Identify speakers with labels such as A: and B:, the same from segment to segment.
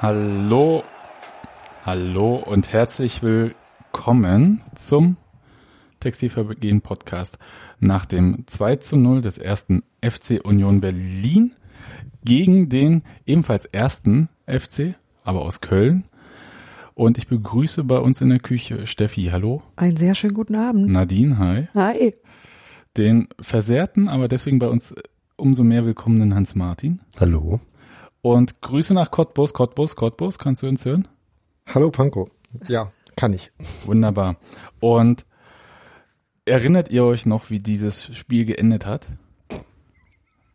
A: Hallo, hallo und herzlich willkommen zum Textilvergehen Podcast. Nach dem 2 zu 0 des ersten FC Union Berlin gegen den ebenfalls ersten FC, aber aus Köln. Und ich begrüße bei uns in der Küche Steffi, hallo,
B: Einen sehr schönen guten Abend.
A: Nadine, hi,
B: Hi.
A: den versehrten, aber deswegen bei uns umso mehr willkommenen Hans Martin.
C: Hallo.
A: Und Grüße nach Cottbus, Cottbus, Cottbus, kannst du uns hören?
C: Hallo Panko. Ja, kann ich.
A: Wunderbar. Und erinnert ihr euch noch, wie dieses Spiel geendet hat?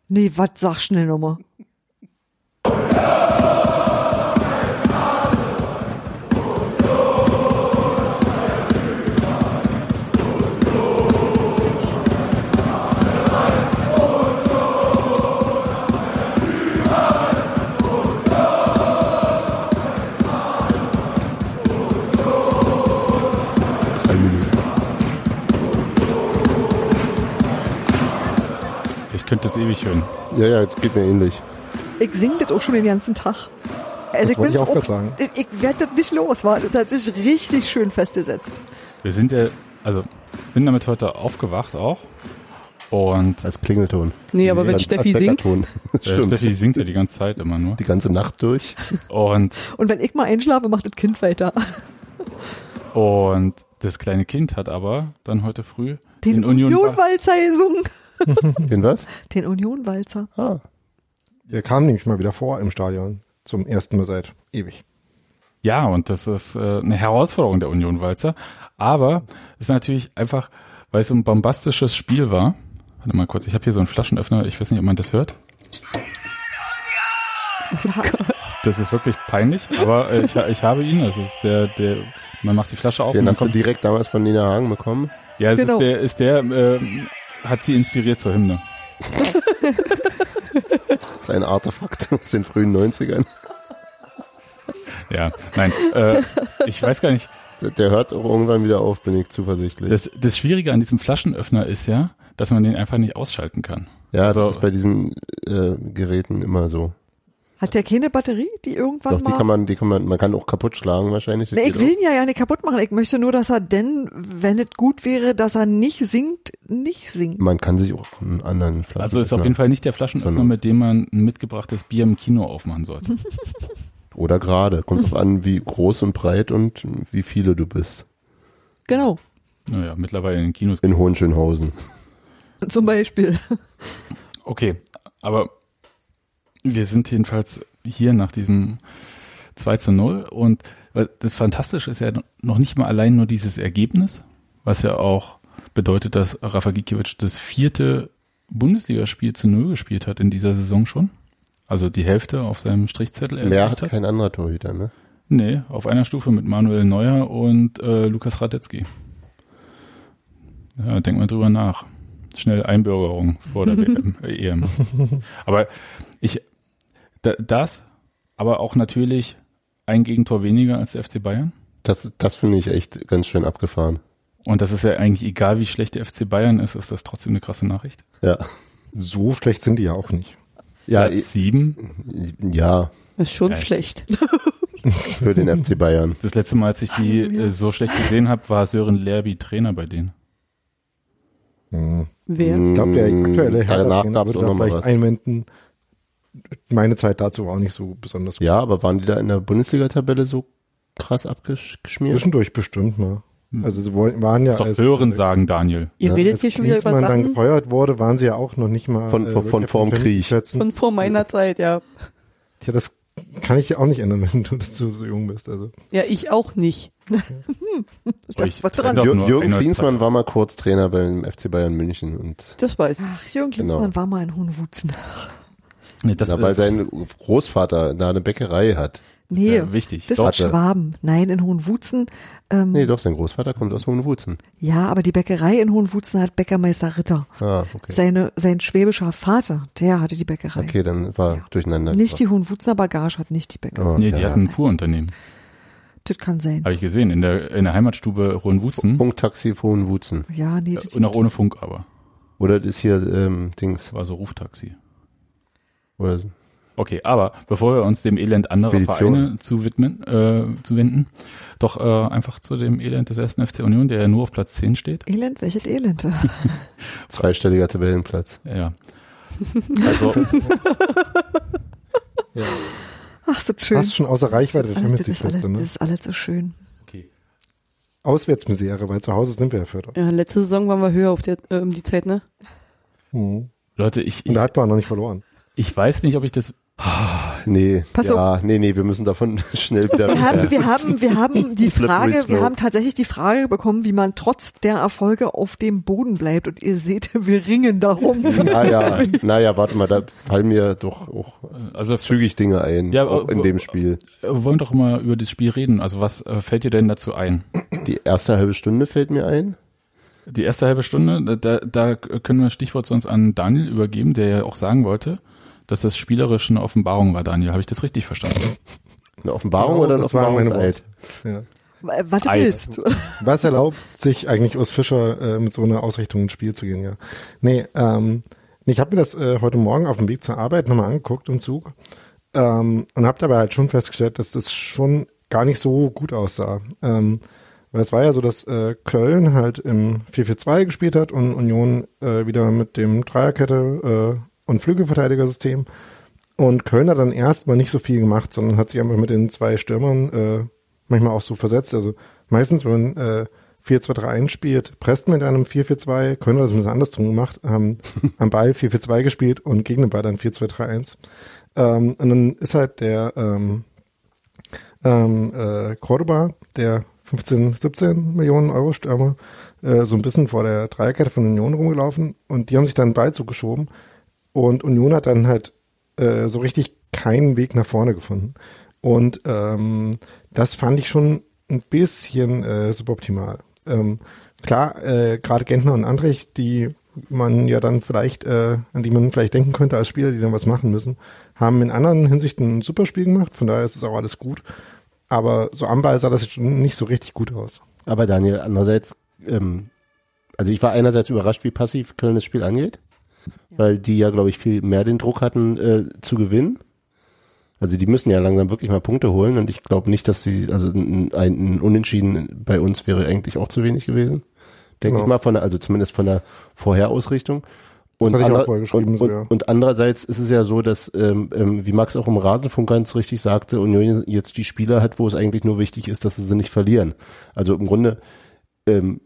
B: Nee, was sag schnell nochmal?
C: Das ist drei Minuten.
A: Ich könnte es ewig hören.
C: Ja, ja, jetzt geht mir ähnlich.
B: Ich sing das auch schon den ganzen Tag. Also
C: wollte ich
B: bin's
C: auch grad sagen.
B: Ich werde das nicht los, war das hat sich richtig schön festgesetzt.
A: Wir sind ja, also bin damit heute aufgewacht auch. Und äh,
C: Als Klingelton.
D: Nee, aber wenn
C: als,
D: Steffi
C: als
D: singt,
C: Weckerton. Stimmt.
A: Steffi singt ja die ganze Zeit immer nur.
C: Die ganze Nacht durch.
A: Und,
B: Und wenn ich mal einschlafe, macht das Kind weiter.
A: und das kleine Kind hat aber dann heute früh
B: Den, Unionwalzer gesungen.
C: Den was?
B: Den Unionwalzer.
C: Ah. Der kam nämlich mal wieder vor im Stadion. Zum ersten Mal seit ewig.
A: Ja, und das ist äh, eine Herausforderung der Union Walzer. Aber es ist natürlich einfach, weil es so ein bombastisches Spiel war. Warte mal kurz, ich habe hier so einen Flaschenöffner, ich weiß nicht, ob man das hört. Das ist wirklich peinlich, aber äh, ich, ha- ich habe ihn. Das ist der, der, man macht die Flasche auf. und
C: Den
A: dann
C: hast du
A: kommt,
C: direkt damals von Nina Hagen bekommen.
A: ja, es
B: Genau.
A: ist der, ist der, äh, hat sie inspiriert zur Hymne.
C: Das ist ein Artefakt aus den frühen 90ern.
A: Ja, nein, äh, ich weiß gar nicht.
C: Der- Der hört auch irgendwann wieder auf, bin ich zuversichtlich.
A: Das, das Schwierige an diesem Flaschenöffner ist ja, dass man den einfach nicht ausschalten kann.
C: ja,
A: also-
C: das ist bei diesen äh, Geräten immer so.
B: Hat der keine Batterie, die irgendwann
C: Doch, die
B: mal.
C: kann man, die kann man, man kann auch kaputt schlagen wahrscheinlich. Das
B: nee, ich
C: geht auch.
B: will ihn ja ja nicht kaputt machen. Ich möchte nur, dass er denn, wenn es gut wäre, dass er nicht singt, nicht singt.
C: Man kann sich auch einen anderen Flaschen.
A: Also ist auf jeden Fall nicht der Flaschenöffner,
C: Sondern-
A: mit dem man ein mitgebrachtes Bier im Kino aufmachen sollte.
C: Oder gerade. Kommt drauf an, wie groß und breit und wie viele du bist.
B: Genau.
A: Naja, mittlerweile in den Kinos.
C: In Hohenschönhausen.
B: Zum Beispiel.
A: Okay, aber wir sind jedenfalls hier nach diesem 2 zu 0 und das Fantastische ist ja noch nicht mal allein nur dieses Ergebnis, was ja auch bedeutet, dass Rafa Gikiewicz das vierte Bundesligaspiel zu Null gespielt hat in dieser Saison schon. Also die Hälfte auf seinem Strichzettel
C: Mehr
A: erreicht
C: hat
A: hat.
C: kein anderer Torhüter, ne?
A: Nee, auf einer Stufe mit Manuel Neuer und äh, Lukas Radetzky. Ja, denk mal drüber nach. Schnell Einbürgerung vor der WM, äh, EM. Aber ich, da, das, aber auch natürlich ein Gegentor weniger als der FC Bayern.
C: Das, das finde ich echt ganz schön abgefahren.
A: Und das ist ja eigentlich egal, wie schlecht der FC Bayern ist, ist das trotzdem eine krasse Nachricht.
C: Ja.
E: So schlecht sind die ja auch nicht.
C: Ja, i-
A: Platz sieben.
C: ja,
D: ist schon
A: Ja.
D: schlecht.
C: für den FC Bayern.
A: Das letzte Mal, als ich die äh, so schlecht gesehen habe, war Sören Lerby Trainer bei denen.
D: Wer?
E: Hm.
C: Mhm,
E: Ich glaube, der
C: Hm,
E: aktuelle
C: Herr
E: Herr
C: Danach Mm, gab es auch noch mal was.
E: einwenden. Meine Zeit dazu war auch nicht so besonders gut.
C: Ja, aber waren die da in der Bundesliga-Tabelle so krass abgeschmiert?
E: Zwischendurch bestimmt mal. Also sie wollen- waren ja
A: Hm. ist doch
E: als,
A: Hören sagen, Daniel.
D: Ihr
C: Ja,
D: redet
E: als
D: hier schon wieder über
E: Klinsmann dann
D: Sachen
E: gefeuert wurde, waren sie ja auch noch nicht mal äh,
C: Von- von-
E: wirklich
C: von
E: auf
C: vorm
E: den
C: Krieg.
E: Plätzen.
D: von vor meiner Zeit, ja.
E: Tja, das kann ich ja auch nicht ändern, wenn du dazu so jung bist. Also
D: Ja, ich auch nicht.
B: da
A: Ich
B: war dran.
A: Doch,
C: Jür
A: nur
C: Jürgen
A: einmal
C: Klinsmann
A: zwei.
C: war mal kurz Trainer beim FC Bayern München und
D: Das weiß ich.
B: Ach, Jürgen
C: Genau.
B: Klinsmann war mal in Hohenwutzen.
A: Nee, das
C: dabei
A: ist
C: sein Großvater da eine Bäckerei hat.
B: Nee,
A: äh, wichtig.
B: das
A: Doch,
B: ist
C: Hatte.
B: Schwaben. Nein, in Hohenwutzen. Ähm,
C: Nee, doch, sein Großvater kommt aus Hohenwutzen.
B: Ja, aber die Bäckerei in Hohenwutzen hat Bäckermeister Ritter.
C: Ah, okay.
B: Seine, sein schwäbischer Vater, der hatte die Bäckerei.
C: Okay, dann war
B: Ja.
C: durcheinander.
B: Nicht die Hohenwutzener Bagage hat nicht die Bäckerei.
C: oh,
A: nee, die
C: ja.
A: hatten ein Fuhrunternehmen.
B: Das kann sein.
A: Habe ich gesehen. In der, in der Heimatstube Hohenwutzen.
C: Funktaxi Hohenwutzen.
B: Ja, nee, das
A: Und auch ohne Funk aber.
C: Oder das hier ähm, Dings.
A: Das war so Ruftaxi.
C: Oder
A: Okay, aber bevor wir uns dem Elend anderer
C: Spedition.
A: Vereine zu widmen, äh, zuwenden, doch äh, einfach zu dem Elend des ersten FC Union, der ja nur auf Platz 10 steht.
B: Elend, welches Elend?
C: zweistelliger Tabellenplatz.
A: Ja. Also,
E: Ja.
B: Ach, ist das schön.
E: Fast schon außer Reichweite der
B: alles,
E: Champions
B: das,
E: League
B: ist alles,
E: Plätze,
B: das
E: ne?
B: ist alles so schön.
A: okay.
E: Auswärtsmisere, weil zu Hause sind wir ja Vierter.
D: Ja, letzte Saison waren wir höher auf der, äh, um die Zeit, ne?
E: Mhm.
A: Leute, ich,
E: Und
A: ich,
E: da hat man noch nicht verloren.
A: ich weiß nicht, ob ich das.
C: Nee,
B: Pass
C: ja, nee, nee, wir müssen davon schnell wieder.
B: Wir haben, wir haben, wir haben die
C: Flip
B: Frage,
C: Rich
B: wir
C: Road.
B: haben tatsächlich die Frage bekommen, wie man trotz der Erfolge auf dem Boden bleibt. Und ihr seht, wir ringen
C: Mhm.
B: darum.
C: naja, naja, warte mal, da fallen mir doch auch
A: Also
C: zügig Dinge ein,
A: Ja,
C: auch in
A: aber-
C: dem Spiel.
A: Wir wollen doch mal über das Spiel reden. Also was äh, fällt dir denn dazu ein?
C: Die erste halbe Stunde fällt mir ein.
A: Die erste halbe Stunde, da, da können wir das Stichwort sonst an Daniel übergeben, der ja auch sagen wollte, dass das spielerisch eine Offenbarung war, Daniel. Habe ich das richtig verstanden?
C: Eine Offenbarung
E: Genau,
C: oder ein
E: das waren meine
C: Offenbarungseid?
E: Ja.
B: Äh, Was du
A: Alter.
B: willst du?
E: Was erlaubt sich eigentlich Urs Fischer äh, mit so einer Ausrichtung ins Spiel zu gehen, ja? Nee, ähm, nee, ich habe mir das äh, heute Morgen auf dem Weg zur Arbeit nochmal angeguckt im Zug ähm, und habe dabei halt schon festgestellt, dass das schon gar nicht so gut aussah. Ähm, weil es war ja so, dass äh, Köln halt im 4-4-2 gespielt hat und Union äh, wieder mit dem Dreierkette äh, und Flügelverteidigersystem. Und Köln hat dann erstmal nicht so viel gemacht, sondern hat sich einfach mit den zwei Stürmern äh, manchmal auch so versetzt. Also meistens, wenn man äh, 4-2-3-1 spielt, presst mit einem 4-4-2, Köln hat das ein bisschen andersrum gemacht, haben am Ball 4-4-2 gespielt und gegen den Ball dann 4-2-3-1. Ähm, und dann ist halt der ähm, ähm, äh, Cordoba, der 15, 17 Millionen Euro Stürmer, äh, so ein bisschen vor der Dreierkette von Union rumgelaufen und die haben sich dann einen Ball zugeschoben und Union hat dann halt äh, so richtig keinen Weg nach vorne gefunden. Und ähm, das fand ich schon ein bisschen äh, suboptimal. Ähm, klar, äh, gerade Gentner und Andrich, die man ja dann vielleicht, äh, an die man vielleicht denken könnte als Spieler, die dann was machen müssen, haben in anderen Hinsichten ein super Spiel gemacht, von daher ist es auch alles gut. Aber so am Ball sah das jetzt schon nicht so richtig gut aus.
C: Aber Daniel, andererseits, ähm, also ich war einerseits überrascht, wie passiv Köln das Spiel angeht, weil die ja, glaube ich, viel mehr den Druck hatten äh, zu gewinnen. Also die müssen ja langsam wirklich mal Punkte holen und ich glaube nicht, dass sie, also ein, ein Unentschieden bei uns wäre eigentlich auch zu wenig gewesen. Denke
E: Genau.
C: ich mal, von der, also zumindest von der Vorherausrichtung. Und,
E: hatte ich auch vorher geschrieben,
C: und,
E: so,
C: und,
E: ja.
C: und andererseits ist es ja so, dass, ähm, ähm, wie Max auch im Rasenfunk ganz richtig sagte, Union jetzt die Spieler hat, wo es eigentlich nur wichtig ist, dass sie sie nicht verlieren. Also im Grunde, ähm,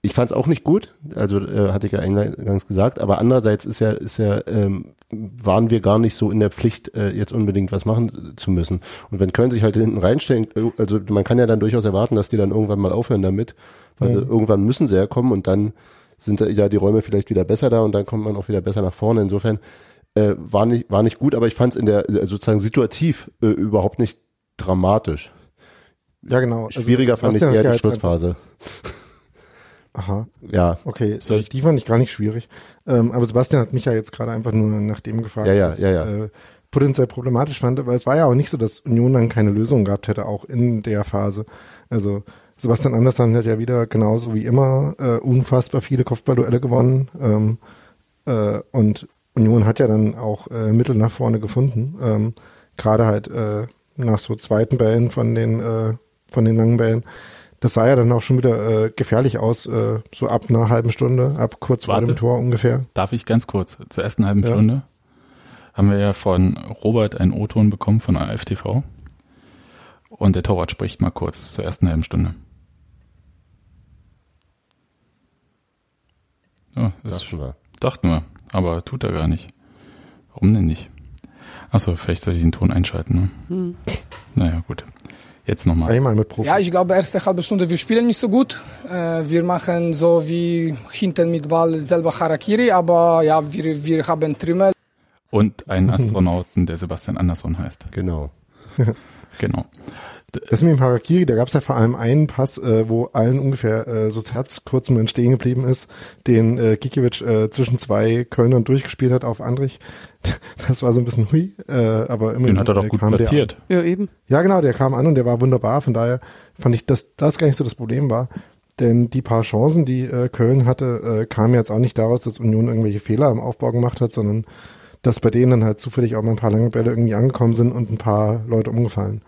C: ich fand es auch nicht gut, also äh, hatte ich ja eingangs gesagt, aber andererseits ist ja, ist ja, ähm, waren wir gar nicht so in der Pflicht, äh, jetzt unbedingt was machen zu müssen. Und wenn Köln sich halt hinten reinstellen, äh, also man kann ja dann durchaus erwarten, dass die dann irgendwann mal aufhören damit, weil sie- irgendwann müssen sie ja kommen und dann sind da ja die Räume vielleicht wieder besser da und dann kommt man auch wieder besser nach vorne. Insofern äh, war nicht war nicht gut, aber ich fand es in der äh, sozusagen situativ äh, überhaupt nicht dramatisch.
E: Ja, genau. Also,
C: Schwieriger fand ich
E: Bastian
C: eher
E: hat ja
C: die
E: jetzt
C: Schlussphase.
E: einfach- Aha.
C: Ja,
E: Okay, äh,
A: Soll ich-
E: die fand ich gar nicht schwierig. Ähm, aber Sebastian hat mich ja jetzt gerade einfach nur nach dem gefragt,
C: Ja, ja,
E: was
C: ja, ja.
E: ich äh, potenziell problematisch fand, weil es war ja auch nicht so, dass Union dann keine Lösung gehabt hätte, auch in der Phase. Also Sebastian Andersson hat ja wieder genauso wie immer äh, unfassbar viele Kopfballduelle gewonnen. Ähm, äh, und Union hat ja dann auch äh, Mittel nach vorne gefunden. Ähm, Gerade halt äh, nach so zweiten Bällen von den, äh, von den langen Bällen. Das sah ja dann auch schon wieder äh, gefährlich aus, äh, so ab einer halben Stunde, ab kurz vor
A: Warte.
E: dem Tor ungefähr.
A: Darf ich ganz kurz? Zur ersten halben
E: Ja.
A: Stunde haben wir ja von Robert einen O-Ton bekommen von AFTV. Und der Torwart spricht mal kurz zur ersten halben Stunde. Ja, Oh, das
C: dachten wir.
A: dachten wir, aber tut er gar nicht. Warum denn nicht? Achso, vielleicht sollte ich den Ton einschalten. Ne?
D: Hm.
A: Naja, gut. Jetzt nochmal.
E: Einmal mit Profi.
F: Ja, ich glaube, erste halbe Stunde, wir spielen nicht so gut. Äh, wir machen so wie hinten mit Ball selber Harakiri, aber ja, wir, wir haben Trümmel.
A: Und einen Astronauten, der Sebastian Andersson heißt.
C: Genau.
A: Genau.
E: Das mit dem Harakiri, da gab es ja vor allem einen Pass, äh, wo allen ungefähr äh, so das Herz kurz im stehen geblieben ist, den äh, Gikiewicz äh, zwischen zwei Kölnern durchgespielt hat auf Andrich. Das war so ein bisschen hui, äh, aber immerhin
A: Den hat er doch
E: äh,
A: gut
E: kam der
A: platziert.
D: Ja, eben.
E: Ja, genau, der kam an und der war wunderbar. Von daher fand ich, dass das gar nicht so das Problem war. Denn die paar Chancen, die äh, Köln hatte, äh, kamen jetzt auch nicht daraus, dass Union irgendwelche Fehler im Aufbau gemacht hat, sondern dass bei denen dann halt zufällig auch mal ein paar lange Bälle irgendwie angekommen sind und ein paar Leute umgefallen.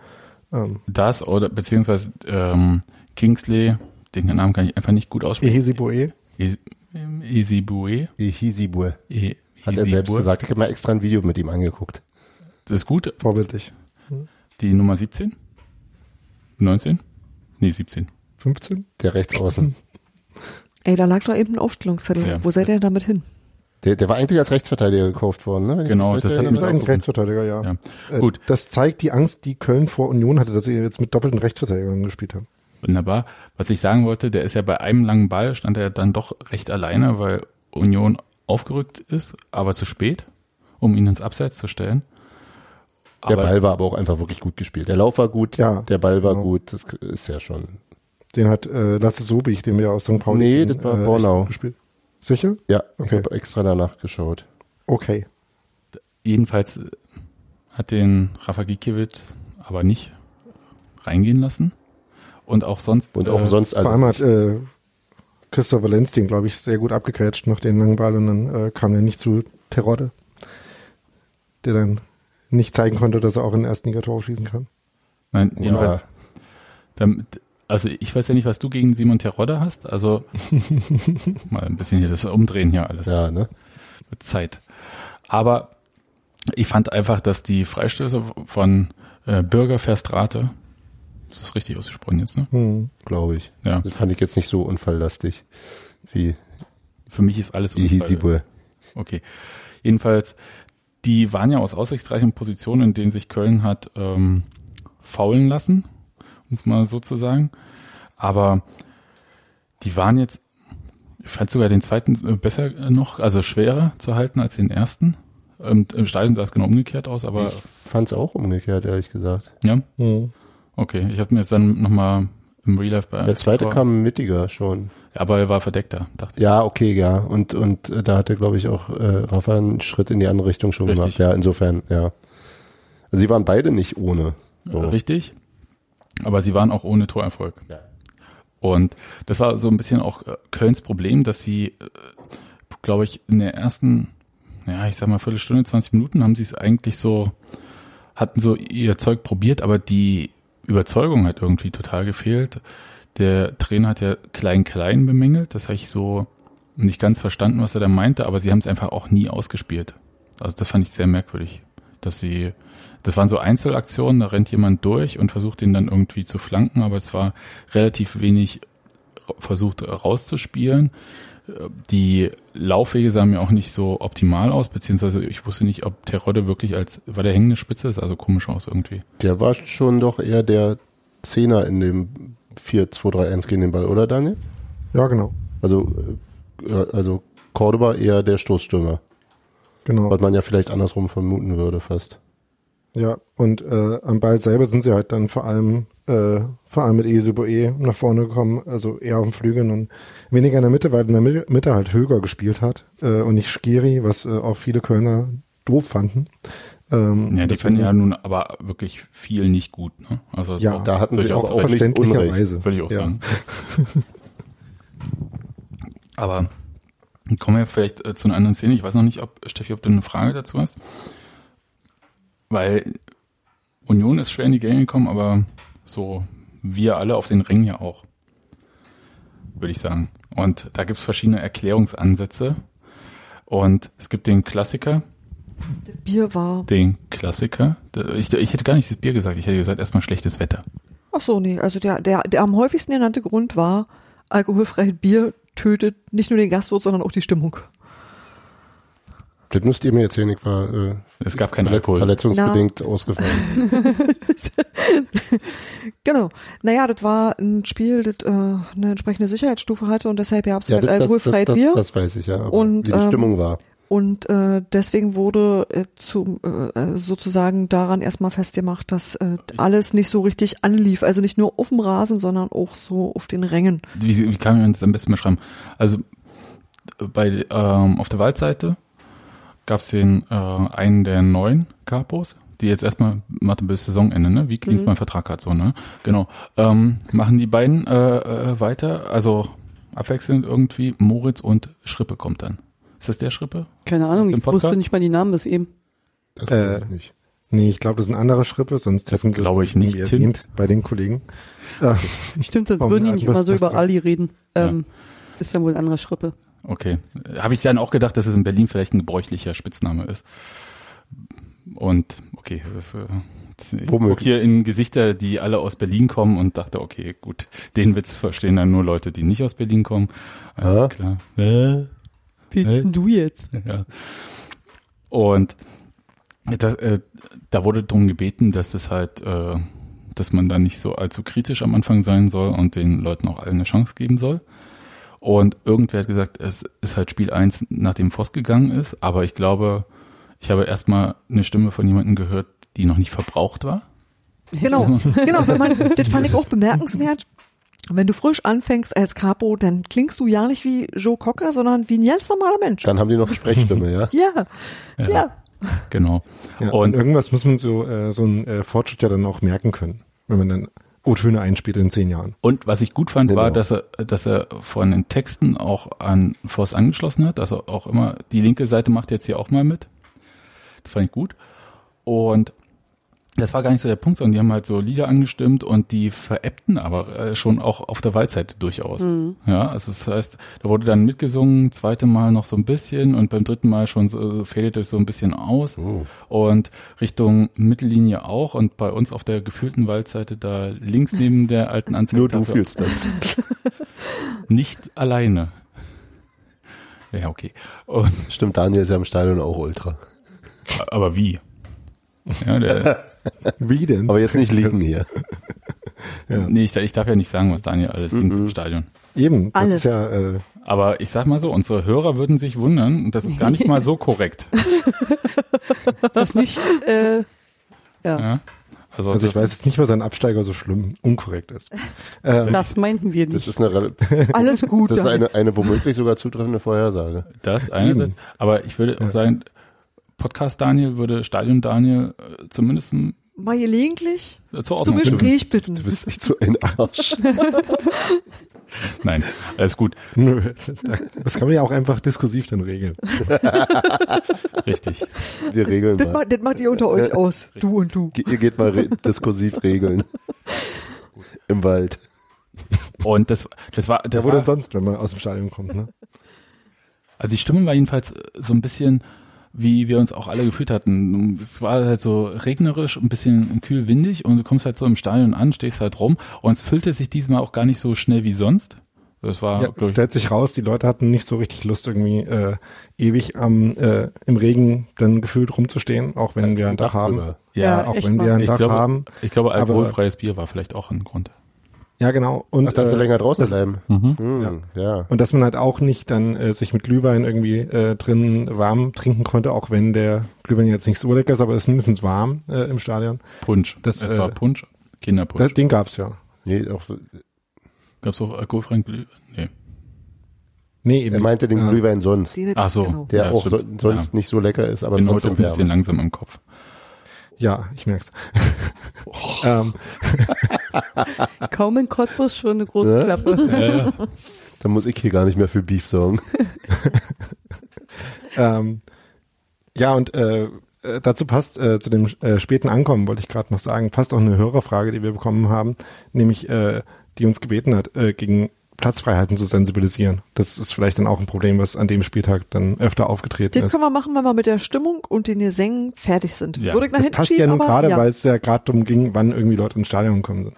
A: Das oder beziehungsweise ähm, Kingsley, den Namen kann ich einfach nicht gut aussprechen.
E: Ehesi Boe.
A: E- ähm, Ezibue.
C: Ehisibue.
A: E-
C: Hat er selbst
A: Ezibue.
C: gesagt. Ich habe mir extra ein Video mit ihm angeguckt.
A: Das ist gut.
E: Vorbildlich.
A: Die Nummer 17? 19? Nee, 17.
E: 15?
C: Der rechts außen.
B: Ey, da lag doch eben ein Aufstellungszettel.
A: Ja.
B: Wo seid ihr damit hin?
C: Der, der war eigentlich als Rechtsverteidiger gekauft worden, ne? Wenn ich
A: Genau,
C: mich
A: das
C: recht
A: hat
E: Das ist
A: mich
C: erinnere.
E: eigentlich
A: auch-
E: Rechtsverteidiger, ja.
A: Ja.
E: Äh,
A: Gut.
E: Das zeigt die Angst, die Köln vor Union hatte, dass sie jetzt mit doppelten Rechtsverteidigern gespielt haben.
A: Wunderbar. Was ich sagen wollte, der ist ja bei einem langen Ball, stand er dann doch recht alleine, weil Union aufgerückt ist, aber zu spät, um ihn ins Abseits zu stellen.
C: Der
A: Aber-
C: Ball war aber auch einfach wirklich gut gespielt. Der Lauf war gut,
E: Ja.
C: der Ball war
E: Genau.
C: gut. Das ist ja schon.
E: Den hat äh, Lasse Sobich, den wir aus St. Pauli äh,
C: Nee, das war Bornau.
E: gespielt. Sicher?
C: Ja, ich
E: Okay.
C: habe extra danach geschaut.
E: Okay.
A: Jedenfalls äh, hat den Rafa Gikiewicz aber nicht reingehen lassen. Und auch sonst.
C: Und auch
A: äh,
C: sonst
E: Vor allem
C: alle.
E: hat äh, Christopher Lenz den, glaube ich, sehr gut abgegrätscht nach den langen Ball und dann äh, kam er nicht zu Terodde, der dann nicht zeigen konnte, dass er auch in ersten Liga Tore schießen kann.
A: Nein, jedenfalls.
C: Ja,
A: Damit, also ich weiß ja nicht, was du gegen Simon Terodde hast. Also mal ein bisschen hier das Umdrehen hier alles.
C: ja, ne?
A: Wird Zeit. Aber ich fand einfach, dass die Freistöße von äh, Bürger Verstrate, das ist richtig ausgesprochen jetzt, ne?
E: Hm.
C: Glaube ich.
A: Ja.
C: Das fand ich jetzt nicht so unfalllastig wie
A: Für mich ist alles Unfall.
C: Ehisibue.
A: Okay. Jedenfalls, die waren ja aus aussichtsreichen Positionen, in denen sich Köln hat ähm, faulen lassen, um es mal so zu sagen. Aber die waren jetzt, ich fand sogar den zweiten äh, besser äh, noch, also schwerer zu halten als den ersten. Ähm, Im Stadion sah es genau umgekehrt aus, aber
C: Fand es auch umgekehrt, ehrlich gesagt.
A: ja,
E: Hm.
A: okay. Ich habe mir jetzt dann nochmal im Real Life bei.
C: Der zweite
A: Tor-
C: kam mittiger schon.
A: Aber er war verdeckter, dachte
C: Ja, okay, ja. Und, und äh, da hatte, glaube ich, auch äh, Rafa einen Schritt in die andere Richtung schon
A: Richtig.
C: gemacht. Ja, insofern, ja. Also sie waren beide nicht ohne.
A: ich.
C: So.
A: Richtig. Aber sie waren auch ohne Torerfolg.
C: Ja.
A: Und das war so ein bisschen auch äh, Kölns Problem, dass sie, glaube ich, in der ersten, ja, ich sag mal, Viertelstunde, 20 Minuten haben sie es eigentlich so, hatten so ihr Zeug probiert, aber die Überzeugung hat irgendwie total gefehlt. Der Trainer hat ja Klein-Klein bemängelt, das habe ich so nicht ganz verstanden, was er da meinte, aber sie haben es einfach auch nie ausgespielt. Also das fand ich sehr merkwürdig, dass sie, das waren so Einzelaktionen, da rennt jemand durch und versucht ihn dann irgendwie zu flanken, aber es war relativ wenig versucht rauszuspielen. Äh, Die Laufwege sahen mir auch nicht so optimal aus, beziehungsweise ich wusste nicht, ob Terodde wirklich als, weil der hängende Spitze ist, also komisch aus irgendwie.
C: Der war schon doch eher der Zehner in dem 4-2-3-1 gegen den Ball, oder Daniel?
E: Ja, genau.
C: Also, äh, also Cordoba eher der Stoßstürmer,
E: Genau.
C: was man ja vielleicht andersrum vermuten würde fast.
E: Ja. Und äh, am Ball selber sind sie halt dann vor allem äh, vor allem mit Esuboe nach vorne gekommen, also eher auf dem Flügel und weniger in der Mitte, weil in der Mitte, Mitte halt Höger gespielt hat äh, und nicht Skiri, was äh, auch viele Kölner doof fanden. Ähm,
A: Ja, die
E: deswegen-
A: können ja nun aber wirklich viel nicht gut, ne? Also
E: Ja,
A: auch
C: Da hatten sie
A: durchaus
C: auch, auch nicht Unrecht.
E: verständlicherweise.
A: würde ich auch
E: ja.
A: sagen. aber kommen wir vielleicht äh, zu einer anderen Szene. Ich weiß noch nicht, ob Steffi, ob du eine Frage dazu hast. Weil Union ist schwer in die Gänge gekommen, aber so wir alle auf den Ring ja auch, würde ich sagen. Und da gibt's verschiedene Erklärungsansätze. Und es gibt den Klassiker,
B: Das Bier war.
A: den Klassiker. Ich, ich hätte gar nicht das Bier gesagt, ich hätte gesagt, erstmal schlechtes Wetter.
B: Ach so, nee. Also der, der, der am häufigsten genannte Grund war, alkoholfreies Bier tötet nicht nur den Gastwirt, sondern auch die Stimmung.
C: Das müsst ihr mir erzählen, ich war äh,
A: Es gab keinen
C: verletz
A: Alkohol.
C: verletzungsbedingt ausgefallen.
B: Genau. Naja, das war ein Spiel, das äh, eine entsprechende Sicherheitsstufe hatte und deshalb gab es halt
C: das, das, das,
B: alkoholfrei
C: das,
B: Bier.
C: das weiß ich, ja. aber
B: Und,
C: wie die
B: ähm,
C: Stimmung war.
B: Und äh, deswegen wurde äh, zum, äh, sozusagen daran erstmal festgemacht, dass äh, alles nicht so richtig anlief. Also nicht nur auf dem Rasen, sondern auch so auf den Rängen.
A: Wie, wie kann man das am besten beschreiben? Also bei, ähm, auf der Waldseite gab es den äh, einen der neuen Capos, die jetzt erstmal machen bis Saisonende, ne? Wie Klinsmann einen Vertrag hat, so, ne? Genau. Ähm, machen die beiden äh, äh, weiter, also abwechselnd irgendwie Moritz und Schrippe kommt dann. Ist das der Schrippe?
D: Keine Ahnung,
A: Aus dem
D: ich wusste
A: Podcast?
D: nicht mal die Namen bis eben.
C: Das
E: äh,
C: weiß ich nicht.
E: Nee, ich glaube, das sind andere Schrippe, sonst hätten sie es
A: glaube ich
E: nie
A: nicht, Tim.
E: erwähnt bei den Kollegen. Äh,
D: Stimmt, sonst
E: Vom
D: würden die nicht immer so
E: Alkoholfest-
D: über Ali reden. Ähm, Ist dann wohl ein anderer Schrippe.
A: Okay. Habe ich dann auch gedacht, dass es in Berlin vielleicht ein gebräuchlicher Spitzname ist. Und okay, das, äh, ich guck
C: Womöglich.
A: hier in Gesichter, die alle aus Berlin kommen und dachte, okay, gut, den Witz verstehen dann nur Leute, die nicht aus Berlin kommen.
C: Ja.
A: Ja. Klar. Ja.
D: Wie
A: Äh?
D: du jetzt?
A: Und das, äh, da wurde drum gebeten, dass es halt, äh, dass man da nicht so allzu kritisch am Anfang sein soll und den Leuten auch allen eine Chance geben soll. Und irgendwer hat gesagt, es ist halt Spiel 1, nachdem Voss gegangen ist, aber ich glaube, ich habe erstmal eine Stimme von jemandem gehört, die noch nicht verbraucht war.
B: Genau, genau. Wenn man, das fand ich auch bemerkenswert. Wenn du frisch anfängst als Capo, dann klingst du ja nicht wie Joe Cocker, sondern wie ein ganz normaler Mensch.
C: Dann haben die noch Sprechstimme, ja.
B: Ja, ja.
A: Genau.
E: ja, und
A: und
E: irgendwas muss man so, äh, so einen äh, Fortschritt ja dann auch merken können, wenn man dann O-Töne einspielt in zehn Jahren.
A: Und was ich gut fand, war,
C: Genau.
A: dass er, dass er von den Texten auch an Voss angeschlossen hat. Also auch immer, die linke Seite macht jetzt hier auch mal mit. Das fand ich gut. Und das war gar nicht so der Punkt, sondern die haben halt so Lieder angestimmt und die veräppten aber äh, schon auch auf der Waldseite durchaus. Ja, also das heißt, da wurde dann mitgesungen, zweite Mal noch so ein bisschen und beim dritten Mal schon so, äh, fädelt es so ein bisschen aus
C: Oh.
A: und Richtung Mittellinie auch und bei uns auf der gefühlten Waldseite da links neben der alten Anzeige
C: Nur du fühlst das.
A: nicht alleine. Ja, okay. Und,
C: Stimmt, Daniel ist ja im Stadion auch Ultra.
A: aber wie? Ja, der,
E: Wie denn?
C: Aber jetzt nicht liegen hier.
A: nee, ich, ich darf ja nicht sagen, was Daniel alles singt im Stadion.
E: Eben, das
B: Alles.
E: ist ja, äh,
A: Aber ich sag mal so, unsere Hörer würden sich wundern, und das ist gar nicht mal so korrekt.
D: Das nicht, äh, ja.
A: Ja? Also,
E: also ich
A: das-
E: weiß jetzt nicht, was ein Absteiger so schlimm unkorrekt ist. Ähm,
D: Das meinten wir
C: Das
D: nicht.
C: ist eine, rel-
B: alles gut.
C: das ist
B: damit.
C: eine, eine womöglich sogar zutreffende Vorhersage.
A: Das einerseits, aber ich würde auch sagen, Podcast Daniel würde Stadion Daniel äh, zumindest äh,
B: Mal gelegentlich
A: zur
B: zum
A: Ordnung stimmen.
B: Gespräch
C: Du
B: bitten.
C: bist echt so ein Arsch.
A: Nein, alles gut,
E: nö, das kann man ja auch einfach diskursiv dann regeln.
A: richtig.
C: Wir regeln
B: Das,
C: mal.
B: macht, das macht ihr unter euch aus, du und du.
C: Ge- Ihr geht mal re diskursiv regeln. Im Wald.
A: Und das, das war,
E: Ja,
A: das
E: wo
A: war
E: denn sonst, wenn man aus dem Stadion kommt, ne?
A: Also die Stimmung war jedenfalls so ein bisschen, wie wir uns auch alle gefühlt hatten. Es war halt so regnerisch, ein bisschen kühl, windig und du kommst halt so im Stadion an, stehst halt rum und es füllte sich diesmal auch gar nicht so schnell wie sonst. Das war,
E: Ja,
A: glaub ich,
E: stellt sich raus, die Leute hatten nicht so richtig Lust, irgendwie äh, ewig am äh, im Regen dann gefühlt rumzustehen, auch wenn wir ein Dach haben.
C: drüber.
D: Ja,
E: Auch
D: echt
E: wenn
D: mal.
E: wir ein
A: ich
E: Dach
A: glaube,
E: haben.
A: ich glaube,
E: Aber-
A: alkoholfreies Bier war vielleicht auch ein Grund.
E: Ja, genau. Und,
C: Ach, dass sie
E: äh,
C: länger draußen
E: das-
C: bleiben. Hm, ja.
E: und dass man halt auch nicht dann äh, sich mit Glühwein irgendwie äh, drin warm trinken konnte, auch wenn der Glühwein jetzt nicht so lecker ist, aber es ist mindestens warm äh, im Stadion.
A: Punsch.
E: Das,
A: es
E: äh,
A: war Punsch,
E: Da,
A: Kinderpunsch.
E: den gab's ja.
C: Nee, auch,
A: Gab's auch alkoholfreien Glühwein? Nee.
E: Nee, eben.
C: er meinte den
E: Ja.
C: Glühwein sonst,
B: Sehen das-
A: Ach so.
B: genau.
C: der
A: Ja,
C: auch so,
A: stimmt.
C: sonst
A: Ja.
C: nicht so lecker ist, aber
A: Bin heute auch
C: trotzdem
A: ein bisschen
C: wärmer.
A: langsam im Kopf.
E: Ja, ich merk's. ähm,
D: Kaum in Cottbus schon eine große
C: Ne?
D: Klappe.
A: Ja, ja.
C: Da muss ich hier gar nicht mehr für Beef sorgen.
E: ähm, ja, und äh, äh, dazu passt äh, zu dem äh, späten Ankommen, wollte ich gerade noch sagen, passt auch eine Hörerfrage, die wir bekommen haben, nämlich äh, die uns gebeten hat, äh, gegen Platzfreiheiten zu sensibilisieren. Das ist vielleicht dann auch ein Problem, was an dem Spieltag dann öfter aufgetreten
B: Das
E: ist.
B: können wir machen, wenn wir mit der Stimmung und den Gesängen fertig sind.
A: Ja.
B: Würde ich nach
E: Das
B: hinten
E: passt ja
B: schieben,
E: nun
B: aber
E: gerade,
B: ja.
E: weil es ja gerade darum ging, wann irgendwie Leute ins Stadion kommen.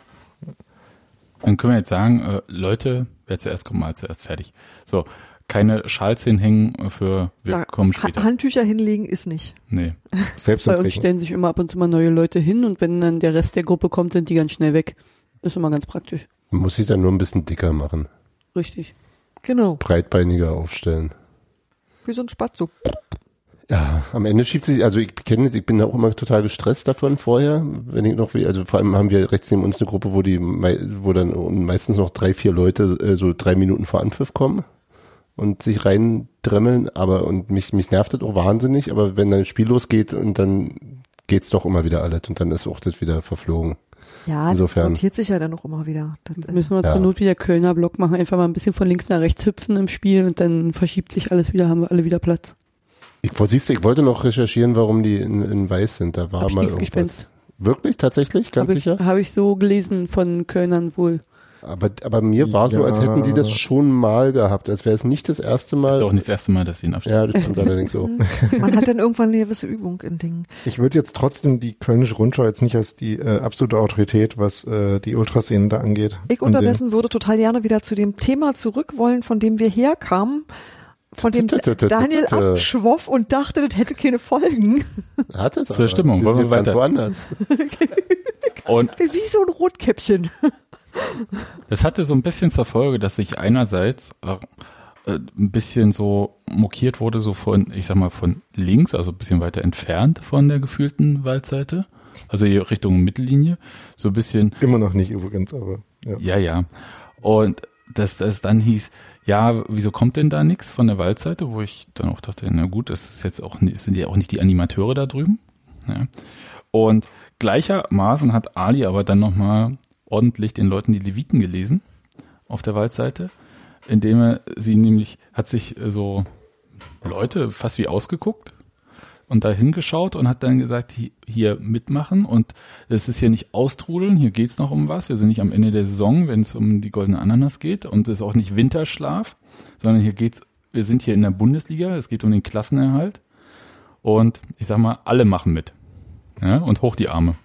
A: Dann können wir jetzt sagen, äh, Leute, wer zuerst kommt, mal zuerst fertig. So, keine Schals hinhängen für wir
B: Da-
A: kommen
B: Ha-
A: später.
B: Handtücher hinlegen ist nicht.
A: Nee.
E: Selbst
D: Bei uns
E: entrichten.
D: stellen sich immer ab und zu mal neue Leute hin und wenn dann der Rest der Gruppe kommt, sind die ganz schnell weg. Ist immer ganz praktisch.
C: Man muss sich dann nur ein bisschen dicker machen.
D: Richtig.
B: Genau,
C: Breitbeiniger aufstellen.
B: wie so ein Spatzo.
C: Ja, am Ende schiebt sie sich, also ich kenne ich bin auch immer total gestresst davon vorher, wenn ich noch, will- also vor allem haben wir rechts neben uns eine Gruppe, wo die, mei- wo dann meistens noch drei, vier Leute äh, so drei Minuten vor Anpfiff kommen und sich reindremmeln, aber, und mich, mich nervt das auch wahnsinnig, aber wenn dann das Spiel losgeht und dann geht's doch immer wieder alles und dann ist auch das wieder verflogen.
B: Ja,
C: Insofern.
B: das sortiert sich ja dann auch immer wieder. Das, äh,
D: Müssen wir
C: Ja.
D: zur Not wieder Kölner Block machen, einfach mal ein bisschen von links nach rechts hüpfen im Spiel und dann verschiebt sich alles wieder, haben wir alle wieder Platz.
C: Ich, wo- siehst du, ich wollte noch recherchieren, warum die in, in weiß sind, da war mal irgendwas.
D: Abstiegsgespenst.
C: Wirklich, tatsächlich, ganz
D: Habe ich,
C: sicher?
D: hab ich so gelesen von Kölnern wohl.
C: Aber, aber mir war so, als
E: Ja.
C: hätten die das schon mal gehabt, als wäre es nicht das erste
A: Ist
C: Mal.
A: auch nicht das erste Mal, dass sie ihn abstellen.
C: Ja, das stimmt allerdings auch.
B: Man hat dann irgendwann eine gewisse Übung in Dingen.
E: Ich würde jetzt trotzdem die Kölnische Rundschau jetzt nicht als die äh, absolute Autorität, was äh, die Ultraszenen da angeht.
B: Ich unterdessen würde total gerne wieder zu dem Thema zurück wollen, von dem wir herkamen, von dem Daniel abschwoff und dachte, das hätte keine Folgen.
C: Hat es
A: Zur
C: aber.
A: Stimmung,
C: Wir
A: wollen wir
C: sind jetzt ganz
A: weiter?
C: woanders.
A: Und
B: Wie wie so ein Rotkäppchen.
A: Das hatte so ein bisschen zur Folge, dass ich einerseits äh, äh, ein bisschen so mokiert wurde, so von, ich sag mal, von links, also ein bisschen weiter entfernt von der gefühlten Waldseite, also hier Richtung Mittellinie, so ein bisschen,
E: Immer noch nicht übrigens, aber ja.
A: ja, ja. Und dass das dann hieß, ja, wieso kommt denn da nichts von der Waldseite, wo ich dann auch dachte, na gut, das ist jetzt auch, nicht- sind ja auch nicht die Animateure da drüben. Ja. Und gleichermaßen hat Ali aber dann nochmal ordentlich den Leuten die Leviten gelesen auf der Waldseite, indem er sie nämlich, hat sich äh, so Leute fast wie ausgeguckt und da hingeschaut und hat dann gesagt, hi- hier mitmachen und es ist hier nicht austrudeln, hier geht's noch um was, wir sind nicht am Ende der Saison, wenn es um die goldene Ananas geht und es ist auch nicht Winterschlaf, sondern hier geht's, wir sind hier in der Bundesliga, es geht um den Klassenerhalt und ich sag mal, alle machen mit. Ja, und hoch die Arme.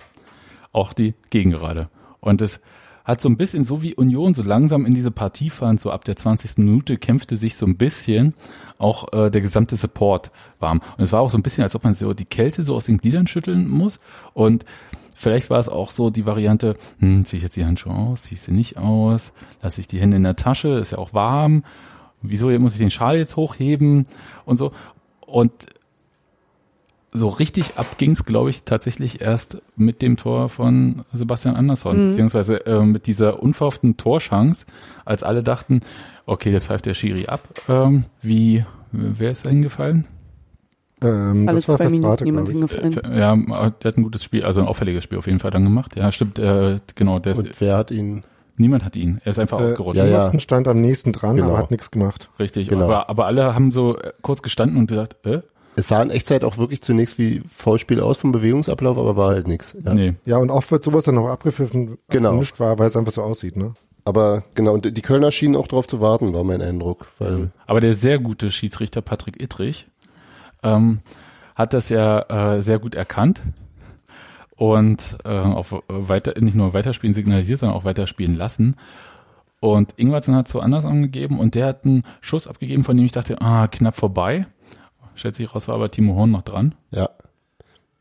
A: Auch die Gegengerade. Und es hat so ein bisschen, so wie Union so langsam in diese Partie fand, so ab der 20. Minute kämpfte sich so ein bisschen auch äh, der gesamte Support warm. Und es war auch so ein bisschen, als ob man so die Kälte so aus den Gliedern schütteln muss. Und vielleicht war es auch so die Variante, hm, zieh ich jetzt die Handschuhe aus, zieh ich sie nicht aus, lasse ich die Hände in der Tasche, ist ja auch warm. Wieso muss ich den Schal jetzt hochheben und so. Und so richtig ab ging's, glaube ich, tatsächlich erst mit dem Tor von Sebastian Andersson, beziehungsweise äh, mit dieser unverhofften Torschance, als alle dachten, okay, jetzt pfeift der Schiri ab. Ähm, wie, wer ist da hingefallen?
E: Ähm,
D: Alle
E: das war
D: zwei Minuten
E: Festrate,
D: jemand
E: glaube ich.
A: Äh,
D: hingefallen.
A: ja, der hat ein gutes Spiel, also ein auffälliges Spiel auf jeden Fall dann gemacht. Ja, stimmt, äh, genau, der ist,
C: Und wer hat ihn?
A: niemand hat ihn. Er ist einfach
E: Äh,
A: ausgerutscht.
C: ja, ja.
E: Johnson stand am nächsten dran,
C: Genau.
E: aber hat nichts gemacht.
A: Richtig,
C: Genau.
A: aber, aber alle haben so äh, kurz gestanden und gesagt, äh?
C: Es sah in Echtzeit auch wirklich zunächst wie Foulspiel aus vom Bewegungsablauf, aber war halt nichts. Ja.
A: Nee.
E: Ja, und oft wird sowas dann auch abgepfiffen,
C: Genau.
E: gemischt war, weil es einfach so aussieht, ne?
C: Aber genau, und die Kölner schienen auch drauf zu warten, war mein Eindruck. Weil
A: Aber der sehr gute Schiedsrichter Patrick Ittrich ähm, hat das ja äh, sehr gut erkannt und äh, auf äh, weiter, nicht nur weiterspielen signalisiert, sondern auch weiterspielen lassen. Und Ingwertsen hat so anders angegeben und der hat einen Schuss abgegeben, von dem ich dachte, ah, knapp vorbei. Schätze ich raus, war aber Timo Horn noch dran.
C: ja,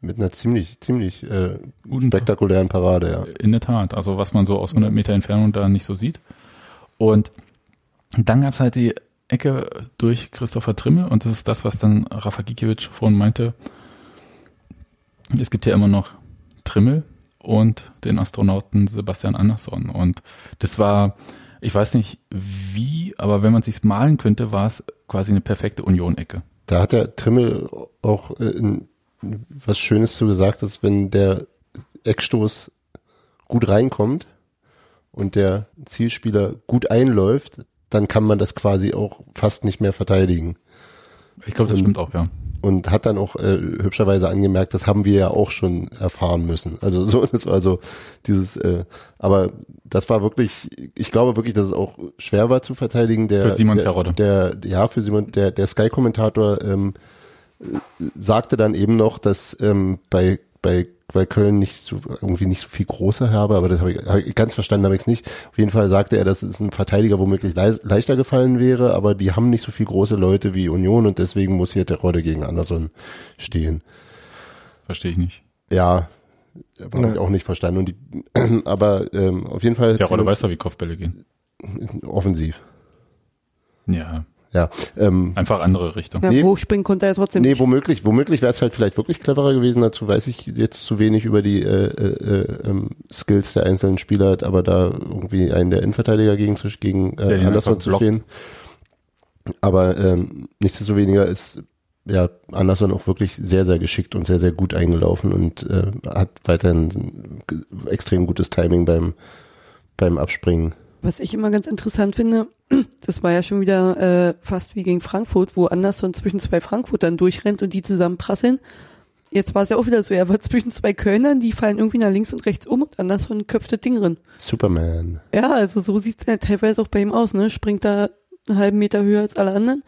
C: mit einer ziemlich, ziemlich äh,
A: Guten-
C: spektakulären Parade, ja.
A: In der Tat, also was man so aus 100 Meter Entfernung da nicht so sieht. Und dann gab's halt die Ecke durch Christopher Trimme und das ist das, was dann Rafa Gikiewicz vorhin meinte. Es gibt ja immer noch Trimmel und den Astronauten Sebastian Andersson und das war, ich weiß nicht wie, aber wenn man sich's malen könnte, war es quasi eine perfekte Union-Ecke.
C: Da hat der Trimmel auch äh, in- was Schönes zu gesagt, dass wenn der Eckstoß gut reinkommt und der Zielspieler gut einläuft, dann kann man das quasi auch fast nicht mehr verteidigen.
A: Ich glaube, das stimmt auch, ja.
C: Und hat dann auch äh, hübscherweise angemerkt, das haben wir ja auch schon erfahren müssen. Also so, das war so dieses, äh, aber das war wirklich, ich glaube wirklich, dass es auch schwer war zu verteidigen. Der,
A: Für Simon
C: der,
A: Terodde.
C: der ja für Simon der der Sky Kommentator ähm, äh, sagte dann eben noch, dass ähm, bei bei bei, bei Köln nicht so, irgendwie nicht so viel großer habe, aber das habe ich, hab ich ganz verstanden, habe ich es nicht. Auf jeden Fall sagte er, das ist ein Verteidiger womöglich leis- leichter gefallen wäre, aber die haben nicht so viel große Leute wie Union und deswegen muss hier der Rodde gegen Anderson stehen.
A: Verstehe ich nicht.
C: Ja, habe
E: Ja.
C: ich auch nicht verstanden. Und die, aber ähm, auf jeden Fall
A: Der Rolle weiß doch, wie Kopfbälle gehen.
C: offensiv.
A: Ja,
C: Ja, ähm,
A: einfach andere Richtung.
D: Ja,
C: Nee.
D: Hochspringen konnte er trotzdem.
C: Nee, womöglich, womöglich wäre es halt vielleicht wirklich cleverer gewesen. Dazu weiß ich jetzt zu wenig über die äh, äh, ähm, Skills der einzelnen Spieler, aber da irgendwie einen der Innenverteidiger gegen, zu, gegen
A: Der
C: äh,
A: ihn
C: Anderson
A: einfach
C: zu
A: blockt.
C: stehen. Aber ähm, nichtsdestoweniger ist ja Anderson auch wirklich sehr, sehr geschickt und sehr, sehr gut eingelaufen und äh, hat weiterhin ein g- extrem gutes Timing beim, beim Abspringen.
D: Was ich immer ganz interessant finde, das war ja schon wieder äh, fast wie gegen Frankfurt, wo Anderson zwischen zwei Frankfurtern durchrennt und die zusammenprasseln. Jetzt war es ja auch wieder so, er war zwischen zwei Kölnern, die fallen irgendwie nach links und rechts um und Anderson köpft das Ding rein.
C: Superman.
D: Ja, also so sieht's ja teilweise auch bei ihm aus, ne? Springt da einen halben Meter höher als alle anderen,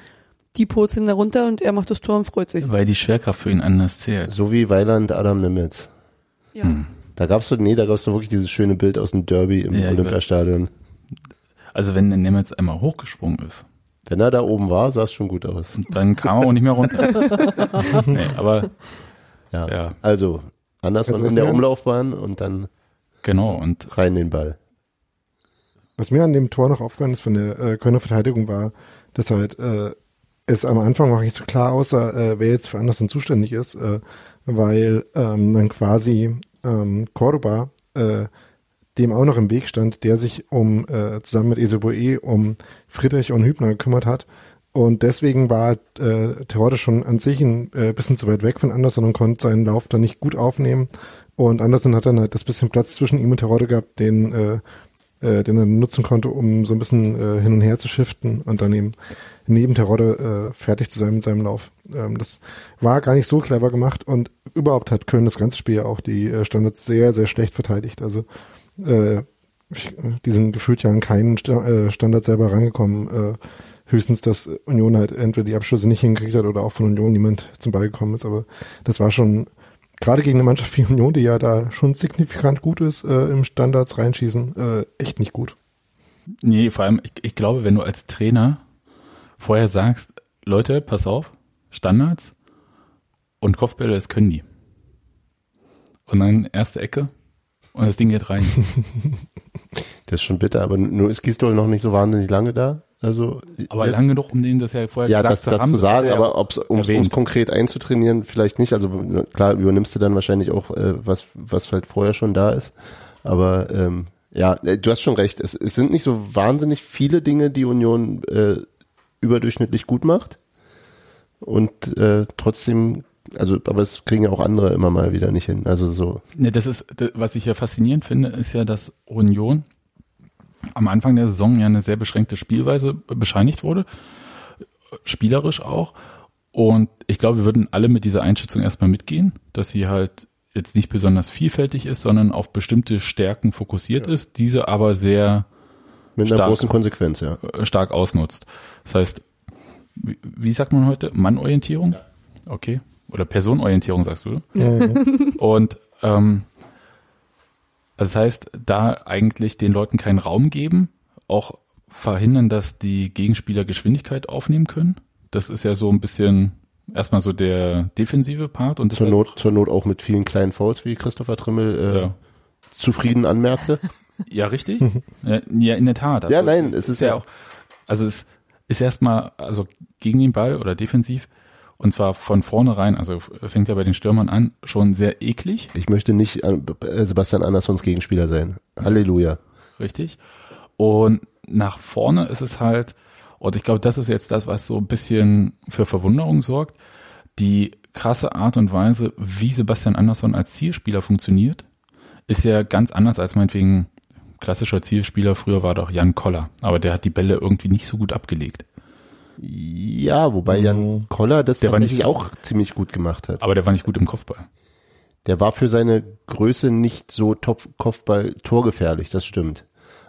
D: die purzeln da runter und er macht das Tor und freut sich.
A: Weil die Schwerkraft für ihn anders zählt.
C: So wie Weiland Adam Nimitz.
D: Ja.
C: Da gab's so, nee, da gab's so wirklich dieses schöne Bild aus dem Derby im
A: Hm. Ja, ich weiß.
C: Olympiastadion.
A: Also wenn der Nemetz einmal hochgesprungen ist,
C: Wenn er da oben war, sah's schon gut aus.
A: dann kam er auch nicht mehr runter. nee, aber
C: Ja.
A: ja,
C: Also, anders
E: Also,
C: in
E: was
C: der
E: mir-
C: Umlaufbahn und dann
A: genau. Und
C: rein den Ball.
E: Was mir an dem Tor noch aufgefallen ist von der äh, Kölner Verteidigung war, dass halt äh, es am Anfang noch nicht so klar aussah, äh, wer jetzt für Anderson zuständig ist, äh, weil ähm, dann quasi ähm, Cordoba äh, dem auch noch im Weg stand, der sich um äh, zusammen mit Eseboe um Friedrich und Hübner gekümmert hat. Und deswegen war äh, Terode schon an sich ein äh, bisschen zu weit weg von Anderson und konnte seinen Lauf dann nicht gut aufnehmen. Und Anderson hat dann halt das bisschen Platz zwischen ihm und Terode gehabt, den äh, äh, den er nutzen konnte, um so ein bisschen äh, hin und her zu shiften und dann eben neben Terodde äh, fertig zu sein mit seinem Lauf. Ähm, das war gar nicht so clever gemacht und überhaupt hat Köln das ganze Spiel ja auch die äh, Standards sehr, sehr schlecht verteidigt. Also äh, ich- die sind gefühlt ja an keinen Sta- äh, Standard selber rangekommen. Äh, höchstens, dass Union halt entweder die Abschlüsse nicht hingekriegt hat oder auch von Union niemand zum Ball gekommen ist. Aber das war schon gerade gegen eine Mannschaft wie Union, die ja da schon signifikant gut ist äh, im Standards reinschießen, äh, echt nicht gut.
A: Nee, vor allem, ich, ich glaube, wenn du als Trainer vorher sagst, Leute, pass auf, Standards und Kopfbälle, das können die. Und dann erste Ecke und das Ding geht rein.
C: Das ist schon bitter, aber nur ist Gistol noch nicht so wahnsinnig lange da. Also,
A: Aber
C: jetzt-
A: lang genug, um denen das ja vorher
C: ja,
A: gesagt
C: das,
A: zu
C: das
A: haben.
C: zu sagen,
A: Ja,
C: aber ob's, um es
A: erwähnt.
C: konkret einzutrainieren, vielleicht nicht. Also klar, übernimmst du dann wahrscheinlich auch, äh, was, was halt vorher schon da ist. Aber ähm, ja, äh, du hast schon recht. Es, es sind nicht so wahnsinnig viele Dinge, die Union äh, überdurchschnittlich gut macht. Und äh, trotzdem, also, aber es kriegen ja auch andere immer mal wieder nicht hin. Also so,
A: Ne, das ist, das, was ich ja faszinierend finde, ist ja, dass Union am Anfang der Saison ja eine sehr beschränkte Spielweise bescheinigt wurde, spielerisch auch. Und ich glaube, wir würden alle mit dieser Einschätzung erstmal mitgehen, dass sie halt jetzt nicht besonders vielfältig ist, sondern auf bestimmte Stärken fokussiert ist, diese aber sehr
C: mit einer
A: Stark.
C: großen Konsequenz, ja.
A: äh, stark ausnutzt. Das heißt, wie, wie sagt man heute? Mannorientierung? Okay. Oder Personenorientierung, sagst du? Und ähm, das heißt, da eigentlich den Leuten keinen Raum geben, auch verhindern, dass die Gegenspieler Geschwindigkeit aufnehmen können. Das ist ja so ein bisschen erstmal so der defensive Part und
C: Zur
A: deshalb-
C: Not, zur Not auch mit vielen kleinen Fouls, wie Christopher Trimmel äh,
A: Ja.
C: zufrieden anmerkte.
A: Ja, richtig. ja, ja, in der Tat. Also
C: Mhm. Ja, nein, es ist ja-
A: auch, also es ist erstmal, also gegen den Ball oder defensiv und zwar von vornherein, also fängt ja bei den Stürmern an, schon sehr eklig,
C: Ich möchte nicht äh, Sebastian Andersons Gegenspieler sein. Halleluja.
A: richtig. Und nach vorne ist es halt, und ich glaube, das ist jetzt das, was so ein bisschen für Verwunderung sorgt, die krasse Art und Weise, wie Sebastian Andersson als Zielspieler funktioniert, ist ja ganz anders als meinetwegen klassischer Zielspieler. Früher war doch Jan Koller, aber der hat die Bälle irgendwie nicht so gut abgelegt.
C: Ja, wobei Jan Koller das
A: Mhm. Der war
C: tatsächlich
A: nicht-
C: auch ziemlich gut gemacht hat.
A: Aber der war nicht gut im Kopfball.
C: Der war für seine Größe nicht so top Kopfball torgefährlich, das stimmt.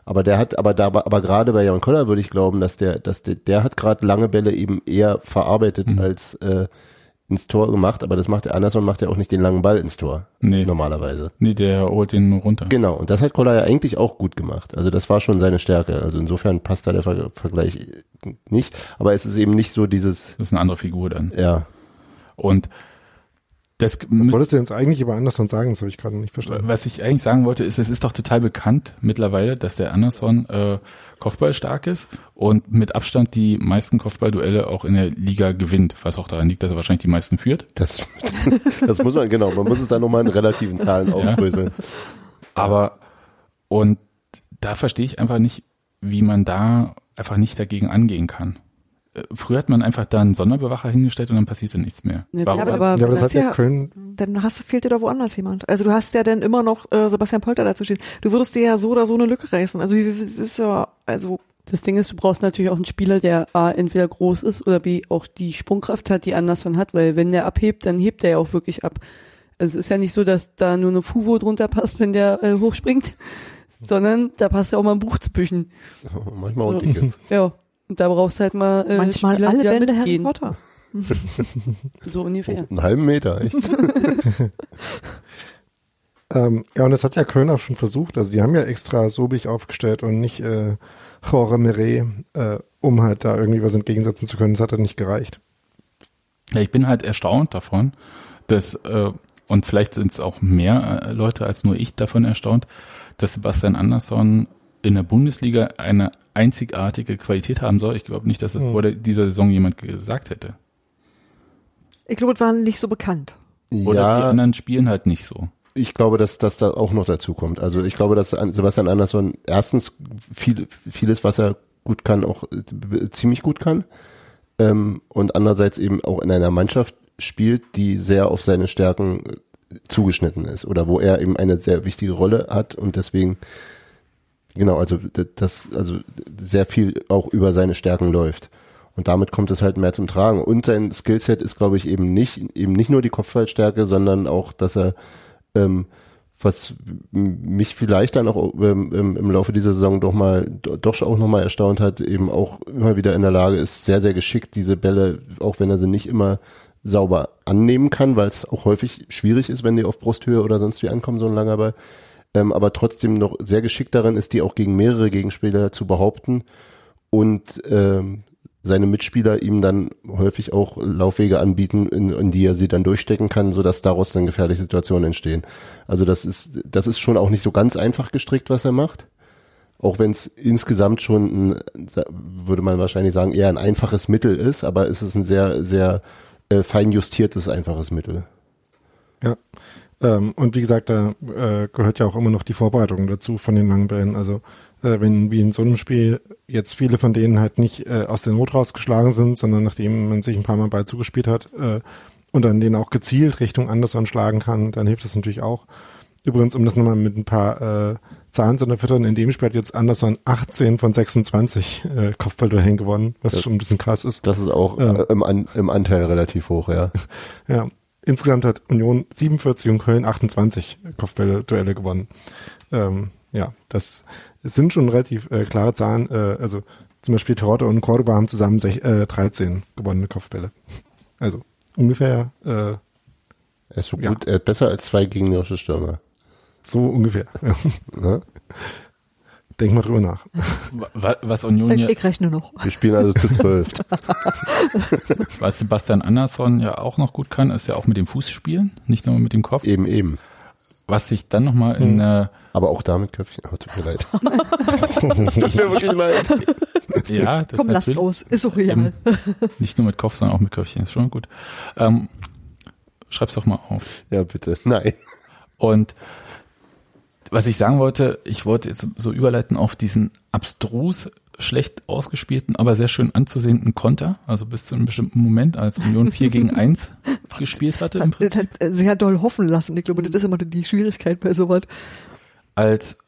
C: Aber der hat, aber da, aber gerade bei Jan Koller
A: Mhm.
C: würde ich glauben, dass der, dass der, der hat gerade lange Bälle eben eher verarbeitet als äh, ins Tor gemacht, aber das macht der Anderson macht ja auch nicht den langen Ball ins Tor.
A: Nee.
C: Normalerweise.
A: Nee, der holt ihn runter.
C: Genau, und das hat Koller ja eigentlich auch gut gemacht. Also das war schon seine Stärke. Also insofern passt da der Ver Vergleich nicht. Aber es ist eben nicht so dieses,
A: Das ist eine andere Figur dann.
C: ja,
A: Und das,
E: Was wolltest du jetzt eigentlich über Anderson sagen? Das habe ich gerade nicht verstanden.
A: was ich eigentlich sagen wollte, ist, es ist doch total bekannt mittlerweile, dass der Anderson äh, Kopfball stark ist und mit Abstand die meisten Kopfballduelle auch in der Liga gewinnt, was auch daran liegt, dass er wahrscheinlich die meisten führt.
C: das, das muss man, genau, man muss es dann nochmal in relativen Zahlen aufdröseln.
A: Aber und da verstehe ich einfach nicht, wie man da einfach nicht dagegen angehen kann. Äh, Früher hat man einfach da einen Sonderbewacher hingestellt und dann passierte nichts mehr.
D: Ja,
A: Warum?
D: Ne, aber-
E: Ja, aber das,
B: das
E: hat ja,
B: ja-
E: Köln.
B: Dann hast, fehlt dir da woanders jemand. Also du hast ja dann immer noch äh, Sebastian Polter dazu stehen. Du würdest dir ja so oder so eine Lücke reißen. Also wie- wie- das ist ja, also
D: Das Ding ist, du brauchst natürlich auch einen Spieler, der A, entweder groß ist oder B, auch die Sprungkraft hat, die Anderson hat, weil wenn der abhebt, dann hebt der ja auch wirklich ab. Also es ist ja nicht so, dass da nur eine Fuvo drunter passt, wenn der äh, hochspringt, sondern da passt ja auch mal ein Buch zwischen.
C: Manchmal auch dickes.
D: Ja. Und da brauchst du halt mal äh,
B: manchmal
D: Spieler,
B: alle
D: die da
B: Bände Harry
D: mitgehen.
B: Potter.
D: So ungefähr.
C: Einen halben Meter, echt.
E: Ähm, ja, und das hat ja Köln auch schon versucht. Also die haben ja extra Sobich aufgestellt und nicht äh, Jorge Meret, äh, um halt da irgendwie was entgegensetzen zu können. Das hat dann nicht gereicht.
A: Ja, ich bin halt erstaunt davon, dass, äh, und vielleicht sind es auch mehr äh, Leute als nur ich davon erstaunt, dass Sebastian Andersson in der Bundesliga eine einzigartige Qualität haben soll. Ich glaube nicht, dass das
C: Hm.
A: vor der- dieser Saison jemand gesagt hätte.
B: Ich glaube, das war nicht so bekannt.
A: Oder die
C: Ja,
A: anderen spielen halt nicht so.
C: ich glaube, dass dass da auch noch dazu kommt. Also ich glaube, dass an- Sebastian Andersson erstens viel, vieles, was er gut kann, auch äh, b- ziemlich gut kann. Ähm, und andererseits eben auch in einer Mannschaft spielt, die sehr auf seine Stärken äh, zugeschnitten ist oder wo er eben eine sehr wichtige Rolle hat und deswegen genau, also d- das also sehr viel auch über seine Stärken läuft. Und damit kommt es halt mehr zum Tragen. Und sein Skillset ist, glaube ich, eben nicht, eben nicht nur die Kopfballstärke, sondern auch, dass er ähm, was m- mich vielleicht dann auch ähm, im, im Laufe dieser Saison doch mal do- doch auch noch mal erstaunt hat, eben auch immer wieder in der Lage ist, sehr sehr geschickt diese Bälle, auch wenn er sie nicht immer sauber annehmen kann, weil es auch häufig schwierig ist, wenn die auf Brusthöhe oder sonst wie ankommen so ein langer Ball, ähm, aber trotzdem noch sehr geschickt darin ist, die auch gegen mehrere Gegenspieler zu behaupten und ähm, seine Mitspieler ihm dann häufig auch Laufwege anbieten, in, in die er sie dann durchstecken kann, sodass daraus dann gefährliche Situationen entstehen. Also das ist, das ist schon auch nicht so ganz einfach gestrickt, was er macht. Auch wenn es insgesamt schon, ein, sa- würde man wahrscheinlich sagen, eher ein einfaches Mittel ist, aber es ist ein sehr, sehr äh, fein justiertes einfaches Mittel.
E: Ja. Ähm, und wie gesagt, da äh, gehört ja auch immer noch die Vorbereitung dazu von den langen Bällen. Also äh, wenn wie in so einem Spiel jetzt viele von denen halt nicht äh, aus der Not rausgeschlagen sind, sondern nachdem man sich ein paar Mal Ball zugespielt hat äh, und dann den auch gezielt Richtung Anderson schlagen kann, dann hilft das natürlich auch. Übrigens, um das nochmal mit ein paar äh, Zahlen zu unterfüttern, in dem Spiel hat jetzt Anderson 18 von 26 äh, Kopfballduellen gewonnen, was schon ein bisschen krass ist.
C: Das ist auch
E: Ja.
C: äh, im, An im Anteil relativ hoch, ja.
E: Ja, insgesamt hat Union 47 und Köln 28 Kopfbälle-Duelle gewonnen. Ähm, ja, das sind schon relativ äh, klare Zahlen. Äh, also zum Beispiel Toronto und Cordoba haben zusammen sech, äh, 13 gewonnene Kopfbälle. Also ungefähr, äh,
C: Er ist so
E: Ja.
C: gut, äh, besser als zwei gegnerische Stürmer.
E: so ungefähr.
C: Ne?
E: Denk mal drüber nach.
A: Wa- Was Union ja,
B: Ich, ich rechne noch.
C: Wir spielen also zu zwölf.
A: was Sebastian Andersson ja auch noch gut kann, ist ja auch mit dem Fuß spielen, nicht nur mit dem Kopf.
C: eben, Hm. eben.
A: Was sich dann nochmal in äh,
C: Aber auch damit Köpfchen. Oh, tut mir leid. tut mir wirklich leid.
A: ja, das
B: Komm, lass
A: natürlich-
B: raus. Ist auch real.
A: Eben. Nicht nur mit Kopf, sondern auch mit Köpfchen. Ist schon gut. Ähm, schreib's doch mal auf.
C: Ja, bitte. Nein.
A: Und was ich sagen wollte, ich wollte jetzt so überleiten auf diesen abstrus schlecht ausgespielten, aber sehr schön anzusehenden Konter, also bis zu einem bestimmten Moment, als Union 4 gegen 1 gespielt hatte im Prinzip.
B: Das hat äh, sehr doll hoffen lassen. Ich glaube, das ist immer die Schwierigkeit bei sowas.
A: als,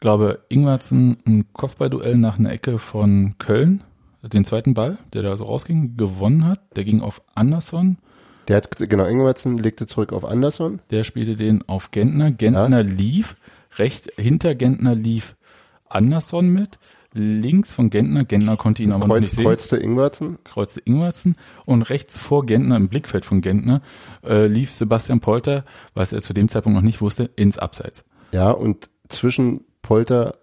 A: glaube Ingwertsen ein Kopfballduell nach einer Ecke von Köln, den zweiten Ball, der da so rausging, gewonnen hat. Der ging auf Anderson,
C: Der hat, genau, Engelmerzen legte zurück auf Anderson.
A: der spielte den auf Gentner. Gentner lief, recht hinter Gentner lief Anderson mit. links von Gentner. Gentner konnte ihn
C: Das
A: aber noch
C: Kreuz,
A: nicht sehen.
C: kreuzte Ingwerzen.
A: kreuzte Ingwertsen und rechts vor Gentner, im Blickfeld von Gentner, äh, lief Sebastian Polter, was er zu dem Zeitpunkt noch nicht wusste, ins Abseits.
C: Ja, und zwischen Polter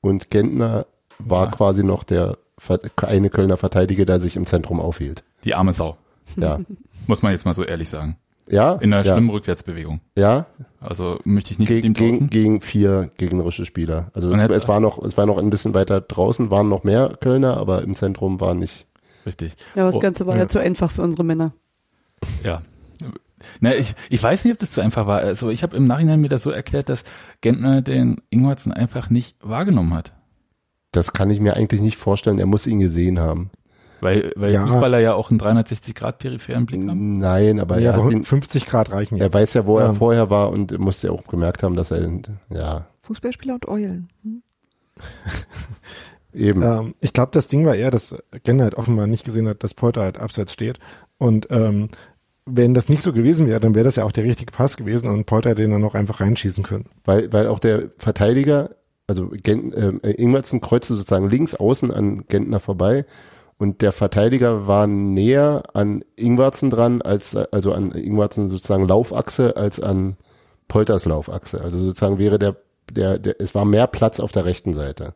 C: und Gentner war
A: Ja.
C: quasi noch der Ver- eine Kölner Verteidiger, der sich im Zentrum aufhielt.
A: Die arme Sau,
C: Ja.
A: muss man jetzt mal so ehrlich sagen.
C: Ja?
A: In einer
C: ja.
A: schlimmen Rückwärtsbewegung.
C: Ja,
A: Also möchte ich nicht
C: gegen,
A: mit ihm
C: gegen,
A: tauschen.
C: gegen vier gegnerische Spieler. Also
A: Und
C: es,
A: jetzt-
C: es war noch, es war noch ein bisschen weiter draußen, waren noch mehr Kölner, aber im Zentrum waren nicht.
A: Richtig.
D: Ja, aber das
A: Oh,
D: Ganze war
A: ja.
D: ja. zu einfach für unsere Männer.
A: Ja. Na, ich, ich weiß nicht, ob das zu einfach war. Also ich habe im Nachhinein mir das so erklärt, dass Gentner den Ingwertsen einfach nicht wahrgenommen hat.
C: Das kann ich mir eigentlich nicht vorstellen. Er muss ihn gesehen haben.
A: Weil, weil
E: Ja.
A: Fußballer ja auch einen 360-Grad-peripheren Blick
C: Mhm.
A: haben.
C: Nein, aber
E: ja,
C: er, hat
E: aber
C: ihn,
E: 50 Grad reichen ja.
C: er weiß ja, wo er
E: Ja.
C: vorher war und muss ja auch gemerkt haben, dass er, ja,
B: Fußballspieler und Eulen. Hm?
C: eben.
E: Ähm, ich glaube, das Ding war eher, dass Gender halt offenbar nicht gesehen hat, dass Polter halt abseits steht. Und ähm, wenn das nicht so gewesen wäre, dann wäre das ja auch der richtige Pass gewesen und Polter hätte den dann auch einfach reinschießen können.
C: Weil, weil auch der Verteidiger, also Gent, äh, Ingwertsen kreuzte sozusagen links außen an Gentner vorbei und der Verteidiger war näher an Ingwertsen dran, als also an Ingwertsen sozusagen Laufachse als an Polters Laufachse. Also sozusagen wäre der, der, der es war mehr Platz auf der rechten Seite.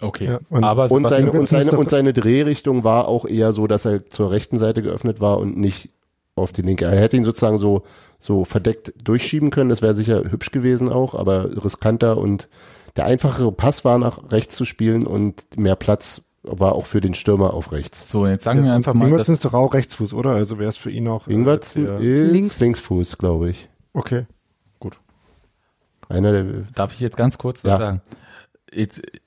A: Okay.
E: Ja, und-
A: Aber
C: Und
A: Sebastian-
C: seine, und,
E: Ingwertsen ist
C: seine,
E: doch-
C: und seine Drehrichtung war auch eher so, dass er zur rechten Seite geöffnet war und nicht auf die linke. Er hätte ihn sozusagen so, so verdeckt durchschieben können. Das wäre sicher hübsch gewesen auch, aber riskanter und der einfachere Pass war nach rechts zu spielen und mehr Platz war auch für den Stürmer auf rechts.
A: so, jetzt sagen wir einfach mal, dass
E: Ingwertsen ist doch auch Rechtsfuß, oder? Also wäre es für ihn auch. äh,
C: Ingwertsen
E: der-
C: ist
D: Links.
C: Linksfuß, glaube ich.
E: Okay, gut.
C: Einer der,
A: Darf ich jetzt ganz kurz
C: Ja.
A: sagen? Jetzt äh,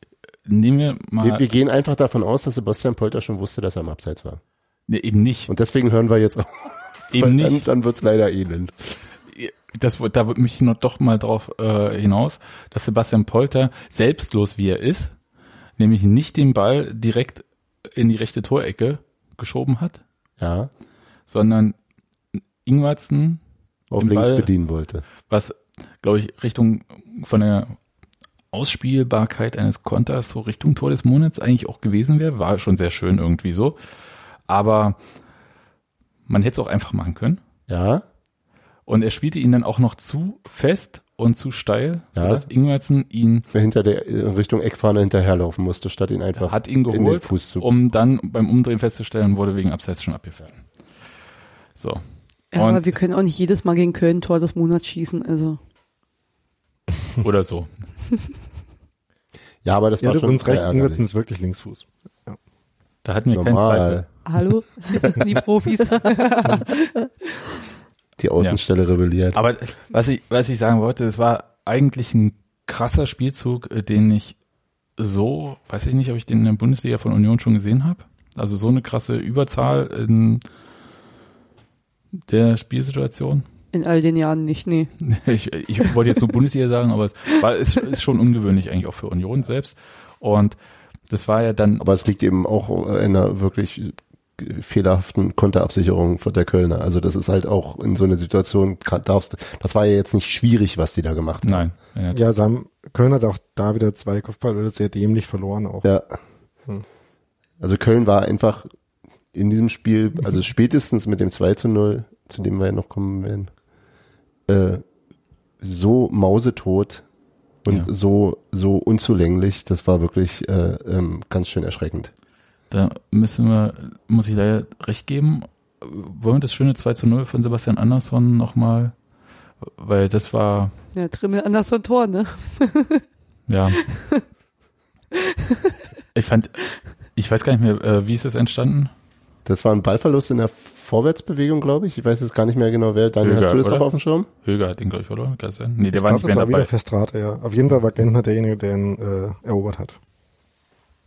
A: nehmen wir
C: wir,
A: mal
C: wir gehen einfach davon aus, dass Sebastian Polter schon wusste, dass er im Abseits war.
A: nee, eben nicht,
C: Und deswegen hören wir jetzt auf.
A: eben
C: Dann,
A: nicht.
C: dann wird's leider elend.
A: Das wo- da würde mich nur doch mal drauf äh, hinaus, dass Sebastian Polter selbstlos wie er ist, nämlich nicht den Ball direkt in die rechte Torecke geschoben hat,
C: Ja,
A: sondern Ingwertsen,
C: auf
A: Den
C: links
A: Ball-
C: bedienen wollte.
A: was glaube ich Richtung von der Ausspielbarkeit eines Konters so Richtung Tor des Monats eigentlich auch gewesen wäre, war schon sehr schön irgendwie so, aber man hätte es auch einfach machen können.
C: Ja,
A: Und er spielte ihn dann auch noch zu fest und zu steil,
C: Ja.
A: sodass Ingwertsen ihn
C: hinter der in Richtung Eckfahne hinterherlaufen musste, statt ihn einfach
A: hat ihn
C: in den
A: geholt,
C: Fuß zu.
A: um dann beim Umdrehen festzustellen, wurde wegen Abseits schon abgepfiffen. So.
D: Ja,
A: Und-
D: aber wir können auch nicht jedes Mal gegen Köln Tor des Monats schießen. Also
A: Oder so.
C: Ja, aber das
E: Ja,
C: war
E: du
C: schon
E: uns
C: sehr
E: recht,
C: ärgerlich.
E: Ingwertsen ist wirklich Linksfuß.
A: Da hatten wir keinen Zweifel.
C: Normal.
D: hallo, die Profis.
C: Die Außenstelle rebelliert.
A: Aber was ich, was ich sagen wollte, es war eigentlich ein krasser Spielzug, äh, den ich so, weiß ich nicht, ob ich den in der Bundesliga von Union schon gesehen habe. Also so eine krasse Überzahl in der Spielsituation.
D: In all den Jahren nicht, nee.
A: Ich, ich wollte jetzt nur Bundesliga sagen, aber es war, ist, ist schon ungewöhnlich eigentlich auch für Union selbst. Und das war ja dann,
C: Aber es liegt eben auch an einer wirklich fehlerhaften Konterabsicherung von der Kölner. Also das ist halt auch in so einer Situation, kann- darfst, das war ja jetzt nicht schwierig, was die da gemacht haben.
A: nein, ja,
E: Ja, Sam, Köln hat auch da wieder zwei Kopfball oder sehr dämlich verloren auch.
C: Ja.
E: Hm.
C: Also Köln war einfach in diesem Spiel, also spätestens mit dem 2 zu 0, zu dem wir ja noch kommen werden, äh, so mausetot und
A: Ja.
C: so, so unzulänglich, das war wirklich äh, ähm, ganz schön erschreckend.
A: da müssen wir, muss ich leider recht geben. Wollen wir das schöne 2 zu 0 von Sebastian Andersson nochmal, weil das war,
D: Ja, Trimmel Anderson Tor, ne?
A: ja. Ich fand, ich weiß gar nicht mehr, äh, wie ist das entstanden?
C: Das war ein Ballverlust in der Vorwärtsbewegung, glaube ich. Ich weiß jetzt gar nicht mehr genau, wer. Daniel,
A: Höger,
C: hast du das
A: oder?
C: noch auf dem Schirm?
A: Höger hat den, glaube ich, verloren. Kann das sein? Nee, der
E: Ich
A: war
E: glaub,
A: nicht mehr
E: das war wieder
A: dabei.
E: Festrate, ja. Auf jeden Fall war Gentner derjenige, der ihn äh, erobert hat.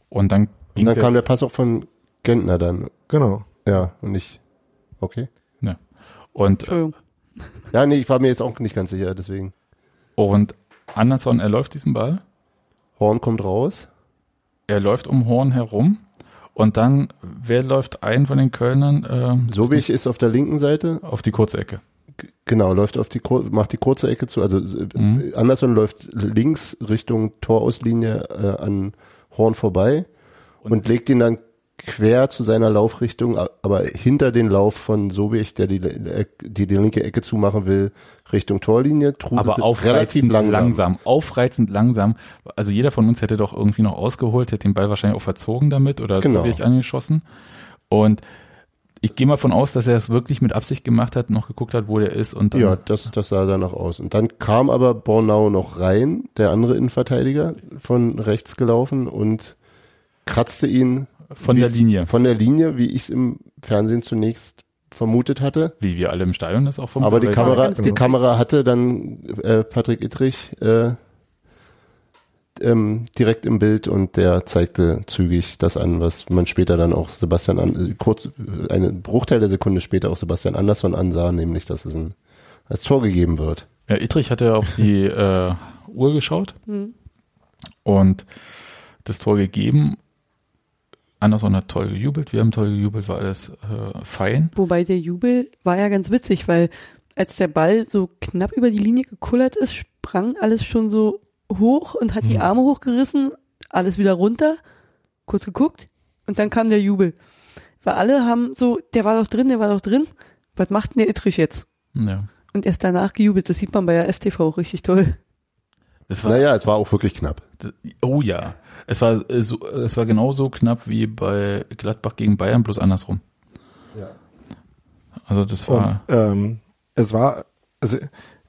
A: Und dann
C: Und
A: ging
C: dann
A: der,
C: kam der Pass auch von Gentner dann.
E: Genau.
C: Ja, und ich. Okay.
A: und,
D: Entschuldigung.
C: Ja, nee, ich war mir jetzt auch nicht ganz sicher, deswegen.
A: oh, und Andersson erläuft diesen Ball.
C: Horn kommt raus.
A: er läuft um Horn herum und dann, wer läuft ein von den Kölnern ähm,
C: Sobich ist auf der linken Seite,
A: auf die Kurzecke?
C: G- genau, läuft auf die Kur macht die kurze Ecke zu, also
A: Mhm.
C: mhm. Anderson läuft links Richtung Torauslinie äh, an äh, Horn vorbei und, legt ihn dann quer zu seiner Laufrichtung, a- aber hinter den Lauf von Sobich, der die, le- die, die linke Ecke zumachen will, Richtung Torlinie. Trudelt
A: aber aufreizend langsam. Aufreizend langsam. Also jeder von uns hätte doch irgendwie noch ausgeholt, hätte den Ball wahrscheinlich auch verzogen damit oder
C: Genau.
A: wirklich angeschossen. Und ich gehe mal von aus, dass er es wirklich mit Absicht gemacht hat, noch geguckt hat, wo der ist und dann ne?
C: Ja, das, das sah danach aus. Und dann kam aber Bornau noch rein, der andere Innenverteidiger, von rechts gelaufen und kratzte ihn
A: von
C: wie
A: der
C: es-
A: Linie,
C: Von der Linie, wie ich es im Fernsehen zunächst vermutet hatte.
A: wie wir alle im Stadion das auch vom
C: Aber die
A: Ball-
C: Kamera,
D: ganz
C: die
E: genau.
D: dick.
C: Kamera hatte dann äh, Patrick Ittrich äh, ähm, direkt im Bild und der zeigte zügig das an, was man später dann auch Sebastian an, äh, kurz äh, einen Bruchteil der Sekunde später auch Sebastian Andersson ansah, nämlich dass es ein als Tor gegeben wird.
A: Ja, Ittrich hatte auf die äh, Uhr geschaut
D: Hm.
A: und das Tor gegeben. Anderson hat toll gejubelt, wir haben toll gejubelt, war alles äh, fein.
D: Wobei der Jubel war ja ganz witzig, weil als der Ball so knapp über die Linie gekullert ist, sprang alles schon so hoch und hat die Arme hochgerissen, alles wieder runter, kurz geguckt und dann kam der Jubel. Weil alle haben so, der war doch drin, der war doch drin. Was macht denn der Ittrich jetzt?
A: Ja.
D: Und erst danach gejubelt, das sieht man bei der FTV auch richtig toll.
A: Das war,
C: Naja, es war auch wirklich knapp.
A: oh ja, es war, äh, so, es war genauso knapp wie bei Gladbach gegen Bayern, bloß andersrum.
C: Ja.
A: Also das
E: Und
A: war,
E: ähm, es war also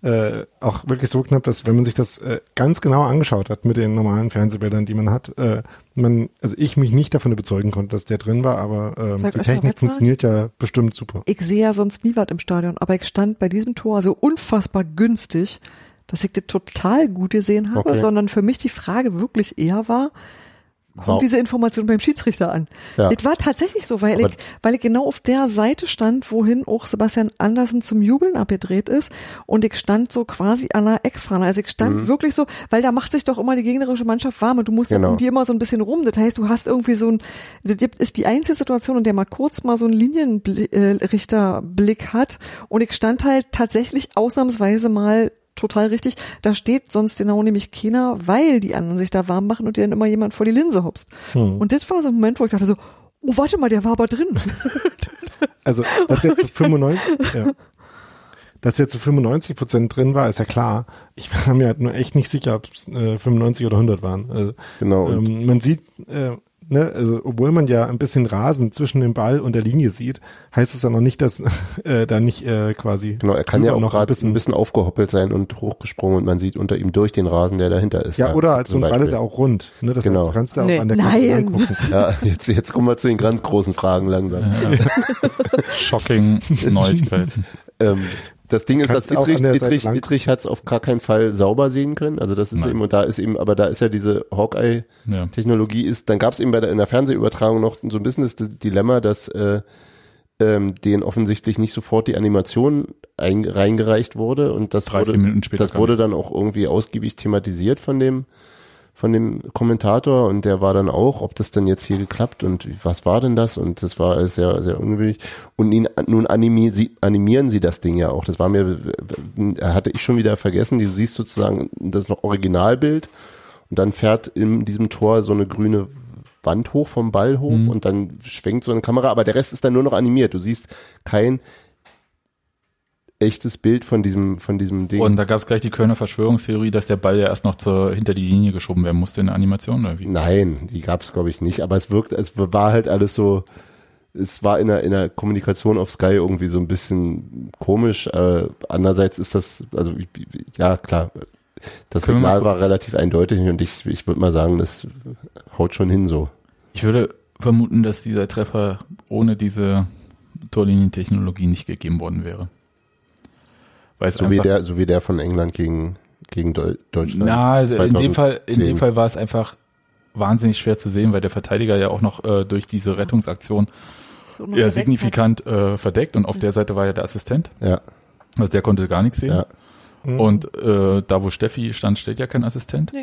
E: äh, auch wirklich so knapp, dass wenn man sich das äh, ganz genau angeschaut hat mit den normalen Fernsehbildern, die man hat, äh, man, also ich mich nicht davon überzeugen konnte, dass der drin war, aber ähm,
B: Soll ich euch
E: die
B: mal
E: Technik
B: was sagen?
E: funktioniert ja bestimmt super.
B: Ich sehe ja sonst nie was im Stadion, aber ich stand bei diesem Tor so unfassbar günstig, dass ich das total gut gesehen habe,
C: Okay.
B: sondern für mich die Frage wirklich eher war, kommt
C: Wow.
B: diese Information beim Schiedsrichter an?
C: Ja.
B: Das war tatsächlich so, weil
C: Aber-
B: ich, weil ich genau auf der Seite stand, wohin auch Sebastian Andersen zum Jubeln abgedreht ist und ich stand so quasi an der Eckfahne. Also ich stand
C: Mhm.
B: wirklich so, weil da macht sich doch immer die gegnerische Mannschaft warm und du musst
C: Genau.
B: dann um die immer so ein bisschen rum. Das heißt, du hast irgendwie so ein, das gibt- ist die einzige Situation, in der mal kurz mal so ein Linienrichterblick hat und ich stand halt tatsächlich ausnahmsweise mal total richtig, da steht sonst genau nämlich keiner, weil die anderen sich da warm machen und dir dann immer jemand vor die Linse hopst.
A: Hm.
B: Und das war so ein Moment, wo ich dachte so, oh, warte mal, der war aber drin.
E: Also, dass jetzt zu 95, ja. Dass jetzt zu 95 Prozent drin war, ist ja klar. Ich war mir halt nur echt nicht sicher, ob es äh, 95 oder 100 waren. Also,
C: Genau. Und
E: ähm, man sieht, äh, ne, also obwohl man ja ein bisschen Rasen zwischen dem Ball und der Linie sieht, heißt es ja noch nicht, dass äh, da nicht äh, quasi
C: Genau, er kann ja
E: drüber
C: auch
E: noch ein
C: gerade
E: bisschen-
C: ein bisschen aufgehoppelt sein und hochgesprungen und man sieht unter ihm durch den Rasen, der dahinter ist.
E: ja, oder halt so
C: zum
E: ein Ball
C: Beispiel.
E: ist ja auch rund. Ne? Das
C: Genau.
E: heißt, du kannst da
D: Nee.
E: auch an der
B: Nein.
E: Kante angucken.
C: Ja, jetzt, jetzt kommen wir zu den ganz großen Fragen langsam.
A: shocking Neuigkeiten.
C: Ähm, das Ding ist, dass
E: Kannst auch
C: Ittrich,
E: an der Seite
C: Ittrich,
E: lang-
C: Ittrich hat es auf gar keinen Fall sauber sehen können. Also das ist
A: Nein.
C: eben, und da ist eben, aber da ist ja diese Hawkeye
A: Ja.
C: Technologie ist, dann gab es eben bei der, in der Fernsehübertragung noch so ein bisschen das Dilemma, dass äh, ähm, denen offensichtlich nicht sofort die Animation ein, reingereicht wurde und das
A: Drei,
C: wurde,
A: vier Minuten später
C: das
A: kam
C: wurde dann auch irgendwie ausgiebig thematisiert von dem von dem Kommentator und der war dann auch, ob das denn jetzt hier geklappt und was war denn das und das war alles sehr, sehr ungewöhnlich und ihn, nun animi, sie, animieren sie das Ding ja auch, das war mir, äh, hatte ich schon wieder vergessen, du siehst sozusagen das noch Originalbild und dann fährt in diesem Tor so eine grüne Wand hoch vom Ball hoch
A: Mhm.
C: und dann schwenkt so eine Kamera, aber der Rest ist dann nur noch animiert. Du siehst kein echtes Bild von diesem, von diesem Ding.
A: Und da gab es gleich die Kölner Verschwörungstheorie, dass der Ball ja erst noch zur, hinter die Linie geschoben werden musste in der Animation oder wie.
C: Nein, die gab es, glaube ich, nicht. Aber es wirkt, es war halt alles so, es war in der, in der Kommunikation auf Sky irgendwie so ein bisschen komisch. Äh, andererseits ist das, also ich- ich- ja klar, das
A: Können wir mal
C: Signal war relativ eindeutig und ich, ich würde mal sagen, das haut schon hin so.
A: Ich würde vermuten, dass dieser Treffer ohne diese Torlinientechnologie nicht gegeben worden wäre. Weil es
C: So wie,
A: einfach
C: der, so wie der von England gegen, gegen Deu Deutschland.
A: Na, also in dem Fall, in
C: 2010.
A: dem Fall war es einfach wahnsinnig schwer zu sehen, weil der Verteidiger ja auch noch äh, durch diese Rettungsaktion
B: Und
A: ja, signifikant äh, verdeckt und auf der Seite war ja der Assistent,
C: Ja,
A: also der konnte gar nichts sehen.
C: ja.
A: Und äh, da, wo Steffi stand, steht ja kein Assistent.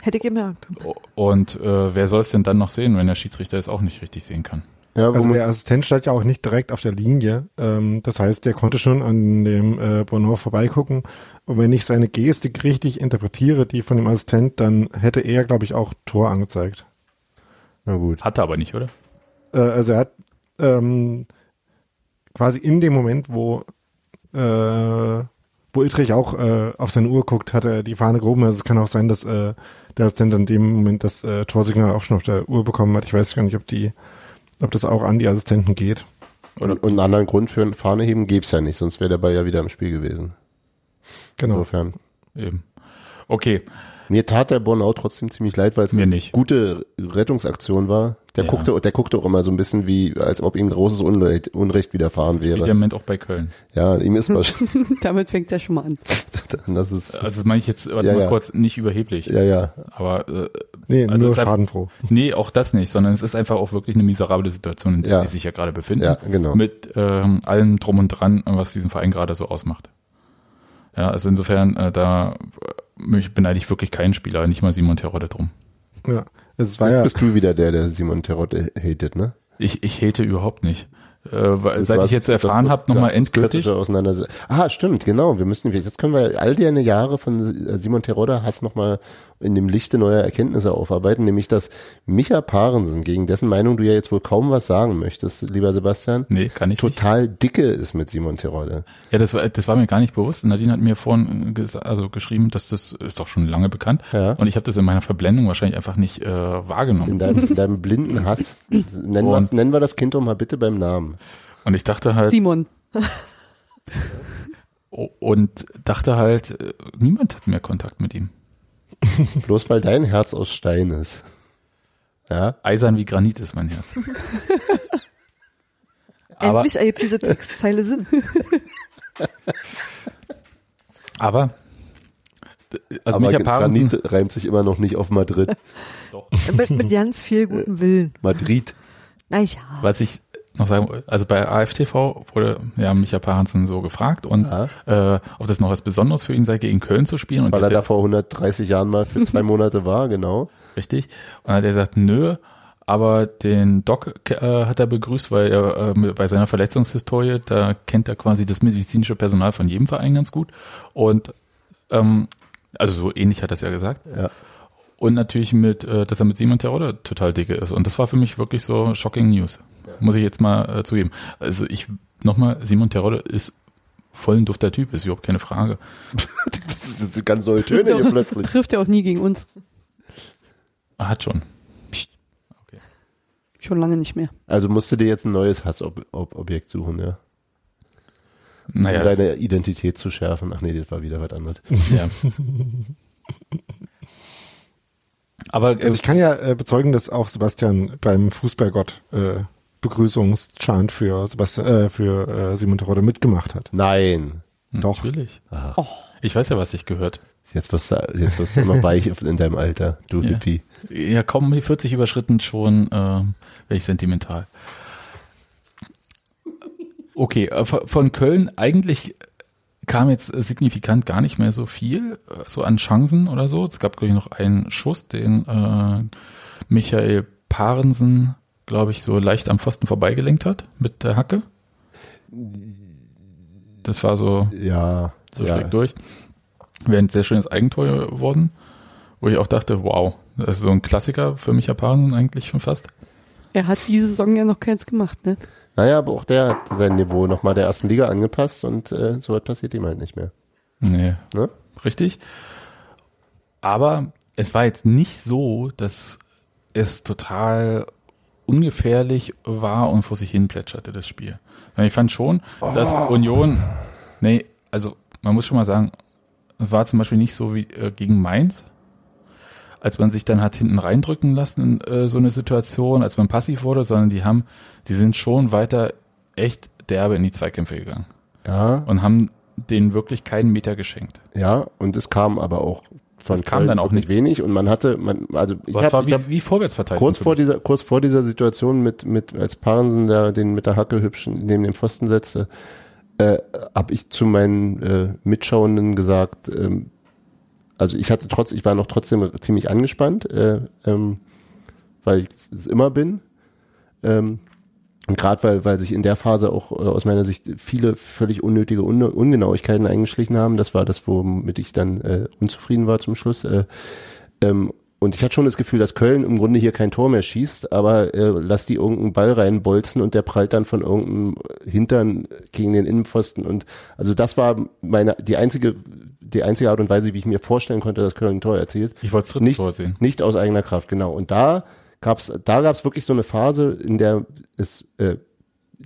B: Hätte ich gemerkt.
A: O- Und äh, wer soll es denn dann noch sehen, wenn der Schiedsrichter es auch nicht richtig sehen kann?
C: ja wo
E: Also
C: man-
E: der Assistent stand ja auch nicht direkt auf der Linie. Ähm, das heißt, der konnte schon an dem äh, Bonheur vorbeigucken. Und wenn ich seine Gestik richtig interpretiere, die von dem Assistent, dann hätte er, glaube ich, auch Tor angezeigt.
C: Na gut.
A: Hat er aber nicht, oder?
E: Äh, also er hat ähm, quasi in dem Moment, wo, äh, wo Ittrich auch äh, auf seine Uhr guckt, hat er die Fahne gehoben. Also es kann auch sein, dass äh, der Assistent in dem Moment das äh, Torsignal auch schon auf der Uhr bekommen hat. Ich weiß gar nicht, ob die, ob das auch an die Assistenten geht.
C: Und, und einen anderen Grund für ein Fahneheben gäbe es ja nicht, sonst wäre der Ball ja wieder im Spiel gewesen.
E: Genau.
C: Insofern.
A: Eben. Okay,
C: Mir tat der Bornau trotzdem ziemlich leid, weil es
A: Mir
C: eine
A: nicht.
C: gute Rettungsaktion war. Der,
A: Ja.
C: guckte, der guckte auch immer so ein bisschen wie, als ob ihm großes Unrecht, Unrecht widerfahren
A: steht ja
C: wäre.
A: im Moment auch bei Köln.
C: Ja, ihm ist wahrscheinlich.
D: Damit fängt ja schon mal an.
C: das ist,
A: Also das meine ich jetzt, warte
C: Ja,
A: mal
C: ja.
A: kurz, nicht überheblich.
C: ja, ja.
A: Aber äh,
E: Nee,
A: Also
E: nur
A: es hat-
E: schadenfroh.
A: nee, auch das nicht, sondern es ist einfach auch wirklich eine miserable Situation, in der
C: Ja.
A: die sich ja gerade befinden.
C: Ja, genau.
A: Mit ähm, allem drum und dran, was diesen Verein gerade so ausmacht. Ja, also insofern, äh, da äh, mich beneide ich wirklich keinen Spieler, nicht mal Simon Terodde drum.
E: Ja. Es war
C: Jetzt
E: ja,
C: bist du wieder der, der Simon Terrott hatet, ne?
A: Ich, ich hate überhaupt nicht. Äh, weil,
C: Das
A: seit
C: war-
A: ich jetzt
C: das
A: erfahren
C: muss-
A: habe, nochmal
C: das muss kritische
A: endgültig,
C: Auseinandersetzung. Ah, stimmt, genau. Wir müssen, jetzt können wir all deine Jahre von äh, Simon Terodda Hass nochmal in dem Lichte neuer Erkenntnisse aufarbeiten, nämlich dass Micha Parensen, gegen dessen Meinung du ja jetzt wohl kaum was sagen möchtest, lieber Sebastian,
A: nee, kann ich nicht.
C: total dicke ist mit Simon Terodde.
A: Ja, das war, das war mir gar nicht bewusst. Nadine hat mir vorhin gesa- also geschrieben, dass das ist doch schon lange bekannt.
C: Ja.
A: Und ich habe das in meiner Verblendung wahrscheinlich einfach nicht äh,
C: In
A: wahrgenommen.
C: deinem, in deinem blinden Hass. Nennen,
A: Und-
C: wir's- nennen wir das Kind doch mal bitte beim Namen.
A: Und ich dachte halt,
D: Simon,
A: o- und dachte halt, äh, niemand hat mehr Kontakt mit ihm.
C: Bloß weil dein Herz aus Stein ist. Ja,
A: Eisern wie Granit ist mein Herz. aber,
B: Endlich ergibt diese Textzeile Sinn.
A: aber, d- also
C: aber
A: Micha Parensen,
C: Granit reimt sich immer noch nicht auf Madrid.
B: mit, mit ganz viel gutem Willen.
C: Madrid.
B: Na ja.
A: was ich noch sagen, wollte, also bei AFTV wurde ja Micha Parensen so gefragt und äh, ob das noch was Besonderes für ihn sei, gegen Köln zu spielen. Und
C: Weil
A: der-
C: er da vor 130 Jahren mal für zwei Monate war, genau.
A: Richtig. Und dann hat er gesagt, nö, aber den Doc äh, hat er begrüßt, weil er äh, mit- bei seiner Verletzungshistorie, da kennt er quasi das medizinische Personal von jedem Verein ganz gut. Und ähm, also so ähnlich hat er es ja gesagt.
C: Ja.
A: Und natürlich mit, äh, dass er mit Simon Terodde total dicke ist. Und das war für mich wirklich so shocking News. Muss ich jetzt mal äh, zugeben. Also ich, nochmal, Simon Terodde ist voll ein dufter Typ, ist überhaupt keine Frage.
C: Das sind ganz neue Töne hier plötzlich.
D: trifft er auch nie gegen uns.
A: Er hat schon.
D: Schon lange nicht mehr.
C: Also musst du dir jetzt ein neues Hassobjekt suchen, ja. Um
A: Naja,
C: deine Identität zu schärfen. Ach nee, das war wieder was anderes.
A: ja. Aber äh,
E: also ich kann ja äh, bezeugen, dass auch Sebastian beim Fußballgott äh, Begrüßungschant für Sebastian, äh, für äh, Simon Terodde mitgemacht hat.
C: Nein.
E: Doch.
A: Natürlich.
C: Ach.
A: Ich weiß ja, was ich gehört.
C: Jetzt wirst du, jetzt wirst du immer weich in deinem Alter, du
A: Ja.
C: Hippie.
A: Ja, kaum die 40 überschritten schon, äh, wäre ich sentimental. Okay, äh, von von Köln eigentlich kam jetzt äh, signifikant gar nicht mehr so viel, äh, so an Chancen oder so. Es gab, glaube ich, noch einen Schuss, den äh, Michael Parensen, glaube ich, so leicht am Pfosten vorbeigelenkt hat mit der Hacke. Das war so
C: Ja.
A: so
C: ja.
A: schlägt durch. Wäre ein sehr schönes Eigentor geworden, wo ich auch dachte, wow, das ist so ein Klassiker für mich Japanen eigentlich schon fast.
D: Er hat diese Saison ja noch keins gemacht, ne?
C: Naja, aber auch der hat sein Niveau nochmal der ersten Liga angepasst und äh, so was passiert ihm halt nicht mehr.
A: Nee.
C: Ne?
A: Richtig. Aber es war jetzt nicht so, dass es total ungefährlich war und vor sich hin plätscherte, das Spiel. Sondern Ich fand schon, dass Union, nee, also man muss schon mal sagen, es war zum Beispiel nicht so wie äh, gegen Mainz, als man sich dann hat hinten reindrücken lassen in äh, so eine Situation, als man passiv wurde, sondern die haben, die sind schon weiter echt derbe in die Zweikämpfe gegangen
C: Ja,
A: und haben denen wirklich keinen Meter geschenkt.
C: ja, und es kam aber auch von
A: Es kam
C: Köln
A: dann auch
C: wirklich
A: nichts.
C: wenig und man hatte, man, also ich
A: Was
C: hab-
A: war
C: ich
A: wie,
C: hab-
A: wie Vorwärtsverteidigung?
C: kurz vor dieser kurz vor dieser Situation mit mit als Parensen da den mit der Hacke hübsch neben den Pfosten setzte, äh, habe ich zu meinen äh, Mitschauenden gesagt, ähm, also ich hatte trotz ich war noch trotzdem ziemlich angespannt, äh, ähm, weil ich es immer bin. Ähm, und gerade weil, weil sich in der Phase auch äh, aus meiner Sicht viele völlig unnötige Un Ungenauigkeiten eingeschlichen haben, das war das, womit ich dann äh, unzufrieden war zum Schluss. Äh, ähm, Und ich hatte schon das Gefühl, dass Köln im Grunde hier kein Tor mehr schießt, aber äh, lass die irgendeinen Ball reinbolzen und der prallt dann von irgendeinem Hintern gegen den Innenpfosten. Und also das war meine die einzige, die einzige Art und Weise, wie ich mir vorstellen konnte, dass Köln ein Tor erzielt.
A: Ich wollte das dritte
C: nicht,
A: Tor sehen.
C: Nicht aus eigener Kraft, genau. Und da gab's, da gab's wirklich so eine Phase, in der es äh,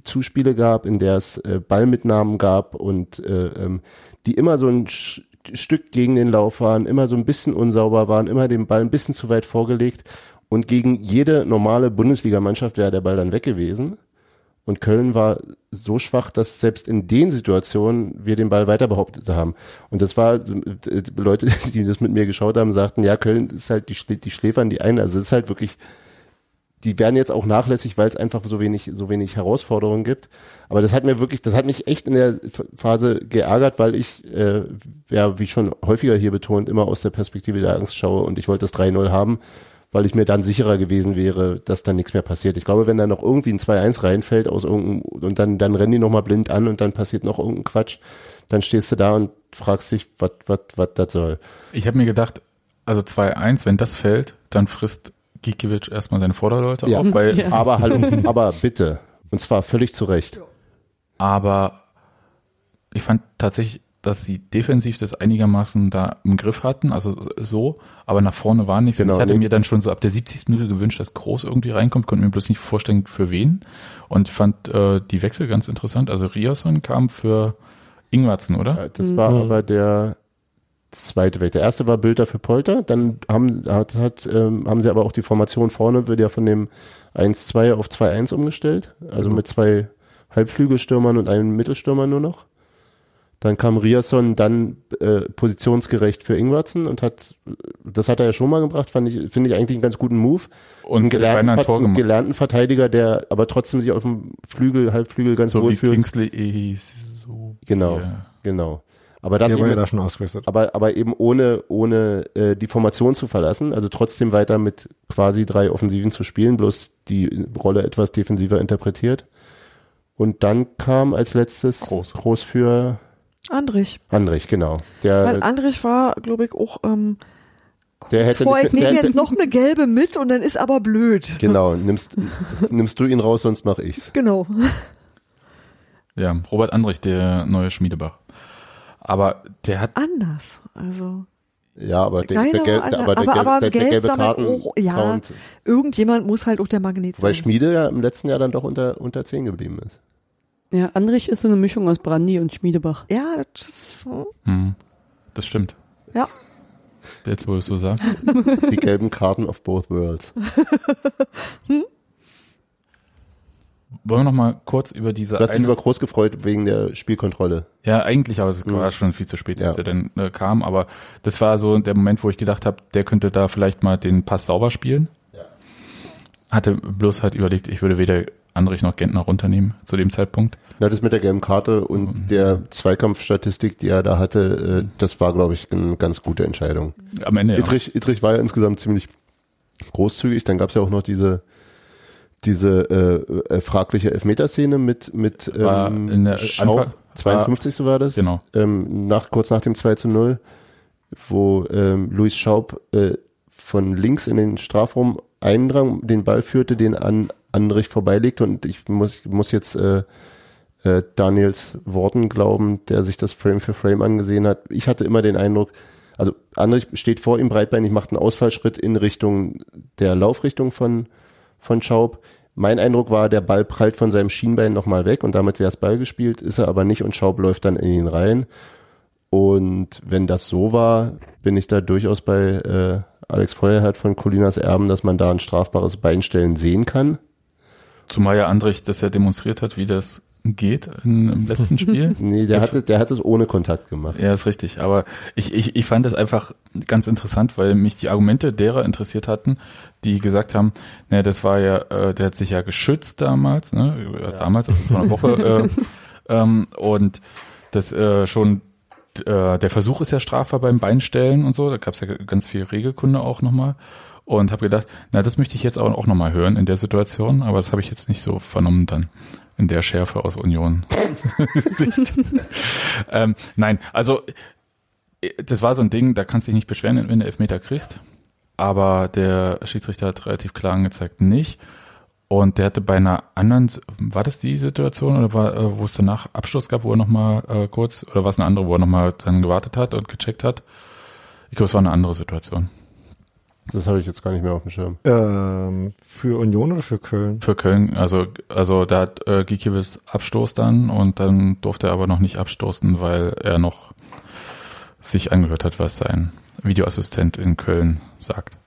C: Zuspiele gab, in der es äh, Ballmitnahmen gab und äh, ähm, die immer so ein Sch Stück gegen den Lauf waren, immer so ein bisschen unsauber waren, immer den Ball ein bisschen zu weit vorgelegt. Und gegen jede normale Bundesligamannschaft wäre der Ball dann weg gewesen. Und Köln war so schwach, dass selbst in den Situationen wir den Ball weiter behauptet haben. Und das war, äh, Leute, die das mit mir geschaut haben, sagten, ja, Köln ist halt, die, schlä- die schläfern die ein. Also es ist halt wirklich, die werden jetzt auch nachlässig, weil es einfach so wenig, so wenig Herausforderungen gibt. Aber das hat mir wirklich, das hat mich echt in der F- Phase geärgert, weil ich, äh, ja, wie schon häufiger hier betont, immer aus der Perspektive der Angst schaue und ich wollte das 3-0 haben, weil ich mir dann sicherer gewesen wäre, dass dann nichts mehr passiert. Ich glaube, wenn da noch irgendwie ein 2-1 reinfällt aus irgendeinem, und dann, dann rennen die nochmal blind an und dann passiert noch irgendein Quatsch, dann stehst du da und fragst dich, was, was, was das soll.
A: Ich habe mir gedacht, also 2-1, wenn das fällt, dann frisst Gikiewicz erstmal seine Vorderleute
C: Ja.
A: auf, weil,
D: Ja.
C: Aber halt, aber bitte. Und zwar völlig zu Recht.
A: aber ich fand tatsächlich, dass sie defensiv das einigermaßen da im Griff hatten, also so, aber nach vorne war nichts. Und
C: Genau,
A: ich hatte
C: nee.
A: mir dann schon so ab der 70. Minute gewünscht, dass Groß irgendwie reinkommt, konnte mir bloß nicht vorstellen, für wen. Und fand äh, die Wechsel ganz interessant. Also Riasson kam für Ingwertsen, oder?
C: Ja, Äh, Das war aber der zweite Weg. Der erste war Bilder für Polter, dann haben, hat, hat, ähm, haben sie aber auch die Formation vorne, wird ja von dem 1-2 auf 2-1 umgestellt, also
A: Genau.
C: mit zwei Halbflügelstürmern und einem Mittelstürmer nur noch. Dann kam Riasson dann äh, positionsgerecht für Ingwertsen und hat, das hat er ja schon mal gebracht, fand ich, finde ich eigentlich einen ganz guten Move.
A: Und beinahe ein
C: Vert-
A: Tor
C: einen
A: gemacht.
C: gelernten Verteidiger, der aber trotzdem sich auf dem Flügel, Halbflügel ganz
A: So
C: wohl
A: wie
C: fühlt.
A: Kingsley eh Ehiso.
C: Genau,
A: Ja.
C: genau. Aber das
E: Der war
C: eben,
E: ja da schon ausgerüstet.
C: aber, aber eben ohne, ohne äh, die Formation zu verlassen, also trotzdem weiter mit quasi drei Offensiven zu spielen, bloß die Rolle etwas defensiver interpretiert. Und dann kam als letztes
A: Groß.
C: Groß für
B: Andrich.
C: Andrich, genau. Der,
B: Weil Andrich war, glaube ich, auch ähm, kurz
C: Der hätte-
B: vor, ich
C: der
B: nehme
C: hätte-
B: jetzt noch eine gelbe mit und dann ist aber blöd.
C: genau, nimmst, nimmst du ihn raus, sonst mach ich's.
B: Genau.
A: Ja, Robert Andrich, der neue Schmiedebach. Aber der hat
B: Anders. Also
C: Ja, aber der, der,
B: Kleiner,
C: gel-
B: aber-
C: aber der,
B: aber-
C: gel-
B: aber
C: der, der
B: gelb
C: gelbe
B: sammelt
C: Karten
B: auch- ja.
C: Count,
B: irgendjemand muss halt auch der Magnet
C: weil
B: sein.
C: Schmiede ja im letzten Jahr dann doch unter, unter 10 geblieben ist.
D: Ja, Andrich ist so eine Mischung aus Brandy und Schmiedebach.
B: ja, das ist so.
A: Hm, das stimmt.
B: Ja.
A: Jetzt, wo du es so sagst.
C: Die gelben Karten of both worlds.
A: Wollen wir noch mal kurz über diese
C: Du hast dich
A: eine,
C: über Groß gefreut wegen der Spielkontrolle.
A: Ja, eigentlich, aber es war schon viel zu spät, als
C: Ja.
A: er dann äh, kam. Aber das war so der Moment, wo ich gedacht habe, der könnte da vielleicht mal den Pass sauber spielen. Hatte bloß halt überlegt, ich würde weder Andrich noch Gentner runternehmen zu dem Zeitpunkt.
C: Na, das mit der gelben Karte
A: Mhm.
C: und der Zweikampfstatistik, die er da hatte, äh, das war, glaube ich, eine ganz gute Entscheidung.
A: Am Ende Mhm. ja.
C: Ittrich, Ittrich war ja insgesamt ziemlich großzügig. Dann gab es ja auch noch diese diese äh, äh, fragliche Elfmeterszene mit mit ähm,
A: War in der-
C: Schau,
A: Anfang-
C: 52. war das
A: Genau.
C: ähm, nach, kurz nach dem 2 zu 0, wo ähm, Luis Schaub äh, von links in den Strafraum eindrang, den Ball führte, den an Andrich vorbeilegte und ich muss, muss jetzt äh, äh, Daniels Worten glauben, der sich das Frame für Frame angesehen hat. Ich hatte immer den Eindruck, also Andrich steht vor ihm breitbeinig, macht einen Ausfallschritt in Richtung der Laufrichtung von, von Schaub. Mein Eindruck war, der Ball prallt von seinem Schienbein nochmal weg und damit wäre es Ball gespielt, ist er aber nicht und Schaub läuft dann in ihn rein. Und wenn das so war, bin ich da durchaus bei äh, Alex Feuerherd von Colinas Erben, dass man da ein strafbares Beinstellen sehen kann.
A: Zumal ja Andrich, dass er demonstriert hat, wie das geht in, im letzten Spiel.
C: Nee, der hat, es- der hat es ohne Kontakt gemacht.
A: Ja, ist richtig. Aber ich, ich, ich fand das einfach ganz interessant, weil mich die Argumente derer interessiert hatten, die gesagt haben, naja, das war ja, äh, der hat sich ja geschützt damals, ne? Damals, also vor einer Woche. äh, ähm, und das äh, schon äh, der Versuch ist ja strafbar beim Beinstellen und so. Da gab's ja ganz viel Regelkunde auch nochmal. Und habe gedacht, na, das möchte ich jetzt auch, auch nochmal hören in der Situation, aber das habe ich jetzt nicht so vernommen dann in der Schärfe aus Union. Sicht. ähm, nein, also äh, das war so ein Ding, da kannst du dich nicht beschweren, wenn du Elfmeter kriegst. aber der Schiedsrichter hat relativ klar angezeigt, nicht. Und der hatte bei einer anderen, war das die Situation oder war, äh, wo es danach Abschluss gab, wo er nochmal äh, kurz, oder war es eine andere, wo er nochmal dann gewartet hat und gecheckt hat? Ich glaube, es war eine andere Situation.
C: Das habe ich jetzt gar nicht mehr auf dem Schirm.
E: Ähm, für Union oder für Köln?
A: Für Köln, also, also da hat äh, Gikiewicz Abstoß dann und dann durfte er aber noch nicht abstoßen, weil er noch sich angehört hat, was sein Videoassistent in Köln sagt.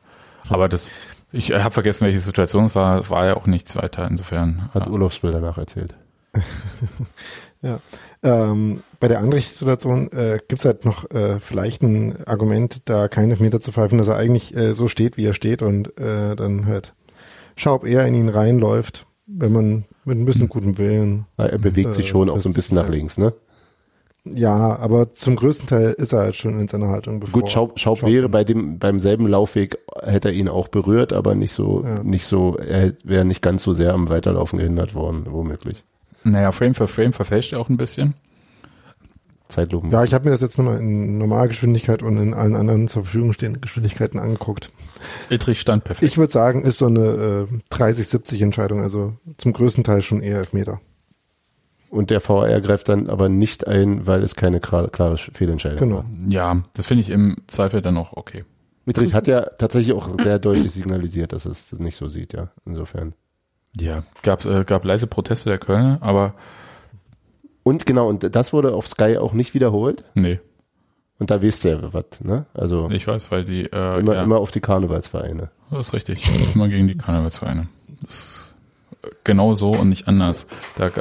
A: Aber das, ich habe vergessen, welche Situation es war, war ja auch nichts weiter insofern.
C: Hat
A: ja.
C: Urlaubsbill danach erzählt.
E: Ja. Ähm, bei der anderen Situation äh, gibt es halt noch äh, vielleicht ein Argument, da keinen Elfmeter zu pfeifen, dass er eigentlich äh, so steht, wie er steht und äh, dann halt Schaub eher in ihn reinläuft, wenn man mit ein bisschen gutem Willen.
C: Er bewegt sich
E: Äh,
C: schon auch
E: das
C: so ein bisschen
E: ist
C: nach
E: halt-
C: links, ne?
E: Ja, aber zum größten Teil ist er halt schon in seiner Haltung. Bevor
C: Gut, Schaub, Schaub wäre bei dem, beim selben Laufweg hätte er ihn auch berührt, aber nicht so,
E: Ja.
C: nicht so, er wäre nicht ganz so sehr am Weiterlaufen gehindert worden, womöglich.
A: Naja, Frame für Frame verfälscht er auch ein bisschen.
C: Zeitlupen.
E: Ja, ich habe mir das jetzt nochmal in Normalgeschwindigkeit und in allen anderen zur Verfügung stehenden Geschwindigkeiten angeguckt.
A: Ittrich stand perfekt.
E: Ich würde sagen, ist so eine äh, 30-70 Entscheidung, also zum größten Teil schon eher Elfmeter.
C: Und der VR greift dann aber nicht ein, weil es keine kra- klare Sch- Fehlentscheidung
E: Genau.
C: war.
A: ja, das finde ich im Zweifel dann auch okay.
C: Mitrich hat ja tatsächlich auch sehr deutlich signalisiert, dass es das nicht so sieht, ja. Insofern.
A: Ja, gab, äh, gab leise Proteste der Kölner, aber
C: Und genau, und das wurde auf Sky auch nicht wiederholt.
A: nee,
C: Und da wisst ihr was, ne? Also
A: ich weiß, weil die, äh,
C: immer,
A: ja,
C: immer auf die Karnevalsvereine.
A: das ist richtig, immer gegen die Karnevalsvereine. Das ist äh, genau so und nicht anders. Da, äh,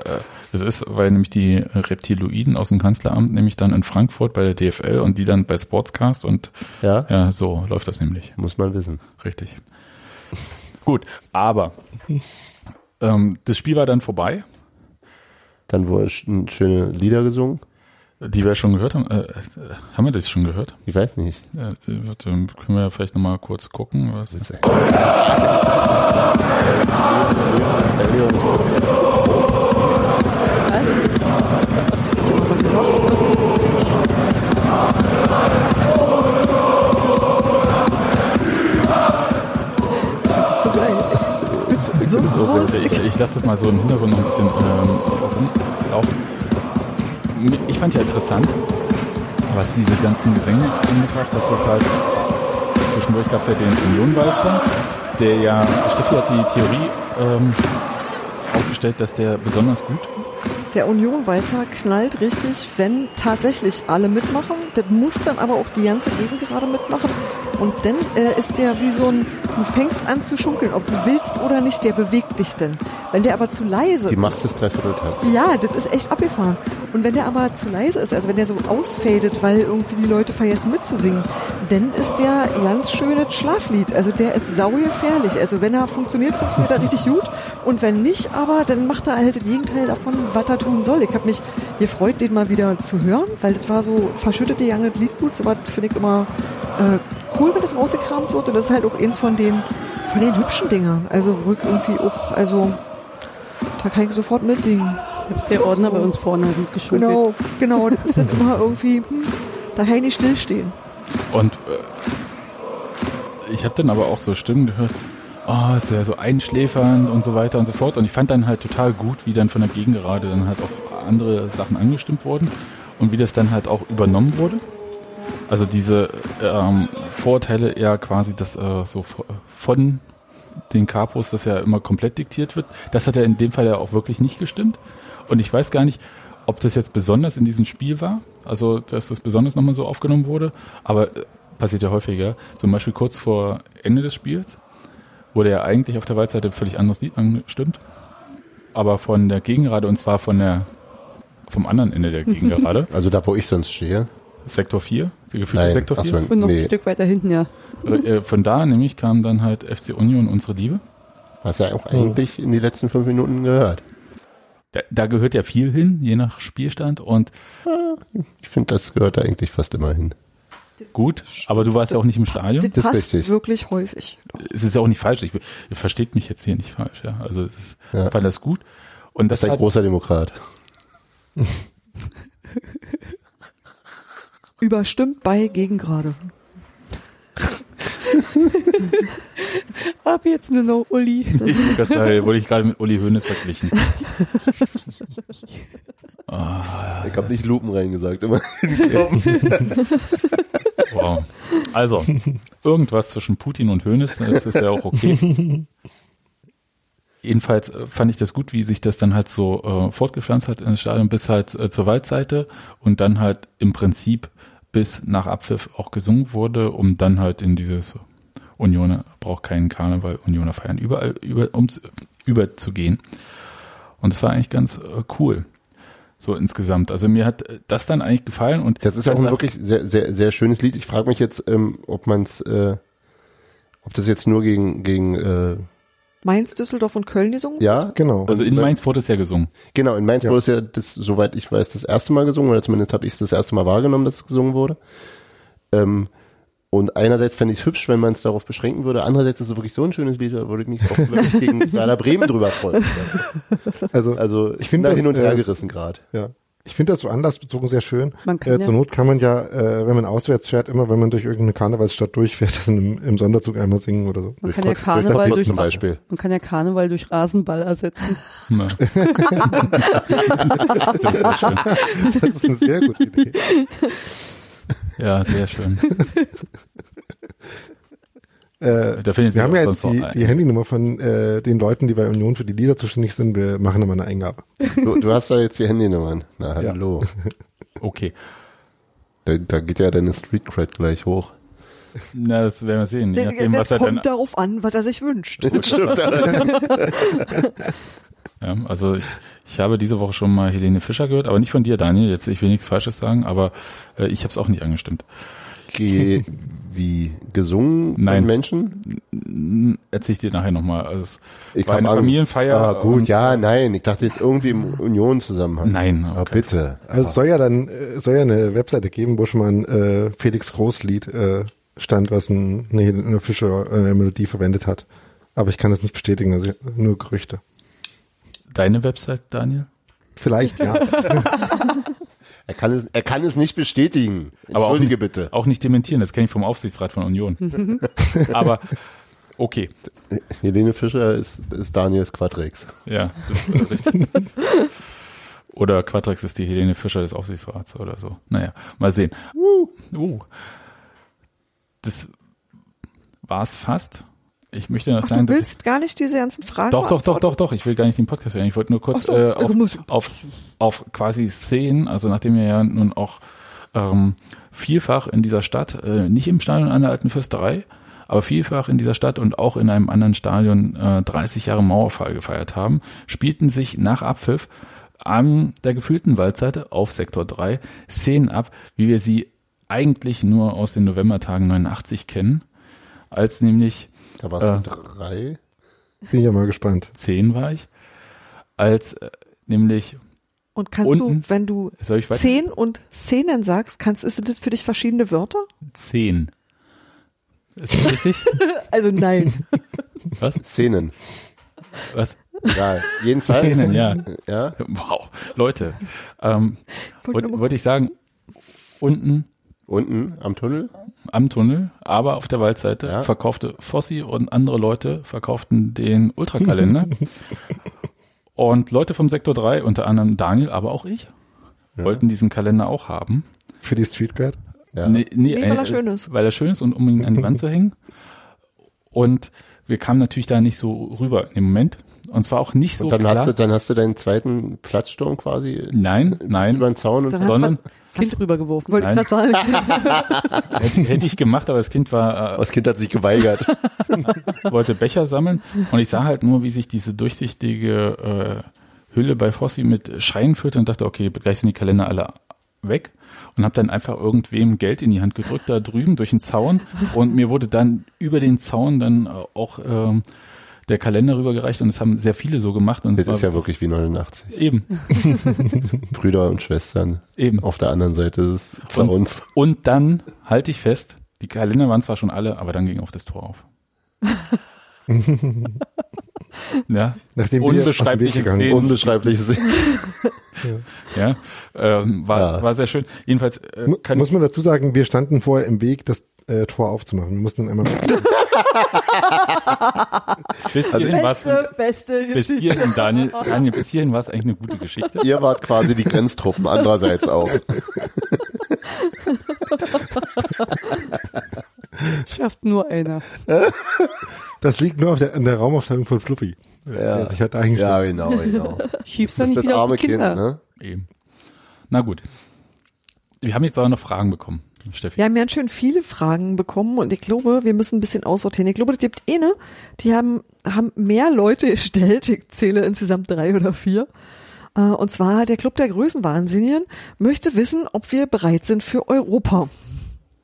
A: das ist, weil nämlich die Reptiloiden aus dem Kanzleramt nämlich dann in Frankfurt bei der DFL und die dann bei Sportscast und
C: Ja?
A: ja, so läuft das nämlich.
C: Muss man wissen.
A: Richtig. Gut, aber ähm, das Spiel war dann vorbei.
C: Dann wurden sch- schöne Lieder gesungen.
A: Die wir schon gehört haben, äh, äh, haben wir das schon gehört? Äh,
C: Ich weiß nicht.
A: Ja, warte, ähm, können wir ja vielleicht nochmal kurz gucken. Was
C: Das ist- Verteidigung des Podcasts.
D: Was?
B: Oh So geil. So raus.
A: ich ich lasse das mal so im Hintergrund noch ein bisschen ähm, rumlaufen. Mi- Ich fand ja interessant, was diese ganzen Gesänge anbetrifft, dass das halt zwischendurch gab es ja den Unionwalzer, der ja, Steffi hat die Theorie ähm, aufgestellt, dass der besonders gut ist.
B: Der Union-Walzer knallt richtig, wenn tatsächlich alle mitmachen. Das muss dann aber auch die ganze Gegend gerade mitmachen. Und dann äh, ist der wie so ein, du fängst an zu schunkeln, ob du willst oder nicht, der bewegt dich denn. Wenn der aber zu leise
C: Die Macht des Dreivierteltags.
B: ja, das ist echt abgefahren. Und wenn der aber zu leise ist, also wenn der so ausfadet, weil irgendwie die Leute vergessen mitzusingen, dann ist der ganz schönes Schlaflied. Also der ist saugefährlich. Also wenn er funktioniert, funktioniert er richtig gut. Und wenn nicht, aber dann macht er halt das Gegenteil davon, was er tun soll. Ich habe mich gefreut, den mal wieder zu hören, weil das war so verschüttete Young Lied gut. So was finde ich immer äh, cool, wenn das rausgekramt wird. Und das ist halt auch eins von den, von den hübschen Dingern. Also wo ich irgendwie auch, also da kann ich sofort mitsingen.
D: Ich hab's der Ordner bei uns vorne gut geschunkelt.
B: Genau, genau. Das ist dann immer irgendwie, hm, da kann ich nicht stillstehen.
A: Und äh, ich habe dann aber auch so Stimmen gehört, oh, ist ja so einschläfernd und so weiter und so fort. Und ich fand dann halt total gut, wie dann von der Gegengerade dann halt auch andere Sachen angestimmt wurden und wie das dann halt auch übernommen wurde. Also diese ähm, Vorteile ja quasi, dass äh, so v- von den Kapos das ja immer komplett diktiert wird. Das hat ja in dem Fall ja auch wirklich nicht gestimmt. Und ich weiß gar nicht, ob das jetzt besonders in diesem Spiel war, also dass das besonders nochmal so aufgenommen wurde, aber äh, passiert ja häufiger. Zum Beispiel kurz vor Ende des Spiels wurde ja eigentlich auf der Waldseite ein völlig anderes Lied angestimmt, aber von der Gegengerade und zwar von der vom anderen Ende der Gegengerade,
C: Also da, wo ich sonst stehe.
A: Sektor 4, der gefühlte
C: Nein,
A: Sektor
C: ach
A: 4.
C: so,
D: Und noch ein
C: nee.
D: Stück weiter hinten, ja.
A: Äh, Von da nämlich kam dann halt FC Union unsere Liebe.
C: Was ja auch eigentlich in die letzten fünf Minuten gehört.
A: Da, da gehört ja viel hin, je nach Spielstand und
C: Ich finde, das gehört da eigentlich fast immer hin.
A: gut, aber du warst ja auch nicht im Stadion.
B: Das,
C: Das ist
B: passt
C: richtig.
B: wirklich häufig.
A: Es ist ja auch nicht falsch, ich, ihr versteht mich jetzt hier nicht falsch, ja. Also es ist,
C: Ja.
A: fand das gut. Und das,
C: Das ist ein
A: hat,
C: großer Demokrat.
B: Überstimmt bei Gegengrade.
D: Ab jetzt nur noch Uli.
A: Ich, das äh, wurde ich gerade mit Uli Hoeneß verglichen.
C: Ich habe nicht Lupen reingesagt, immer.
A: Wow. Also, irgendwas zwischen Putin und Hoeneß, das ist ja auch okay. Jedenfalls äh, fand ich das gut, wie sich das dann halt so äh, fortgepflanzt hat ins Stadion bis halt äh, zur Waldseite und dann halt im Prinzip bis nach Abpfiff auch gesungen wurde, um dann halt in dieses Unioner braucht keinen Karneval, Unioner feiern überall über, um, überzugehen. Und es war eigentlich ganz äh, cool. So insgesamt. Also mir hat äh, das dann eigentlich gefallen und
C: Das ist ja auch ein wirklich sehr, sehr, sehr schönes Lied. Ich frage mich jetzt, ähm, ob man's, äh, ob das jetzt nur gegen, gegen, äh,
B: Mainz, Düsseldorf und Köln gesungen?
C: ja,
E: Genau.
A: also in Mainz wurde es ja gesungen.
C: Genau, in Mainz wurde es ja, das, soweit ich weiß, das erste Mal gesungen, oder zumindest habe ich es das erste Mal wahrgenommen, dass es gesungen wurde. Ähm, und einerseits fände ich es hübsch, wenn man es darauf beschränken würde, andererseits ist es wirklich so ein schönes Lied, da würde ich mich auch wirklich gegen Werder Bremen drüber freuen.
E: Also,
C: Also
E: find
C: ich finde da
E: das,
C: hin und
E: äh,
C: her gerissen gerade.
E: Ja. Ich finde das so anlassbezogen sehr schön.
D: Man kann
E: äh,
D: ja-
E: zur Not kann man ja, äh, wenn man auswärts fährt, immer wenn man durch irgendeine Karnevalsstadt durchfährt, das im, im Sonderzug einmal singen oder so.
D: Man kann ja Karneval durch,
C: zum Beispiel.
D: man kann ja Karneval durch Rasenball ersetzen.
A: Ja.
E: Das ist eine sehr gute Idee.
A: Ja, sehr schön.
E: Äh,
A: Da findet
E: wir haben ja jetzt
A: sonst
E: die,
A: noch ein-
E: die Handynummer von äh, den Leuten, die bei Union für die Lieder zuständig sind. Wir machen nochmal eine Eingabe.
C: Du, du hast da jetzt die Handynummern. Na hallo.
A: Okay.
C: Da, da geht ja deine Street Cred gleich hoch.
A: Na, das werden wir sehen. Je
B: Der,
A: nachdem,
B: der
A: was er dann,
B: kommt darauf an, was er sich wünscht.
C: Stimmt.
A: ja, also ich, ich habe diese Woche schon mal Helene Fischer gehört, aber nicht von dir, Daniel. Jetzt, ich will nichts Falsches sagen, aber äh, ich habe es auch nicht angestimmt.
C: Ge wie gesungen
A: Nein.
C: von Menschen?
A: Erzähl ich dir nachher nochmal. Also es
C: Ich
A: war
C: hab
A: eine
C: Angst.
A: Familienfeier.
C: Ah,
A: und-
C: gut, ja, nein. Ich dachte jetzt irgendwie im Union-Zusammenhang.
A: Nein, auf
C: Ah,
A: keinen
C: bitte.
E: Also es soll ja dann, äh, es soll ja eine Webseite geben, wo schon mal ein äh, Felix Großlied äh, stand, was ein, eine Helene Fischer äh, Melodie verwendet hat. Aber ich kann das nicht bestätigen, also nur Gerüchte.
A: Deine Website, Daniel?
E: Vielleicht, ja.
C: Er kann es, er kann es nicht bestätigen.
A: Aber
C: Entschuldige
A: auch,
C: bitte.
A: Auch nicht dementieren, das kenne ich vom Aufsichtsrat von Union. aber okay,
C: Helene Fischer ist, ist Daniels Quadrex.
A: ja, das ist richtig. Oder Quatrax ist die Helene Fischer des Aufsichtsrats oder so. Naja, mal sehen. Uh, uh. Das war's fast. Ich möchte noch
B: Ach,
A: sagen,
B: du
A: dass ich,
B: willst gar nicht diese ganzen Fragen
A: doch, doch, doch,
B: beantworten?
A: doch, doch. Ich will gar nicht den Podcast hören. Ich wollte nur kurz
B: Ach so,
A: äh,
B: du musst-
A: auf, auf, auf quasi Szenen, also nachdem wir ja nun auch ähm, vielfach in dieser Stadt, äh, nicht im Stadion einer alten Fürsterei, aber vielfach in dieser Stadt und auch in einem anderen Stadion äh, 30 Jahre Mauerfall gefeiert haben, spielten sich nach Abpfiff an der gefühlten Waldseite auf Sektor 3 Szenen ab, wie wir sie eigentlich nur aus den Novembertagen 89 kennen, als nämlich
C: Da war es
A: Äh.
C: drei.
E: Bin ja mal gespannt.
A: zehn war ich, als äh, nämlich,
B: Und kannst
A: Unten.
B: du, wenn du
A: soll ich weiter?
B: zehn und Szenen sagst, kannst, ist das für dich verschiedene Wörter?
A: Zehn. Ist das richtig?
B: Also nein.
A: Was?
C: Szenen.
A: Was?
C: Ja, jedenfalls.
A: Szenen, ja.
C: Ja.
A: Wow. Leute. Ähm, Wollte wollt ich sagen, unten
C: Unten am Tunnel.
A: am Tunnel, aber auf der Waldseite
C: Ja.
A: verkaufte Fossi und andere Leute verkauften den Ultrakalender. und Leute vom Sektor 3, unter anderem Daniel, aber auch ich, wollten diesen Kalender auch haben.
E: Für die Street Card.
C: Ja.
A: Nee, nee,
B: Nee, weil er
A: äh,
B: schön ist.
A: Weil er schön ist und um ihn an die Wand zu hängen. Und wir kamen natürlich da nicht so rüber im Moment. Und zwar auch nicht so
C: Und dann
A: klar.
C: hast du, dann hast du deinen zweiten Platzsturm quasi
A: nein, nein,
C: über den Zaun und
B: Dann hast
A: sondern
D: Kind rübergeworfen.
B: Wollte ich
A: Nein.
B: gerade sagen.
A: hätte, hätte ich gemacht, aber das Kind war, äh,
C: das Kind hat sich geweigert.
A: wollte Becher sammeln und ich sah halt nur, wie sich diese durchsichtige äh, Hülle bei Fossi mit Schein füllte und dachte, okay, gleich sind die Kalender alle weg und habe dann einfach irgendwem Geld in die Hand gedrückt da drüben durch den Zaun und mir wurde dann über den Zaun dann äh, auch ähm, der Kalender rübergereicht und das haben sehr viele so gemacht und
C: Das
A: es
C: ist ja wirklich wie 89.
A: eben
C: Brüder und Schwestern.
A: eben
C: Auf der anderen Seite des Zauns.
A: und dann halte ich fest, die Kalender waren zwar schon alle, aber dann ging auch das Tor auf. ja,
E: Nachdem wir aus dem Weg
A: unbeschreibliche
E: gegangen
A: Szenen.
C: Unbeschreibliche Szenen.
A: Ja, ähm, war,
C: Ja.
A: war sehr schön. Jedenfalls äh,
E: Mu-
A: kann
E: Muss man dazu sagen, wir standen vorher im Weg des äh, Tor aufzumachen. Wir mussten dann einmal.
A: Bis hierhin war's-
B: Beste, beste
A: bis
B: Geschichte.
A: hierhin, Daniel, Daniel, bis hierhin war es eigentlich eine gute Geschichte.
C: Ihr wart quasi die Grenztruppen, andererseits auch.
D: Schafft nur einer.
E: Das liegt nur auf der, an der Raumaufteilung von Fluffy. Ja. Der sich halt hat da hingestellt.
C: Ja, genau, genau.
D: Schiebst doch nicht wieder auf die Kinder.
C: ne?
A: Eben. Na gut. Wir haben jetzt auch noch Fragen bekommen, Steffi.
B: Wir haben ganz schön viele Fragen bekommen und ich glaube, wir müssen ein bisschen aussortieren. Ich glaube, es gibt eine, die haben, haben mehr Leute gestellt. Ich zähle insgesamt drei oder vier. Äh, Und zwar der Club der Größenwahnsinnigen möchte wissen, ob wir bereit sind für Europa.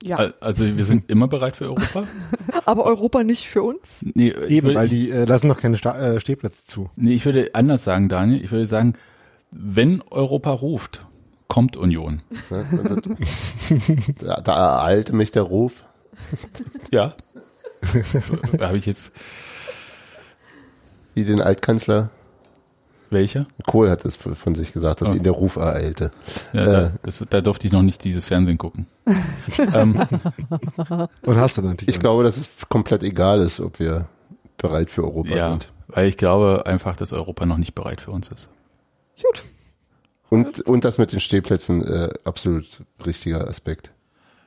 D: Ja.
A: Al- Also wir sind immer bereit für Europa.
B: Aber Europa nicht für uns.
A: Nee, ich
E: Eben,
A: würde-
E: weil die äh, lassen doch keine Sta äh, Stehplätze zu.
A: nee, ich würde anders sagen, Daniel. Ich würde sagen, wenn Europa ruft, kommt Union.
C: ne? Da, da ereilte mich der Ruf.
A: Ja. Habe ich jetzt
C: Wie den Altkanzler
A: welche?
C: Kohl hat es von sich gesagt, dass ihn der Ruf ereilte.
A: Ja,
C: Äh.
A: da, das, da durfte ich noch nicht dieses Fernsehen gucken. Ähm,
E: Und hast du natürlich.
C: Ich glaube, dass es komplett egal ist, ob wir bereit für Europa
A: Ja,
C: sind.
A: weil ich glaube einfach, dass Europa noch nicht bereit für uns ist.
B: Gut.
C: Und, und das mit den Stehplätzen, äh, absolut richtiger Aspekt.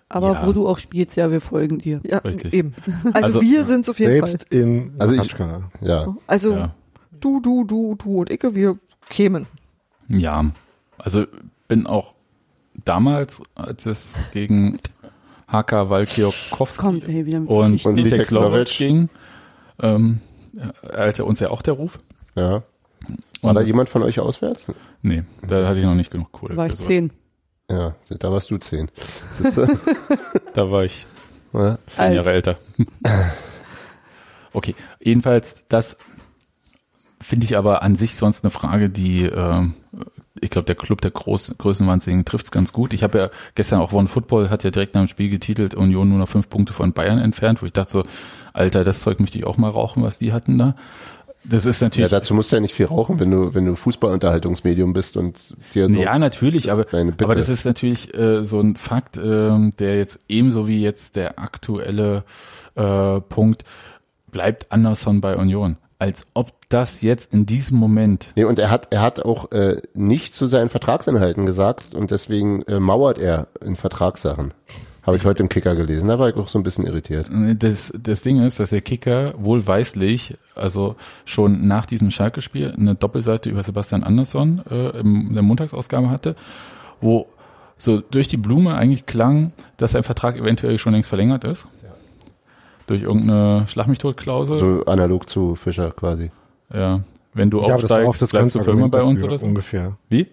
D: Aber
A: Ja.
D: wo du auch spielst, ja, wir folgen dir.
B: Ja,
A: Richtig.
B: eben. Also,
A: Also,
B: wir sind auf jeden
E: Selbst in
C: Also ich-
E: Katschkala.
C: Ja.
D: Mhm.
B: Fall. Also
A: Ja.
B: du, du, du, du und ich, wir kämen.
A: Ja, also bin auch damals, als es gegen HK Walkiokowski
D: Kommt, hey, wieder mit
A: und
D: Geschichten.
C: Vitek
A: Vitek Slovic
C: Slovic.
A: ging, ähm, eilte uns ja auch der Ruf.
C: ja. War da jemand von euch auswärts?
A: Nee, da hatte ich noch nicht genug Kohle.
D: war
A: für
D: ich
A: sowas.
D: zehn.
C: Ja, da warst du zehn. Siehst du?
A: Da war ich
C: ja.
A: zehn Jahre älter. okay, jedenfalls, das finde ich aber an sich sonst eine Frage, die, ähm, ich glaube, der Club der Groß Größenwahnsinnigen trifft es ganz gut. Ich habe ja gestern auch One Football, hat ja direkt nach dem Spiel getitelt, Union nur noch fünf Punkte von Bayern entfernt, wo ich dachte so, Alter, das Zeug möchte ich auch mal rauchen, was die hatten da. Das ist
C: ja,
A: natürlich,
C: dazu musst du ja nicht viel rauchen, wenn du, wenn du Fußballunterhaltungsmedium bist und dir so,
A: Ja, natürlich, aber,
C: Nein, bitte.
A: aber das ist natürlich äh, so ein Fakt, ähm, der jetzt ebenso wie jetzt der aktuelle äh, Punkt bleibt Anderson bei Union. Als ob das jetzt in diesem Moment
C: Nee, und er hat, er hat auch äh, nichts zu seinen Vertragsinhalten gesagt und deswegen äh, mauert er in Vertragssachen. Habe ich heute im Kicker gelesen. Da war ich auch so ein bisschen irritiert.
A: das, das Ding ist, dass der Kicker wohlweislich, also schon nach diesem Schalke-Spiel, eine Doppelseite über Sebastian Andersson äh, in der Montagsausgabe hatte, wo so durch die Blume eigentlich klang, dass sein Vertrag eventuell schon längst verlängert ist. Durch irgendeine Schlag mich tot Klausel.
C: So analog zu Fischer quasi.
A: Ja, wenn du
E: Ja, aber das war auch
A: aufsteigst,
E: das
A: bleibst
E: ganze
A: du für immer
E: Argument
A: bei uns
E: dafür,
A: oder so?
E: ungefähr.
A: Wie?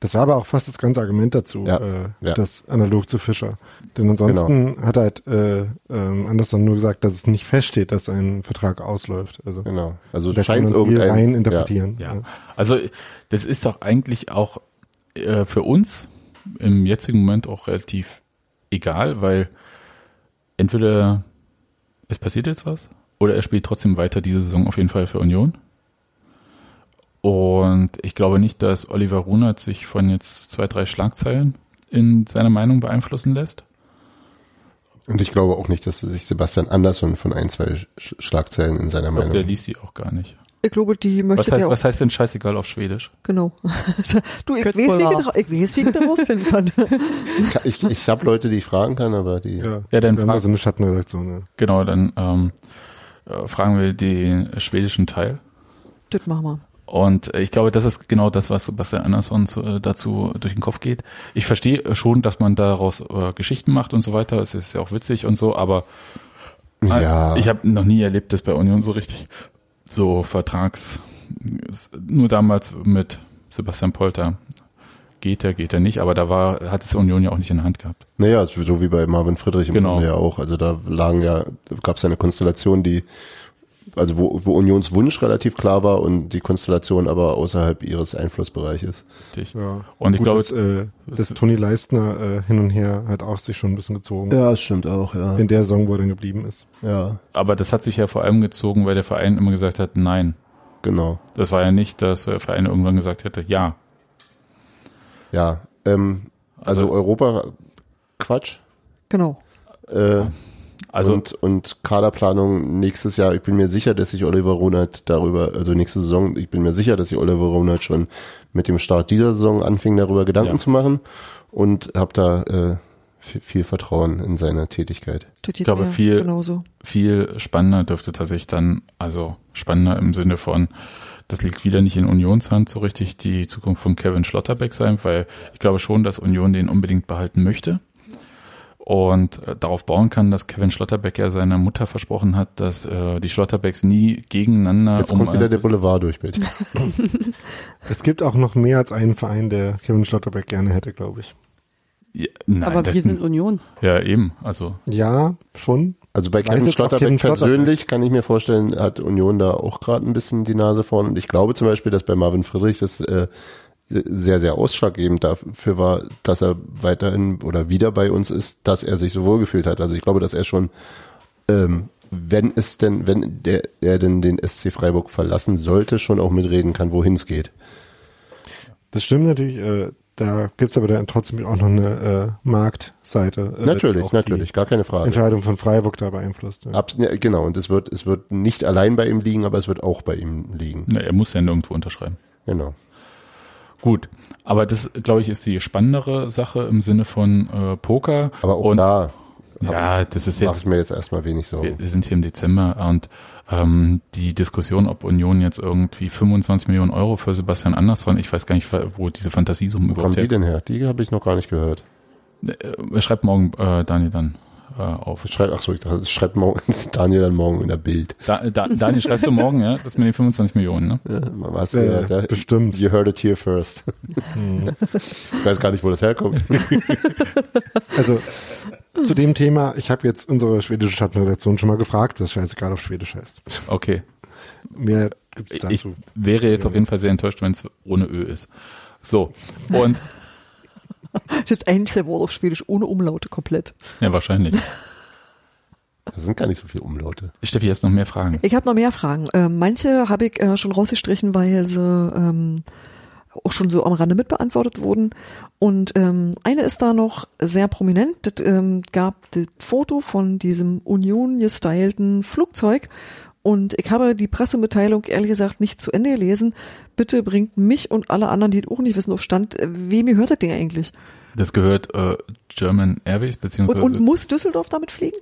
E: Das war aber auch fast das ganze Argument dazu,
C: Ja,
E: äh,
C: ja.
E: das analog zu Fischer. Denn ansonsten hat halt äh, ähm, Anderson nur gesagt, dass es nicht feststeht, dass ein Vertrag ausläuft. Also
C: Genau. Also
E: da kann
C: scheint
E: man
C: es
E: viel
C: irgendein.
E: rein interpretieren.
A: Ja. Also das ist doch eigentlich auch äh, für uns im jetzigen Moment auch relativ egal, weil entweder es passiert jetzt was oder er spielt trotzdem weiter diese Saison auf jeden Fall für Union. Und ich glaube nicht, dass Oliver Runert sich von jetzt zwei, drei Schlagzeilen in seiner Meinung beeinflussen lässt.
C: Ja. Und ich glaube auch nicht, dass sich Sebastian Andersson von ein, zwei Sch Schlagzeilen in seiner
A: Ich glaube, der
C: Meinung.
A: liest sie auch gar nicht.
B: Ich glaube, die
A: Was
B: möchte
A: heißt,
B: der auch.
A: was heißt denn scheißegal auf Schwedisch?
B: Genau. du, ich weiß,
D: Könnt
B: wie ich,
D: wohl wahr.
B: da- ich weiß, wie ich da rausfinden kann.
C: Ich, ich habe Leute, die ich fragen kann, aber die.
A: Ja, dann
E: wir haben
A: frag-
E: also eine Schattenredaktion. Ja.
A: Genau, dann ähm, äh, fragen wir den schwedischen Teil.
B: das machen wir.
A: Und äh, ich glaube, das ist genau das, was Sebastian Andersson zu, äh, dazu durch den Kopf geht. Ich verstehe äh, schon, dass man daraus äh, Geschichten macht und so weiter. Es ist ja auch witzig und so, aber äh,
C: Ja.
A: ich habe noch nie erlebt, dass bei Union so richtig so Vertrags... Nur damals mit Sebastian Polter. Geht er, geht er nicht, aber da war, hat es Union ja auch nicht in der Hand gehabt.
C: Naja, so wie bei Marvin Friedrich im
A: Genau.
C: Grunde ja auch. Also da lagen ja, gab es eine Konstellation, die, also wo, wo Unions Wunsch relativ klar war und die Konstellation aber außerhalb ihres Einflussbereiches.
A: Richtig.
E: Ja.
A: Und ich
E: Gut,
A: glaube,
E: dass, äh, dass Toni Leistner äh, hin und her hat auch sich schon ein bisschen gezogen.
C: Ja, das stimmt auch, ja.
E: In der Saison, wo er dann geblieben ist.
C: Ja,
A: Aber das hat sich ja vor allem gezogen, weil der Verein immer gesagt hat, nein.
C: genau.
A: Das war ja nicht, dass der Verein irgendwann gesagt hätte, ja.
C: Ja, ähm, also,
A: Also-
C: Europa, Quatsch.
B: Genau.
C: Äh, also und, und Kaderplanung nächstes Jahr, ich bin mir sicher, dass sich Oliver Runert darüber, also nächste Saison, ich bin mir sicher, dass sich Oliver Runert schon mit dem Start dieser Saison anfing, darüber Gedanken
A: Ja.
C: zu machen und habe da äh, viel, viel Vertrauen in seine Tätigkeit.
B: Tut
A: Ich glaube,
B: mir
A: viel-
B: Genauso.
A: viel spannender dürfte tatsächlich dann, also spannender im Sinne von, das liegt wieder nicht in Unions Hand so richtig, die Zukunft von Kevin Schlotterbeck sein, weil ich glaube schon, dass Union den unbedingt behalten möchte und äh, darauf bauen kann, dass Kevin Schlotterbeck ja seiner Mutter versprochen hat, dass äh, die Schlotterbecks nie gegeneinander
C: Jetzt kommt wieder
A: äh,
C: der Boulevard durch, bitte.
E: Es gibt auch noch mehr als einen Verein, der Kevin Schlotterbeck gerne hätte, glaube ich.
A: ja, nein,
D: Aber
A: das,
D: wir sind Union.
A: ja eben, also
E: Ja, schon.
C: Also bei Kevin
E: jetzt auch
C: Schlotterbeck
E: Kevin Schlotterbeck.
C: persönlich kann ich mir vorstellen, hat Union da auch gerade ein bisschen die Nase vorn. Und ich glaube zum Beispiel, dass bei Marvin Friedrich das äh, sehr, sehr ausschlaggebend dafür war, dass er weiterhin oder wieder bei uns ist, dass er sich so wohlgefühlt hat. Also ich glaube, dass er schon, ähm, wenn es denn, wenn der, er denn den SC Freiburg verlassen sollte, schon auch mitreden kann, wohin es geht.
E: Äh, Das stimmt natürlich. Äh, da gibt's aber dann trotzdem auch noch eine äh, Marktseite. Äh, die
C: natürlich,
E: auch die
C: natürlich, gar keine Frage.
E: Entscheidung von Freiburg da beeinflusst. Ja.
C: Abs ja, genau, und es wird, es wird nicht allein bei ihm liegen, aber es wird auch bei ihm liegen.
A: na, ne, er muss ja nirgendwo unterschreiben.
C: Genau.
A: Gut, aber das, glaube ich, ist die spannendere Sache im Sinne von äh, Poker.
C: Aber auch
A: und,
C: da
A: ja, das ist
C: mache
A: jetzt
C: ich mir jetzt erstmal wenig Sorgen.
A: wir, wir sind hier im Dezember und ähm, die Diskussion, ob Union jetzt irgendwie 25 Millionen Euro für Sebastian Andersson, ich weiß gar nicht, wo diese Fantasiesummen
C: Wo kommen
A: überhaupt
C: die
A: her.
C: denn her? Die habe ich noch gar nicht gehört.
A: Äh, Schreibt morgen äh, Daniel dann äh, auf.
C: Schreib, ach so, ich dachte, das schreibt morgen, Daniel dann morgen in der Bild.
A: Da, da, Daniel, schreibst du morgen, ja? Das mit den 25 Millionen, ne?
C: Was,
E: Äh,
C: äh, der,
E: bestimmt. Mhm.
C: you heard it here first. ich weiß gar nicht, wo das herkommt.
E: Also zu dem Thema, ich habe jetzt unsere schwedische Schattenredaktion schon mal gefragt, was scheißegal auf Schwedisch heißt.
A: Okay.
E: Mehr gibt's
A: Ich
E: dazu.
A: wäre jetzt auf jeden Fall sehr enttäuscht, wenn es ohne Ö ist. So. Und
B: Das ist jetzt ein Wort auf Schwedisch ohne Umlaute komplett.
A: ja, wahrscheinlich.
C: Das sind gar nicht so viele Umlaute.
A: Steffi, jetzt noch mehr Fragen.
B: Ich habe noch mehr Fragen. Äh, manche habe ich äh, schon rausgestrichen, weil sie ähm, auch schon so am Rande mitbeantwortet wurden. Und ähm, eine ist da noch sehr prominent. Das ähm, gab das Foto von diesem Union gestylten Flugzeug. Und ich habe die Pressemitteilung ehrlich gesagt nicht zu Ende gelesen. Bitte bringt mich und alle anderen, die es auch nicht wissen, auf Stand. Äh, Wem gehört das Ding eigentlich?
A: Das gehört äh, German Airways,
B: Und,
A: beziehungsweise
B: und muss Düsseldorf damit fliegen?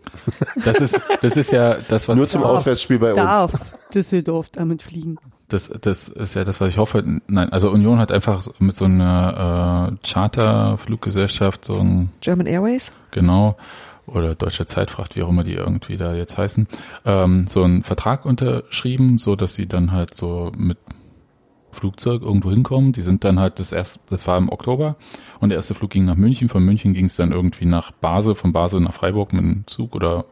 A: das ist das ist ja das, was
C: Nur zum Auswärtsspiel bei uns.
D: Darf Düsseldorf damit fliegen?
A: Das, das ist ja das, was ich hoffe. Nein, also Union hat einfach mit so einer äh, Charterfluggesellschaft, so ein,
B: German Airways?
A: genau, oder Deutsche Zeitfracht, wie auch immer die irgendwie da jetzt heißen, ähm, so einen Vertrag unterschrieben, so dass sie dann halt so mit Flugzeug irgendwo hinkommen. Die sind dann halt das erste, das war im Oktober und der erste Flug ging nach München. Von München ging es dann irgendwie nach Basel, von Basel nach Freiburg mit dem Zug oder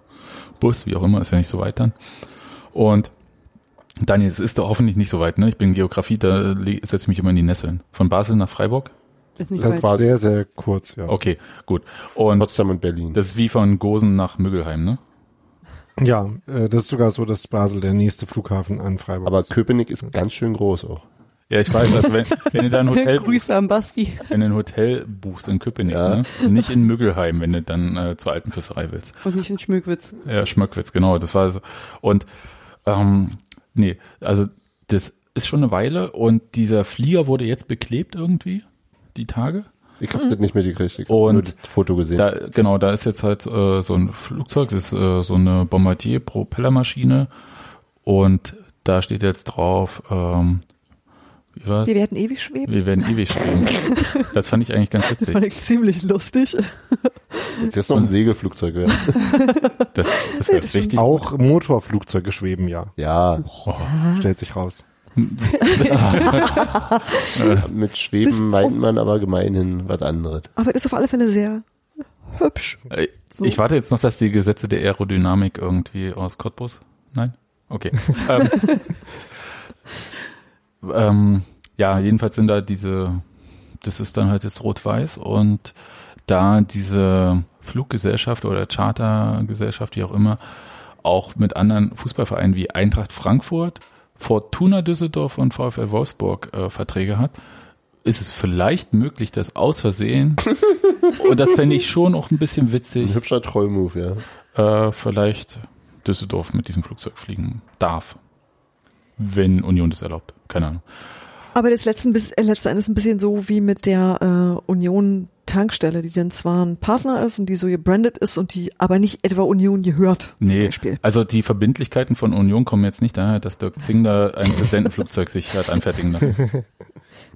A: Bus, wie auch immer, ist ja nicht so weit dann. Und Daniel, es ist doch hoffentlich nicht so weit, ne? Ich bin Geografie, da le- setze ich mich immer in die Nesseln. Von Basel nach Freiburg?
D: Ist nicht
E: Das
D: weit.
E: war sehr, sehr kurz, ja.
A: Okay, gut. Und
C: Potsdam und Berlin.
A: das ist wie von Gosen nach Müggelheim, ne?
E: Ja, äh, das ist sogar so, dass Basel der nächste Flughafen an Freiburg
C: Aber
E: ist.
C: Köpenick ist ganz schön groß auch.
A: Ja, ich weiß, also wenn, wenn du da ein Hotel buchst,
D: Grüße an Basti.
A: wenn du ein Hotel buchst in Köpenick,
C: Ja.
A: ne? Nicht in Müggelheim, wenn du dann äh, zur alten Fisserei willst.
D: Und nicht in Schmöckwitz.
A: Ja, Schmöckwitz, genau, das war so. Und ähm, nee, also das ist schon eine Weile und dieser Flieger wurde jetzt beklebt irgendwie, die Tage.
C: Ich habe das nicht mitgekriegt. Ich hab
A: Mhm. Und
C: nur das Foto gesehen.
A: Da, genau, da ist jetzt halt äh, so ein Flugzeug, das ist äh, so eine Bombardier-Propellermaschine und da steht jetzt drauf, ähm, wie war's?
B: Wir werden ewig schweben.
A: Wir werden ewig fliegen. Das fand ich eigentlich ganz
B: Das fand
A: witzig.
B: ich ziemlich lustig.
C: Jetzt ist noch ein Segelflugzeug. werden.
A: Das, das wäre
B: Das
A: richtig.
E: Auch Motorflugzeuge schweben, ja.
C: ja,
E: Stellt sich raus.
C: mit Schweben meint man aber gemeinhin was anderes.
B: Aber ist auf alle Fälle sehr hübsch.
A: Äh, Ich warte jetzt noch, dass die Gesetze der Aerodynamik irgendwie aus Cottbus. Nein? Okay. ähm, ähm, ja, jedenfalls sind da diese, das ist dann halt jetzt rot-weiß und da diese Fluggesellschaft oder Chartergesellschaft, wie auch immer, auch mit anderen Fußballvereinen wie Eintracht Frankfurt, Fortuna Düsseldorf und VfL Wolfsburg äh, Verträge hat, ist es vielleicht möglich, dass aus Versehen, und das fände ich schon auch ein bisschen
C: Ein
A: witzig,
C: hübscher Trollmove, ja.
A: äh, vielleicht Düsseldorf mit diesem Flugzeug fliegen darf. Wenn Union das erlaubt. Keine Ahnung.
B: Aber das letzten bis, äh, letzten Endes ein bisschen so wie mit der äh, Union Tankstelle, die dann zwar ein Partner ist und die so gebrandet ist und die aber nicht etwa Union gehört. zum
A: Nee,
B: Beispiel.
A: also die Verbindlichkeiten von Union kommen jetzt nicht daher, dass Dirk Zingler ein Präsidentenflugzeug sich hat anfertigen lassen.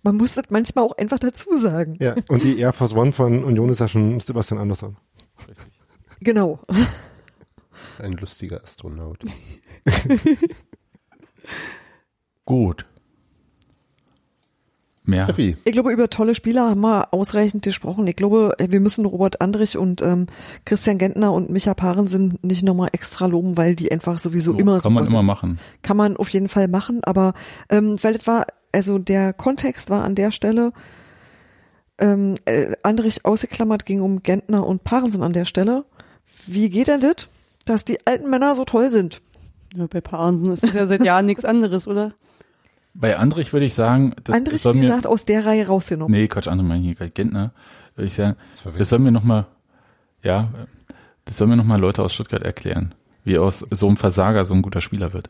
B: Man muss das manchmal auch einfach dazu sagen.
E: Ja, und die Air Force One von Union ist ja schon Sebastian Andersson.
A: Richtig.
B: Genau.
C: Ein lustiger Astronaut.
A: Gut. Mehr.
C: Steffi,
B: Ich glaube, über tolle Spieler haben wir ausreichend gesprochen. Ich glaube, äh, wir müssen Robert Andrich und ähm, Christian Gentner und Micha Parensen nicht nochmal extra loben, weil die einfach sowieso
A: So,
B: immer
A: kann man
B: super
A: immer machen.
B: kann man auf jeden Fall machen, aber ähm, weil das war, also der Kontext war an der Stelle, ähm, äh, Andrich ausgeklammert ging um Gentner und Parensen an der Stelle. Wie geht denn das, dass die alten Männer so toll sind?
D: Ja, bei Parensen ist es ja seit Jahren nichts anderes, oder?
A: Bei Andrich würde ich sagen, das
B: Andrich,
A: soll
B: wie
A: mir,
B: gesagt, aus der Reihe rausgenommen.
A: nee, Quatsch, Andrich meine ich hier gerade Gentner, würde ich sagen,
C: war
A: das soll mir nochmal, ja, das soll mir nochmal Leute aus Stuttgart erklären, wie aus so einem Versager so ein guter Spieler wird.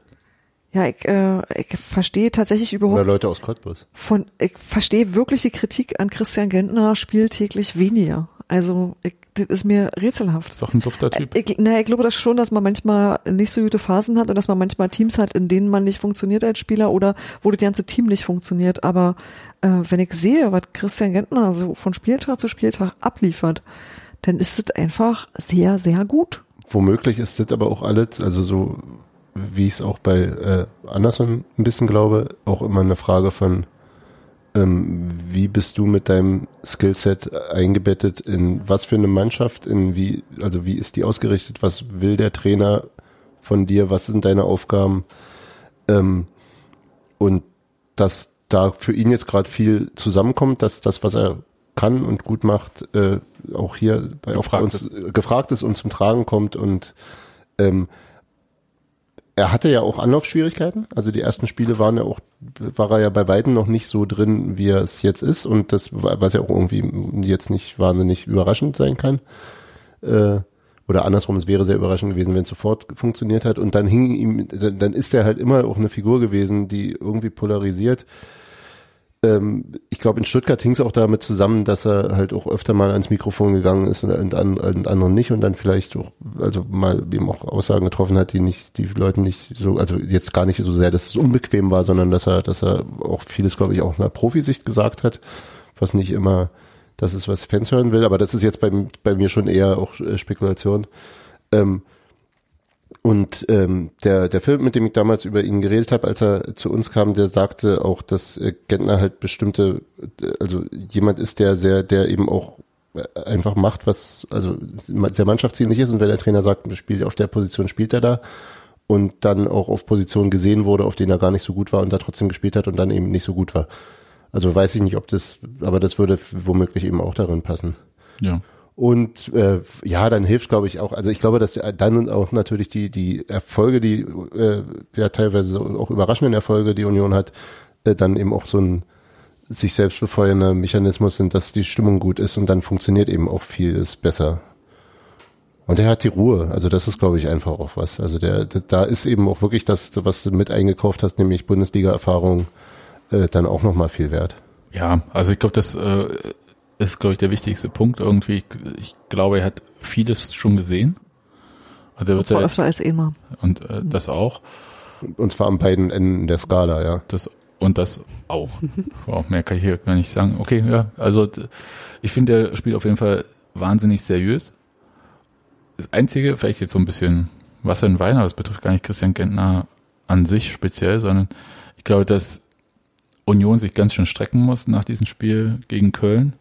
B: Ja, ich, äh, ich verstehe tatsächlich
C: oder
B: überhaupt
C: Leute aus Cottbus.
B: von, ich verstehe wirklich die Kritik an Christian Gentner spieltäglich weniger. Also, ich, das ist mir rätselhaft.
A: Ist doch ein dufter Typ.
B: Ich, na, ich glaube das schon, dass man manchmal nicht so gute Phasen hat und dass man manchmal Teams hat, in denen man nicht funktioniert als Spieler oder wo das ganze Team nicht funktioniert. Aber äh, wenn ich sehe, was Christian Gentner so von Spieltag zu Spieltag abliefert, dann ist es einfach sehr, sehr gut.
C: Womöglich ist das aber auch alles, also so wie ich es auch bei äh, Anderson ein bisschen glaube, auch immer eine Frage von, ähm, wie bist du mit deinem Skillset eingebettet in was für eine Mannschaft, in wie, also wie ist die ausgerichtet, was will der Trainer von dir, was sind deine Aufgaben? Ähm, und dass da für ihn jetzt gerade viel zusammenkommt, dass das, was er kann und gut macht, äh, auch hier bei auch bei
A: Gefragt
C: uns äh, gefragt ist und zum Tragen kommt und ähm, er hatte ja auch Anlaufschwierigkeiten. Also die ersten Spiele waren ja auch, war er ja bei Weitem noch nicht so drin, wie er es jetzt ist und das, was ja auch irgendwie jetzt nicht wahnsinnig überraschend sein kann. Äh, oder andersrum, es wäre sehr überraschend gewesen, wenn es sofort funktioniert hat. Und dann hing ihm, dann, dann ist er halt immer auch eine Figur gewesen, die irgendwie polarisiert. Ähm, ich glaube, in Stuttgart hing es auch damit zusammen, dass er halt auch öfter mal ans Mikrofon gegangen ist und, und, an, und anderen nicht und dann vielleicht auch, also mal eben auch Aussagen getroffen hat, die nicht, die Leuten nicht so, also jetzt gar nicht so sehr, dass es unbequem war, sondern dass er, dass er auch vieles, glaube ich, auch nach Profisicht gesagt hat, was nicht immer das ist, was Fans hören will, aber das ist jetzt bei, bei mir schon eher auch äh, Spekulation. Ähm, und ähm, der, der Film, mit dem ich damals über ihn geredet habe, als er zu uns kam, der sagte auch, dass äh, Gentner halt bestimmte, äh, also jemand ist, der sehr, der eben auch äh, einfach macht, was, also sehr mannschaftsdienlich ist und wenn der Trainer sagt, spielt auf der Position, spielt er da und dann auch auf Positionen gesehen wurde, auf denen er gar nicht so gut war und da trotzdem gespielt hat und dann eben nicht so gut war. Also weiß ich nicht, ob das, aber das würde womöglich eben auch darin passen.
A: Ja.
C: Und äh, ja, dann hilft, glaube ich, auch. Also ich glaube, dass der- dann auch natürlich die die Erfolge, die äh, ja teilweise so auch überraschenden Erfolge, die Union hat, äh, dann eben auch so ein sich selbst befeuernder Mechanismus sind, dass die Stimmung gut ist und dann funktioniert eben auch vieles besser. Und er hat die Ruhe. Also das ist, glaube ich, einfach auch was. Also der, der da ist eben auch wirklich das, was du mit eingekauft hast, nämlich Bundesliga-Erfahrung, äh, dann auch nochmal viel wert.
A: Ja, also ich glaube, das äh, ist, glaube ich, der wichtigste Punkt irgendwie. Ich glaube, er hat vieles schon gesehen. Und, er wird
B: Zwar
A: ja jetzt,
B: öfter als einmal.
A: und äh, das auch.
C: Und zwar an beiden Enden der Skala, ja.
A: Das, und das auch. Wow, mehr kann ich hier gar nicht sagen. Okay, ja, also d- ich finde, er spielt auf jeden Fall wahnsinnig seriös. Das Einzige, vielleicht jetzt so ein bisschen Wasser in Wein, aber das betrifft gar nicht Christian Gentner an sich speziell, sondern ich glaube, dass Union sich ganz schön strecken muss nach diesem Spiel gegen Köln,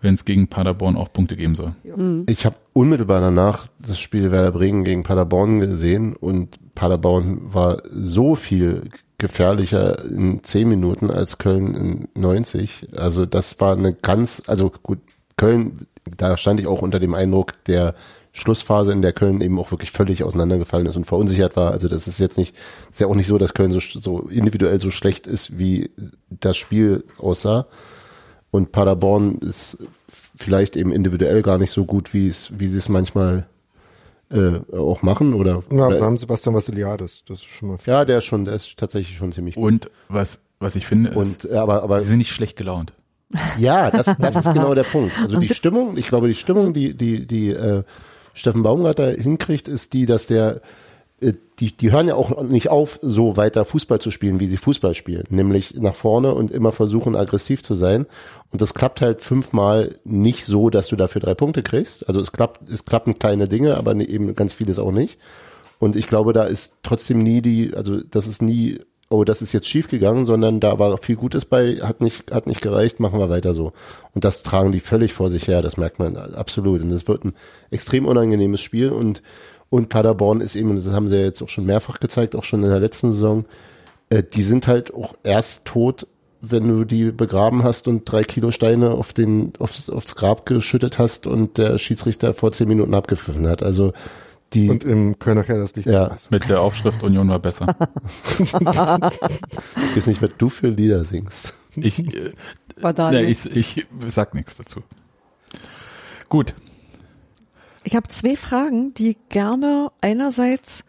A: wenn es gegen Paderborn auch Punkte geben soll.
D: Hm.
C: Ich habe unmittelbar danach das Spiel Werder Bremen gegen Paderborn gesehen und Paderborn war so viel gefährlicher in 10 Minuten als Köln in 90. Also das war eine ganz, also gut, Köln, da stand ich auch unter dem Eindruck der Schlussphase, in der Köln eben auch wirklich völlig auseinandergefallen ist und verunsichert war. Also das ist jetzt nicht, ist ja auch nicht so, dass Köln so, so individuell so schlecht ist, wie das Spiel aussah. Und Paderborn ist vielleicht eben individuell gar nicht so gut, wie es, wie sie es manchmal äh, auch machen oder,
E: Na, wir
C: oder
E: haben Sebastian Vassiliadis, das ist schon mal viel.
C: ja, der ist schon, der ist tatsächlich schon ziemlich gut.
A: Und was, was ich finde, Oh, ist,
C: Und äh, aber aber
A: sie sind nicht schlecht gelaunt.
C: Ja, das, das ist genau der Punkt. Also die Stimmung, ich glaube, die Stimmung, die, die, die äh, Steffen Baumgart da hinkriegt, ist die, dass der, äh, die, die hören ja auch nicht auf, so weiter Fußball zu spielen, wie sie Fußball spielen. Nämlich nach vorne und immer versuchen, aggressiv zu sein. Und das klappt halt fünfmal nicht so, dass du dafür drei Punkte kriegst. Also es klappt, es klappen kleine Dinge, aber ne- eben ganz vieles auch nicht. Und ich glaube, da ist trotzdem nie die, also das ist nie, oh, das ist jetzt schief gegangen, sondern da war viel Gutes bei, hat nicht, hat nicht gereicht, machen wir weiter so. Und das tragen die völlig vor sich her, das merkt man absolut. Und das wird ein extrem unangenehmes Spiel und, und Paderborn ist eben, das haben sie ja jetzt auch schon mehrfach gezeigt, auch schon in der letzten Saison, äh, die sind halt auch erst tot, wenn du die begraben hast und drei Kilo Steine auf den, aufs, aufs Grab geschüttet hast und der Schiedsrichter vor zehn Minuten abgepfiffen hat.
A: Hm.
C: Also die,
E: Und im Kölner Keller das Licht.
C: ja.
A: Mit der Aufschrift Union war besser.
C: Ich weiß nicht, was du für Lieder singst.
A: Ich, äh,
D: War da.
A: nee,
D: ne?
A: ich, ich sag nichts dazu. Gut.
B: Ich habe zwei Fragen, die gerne einerseits,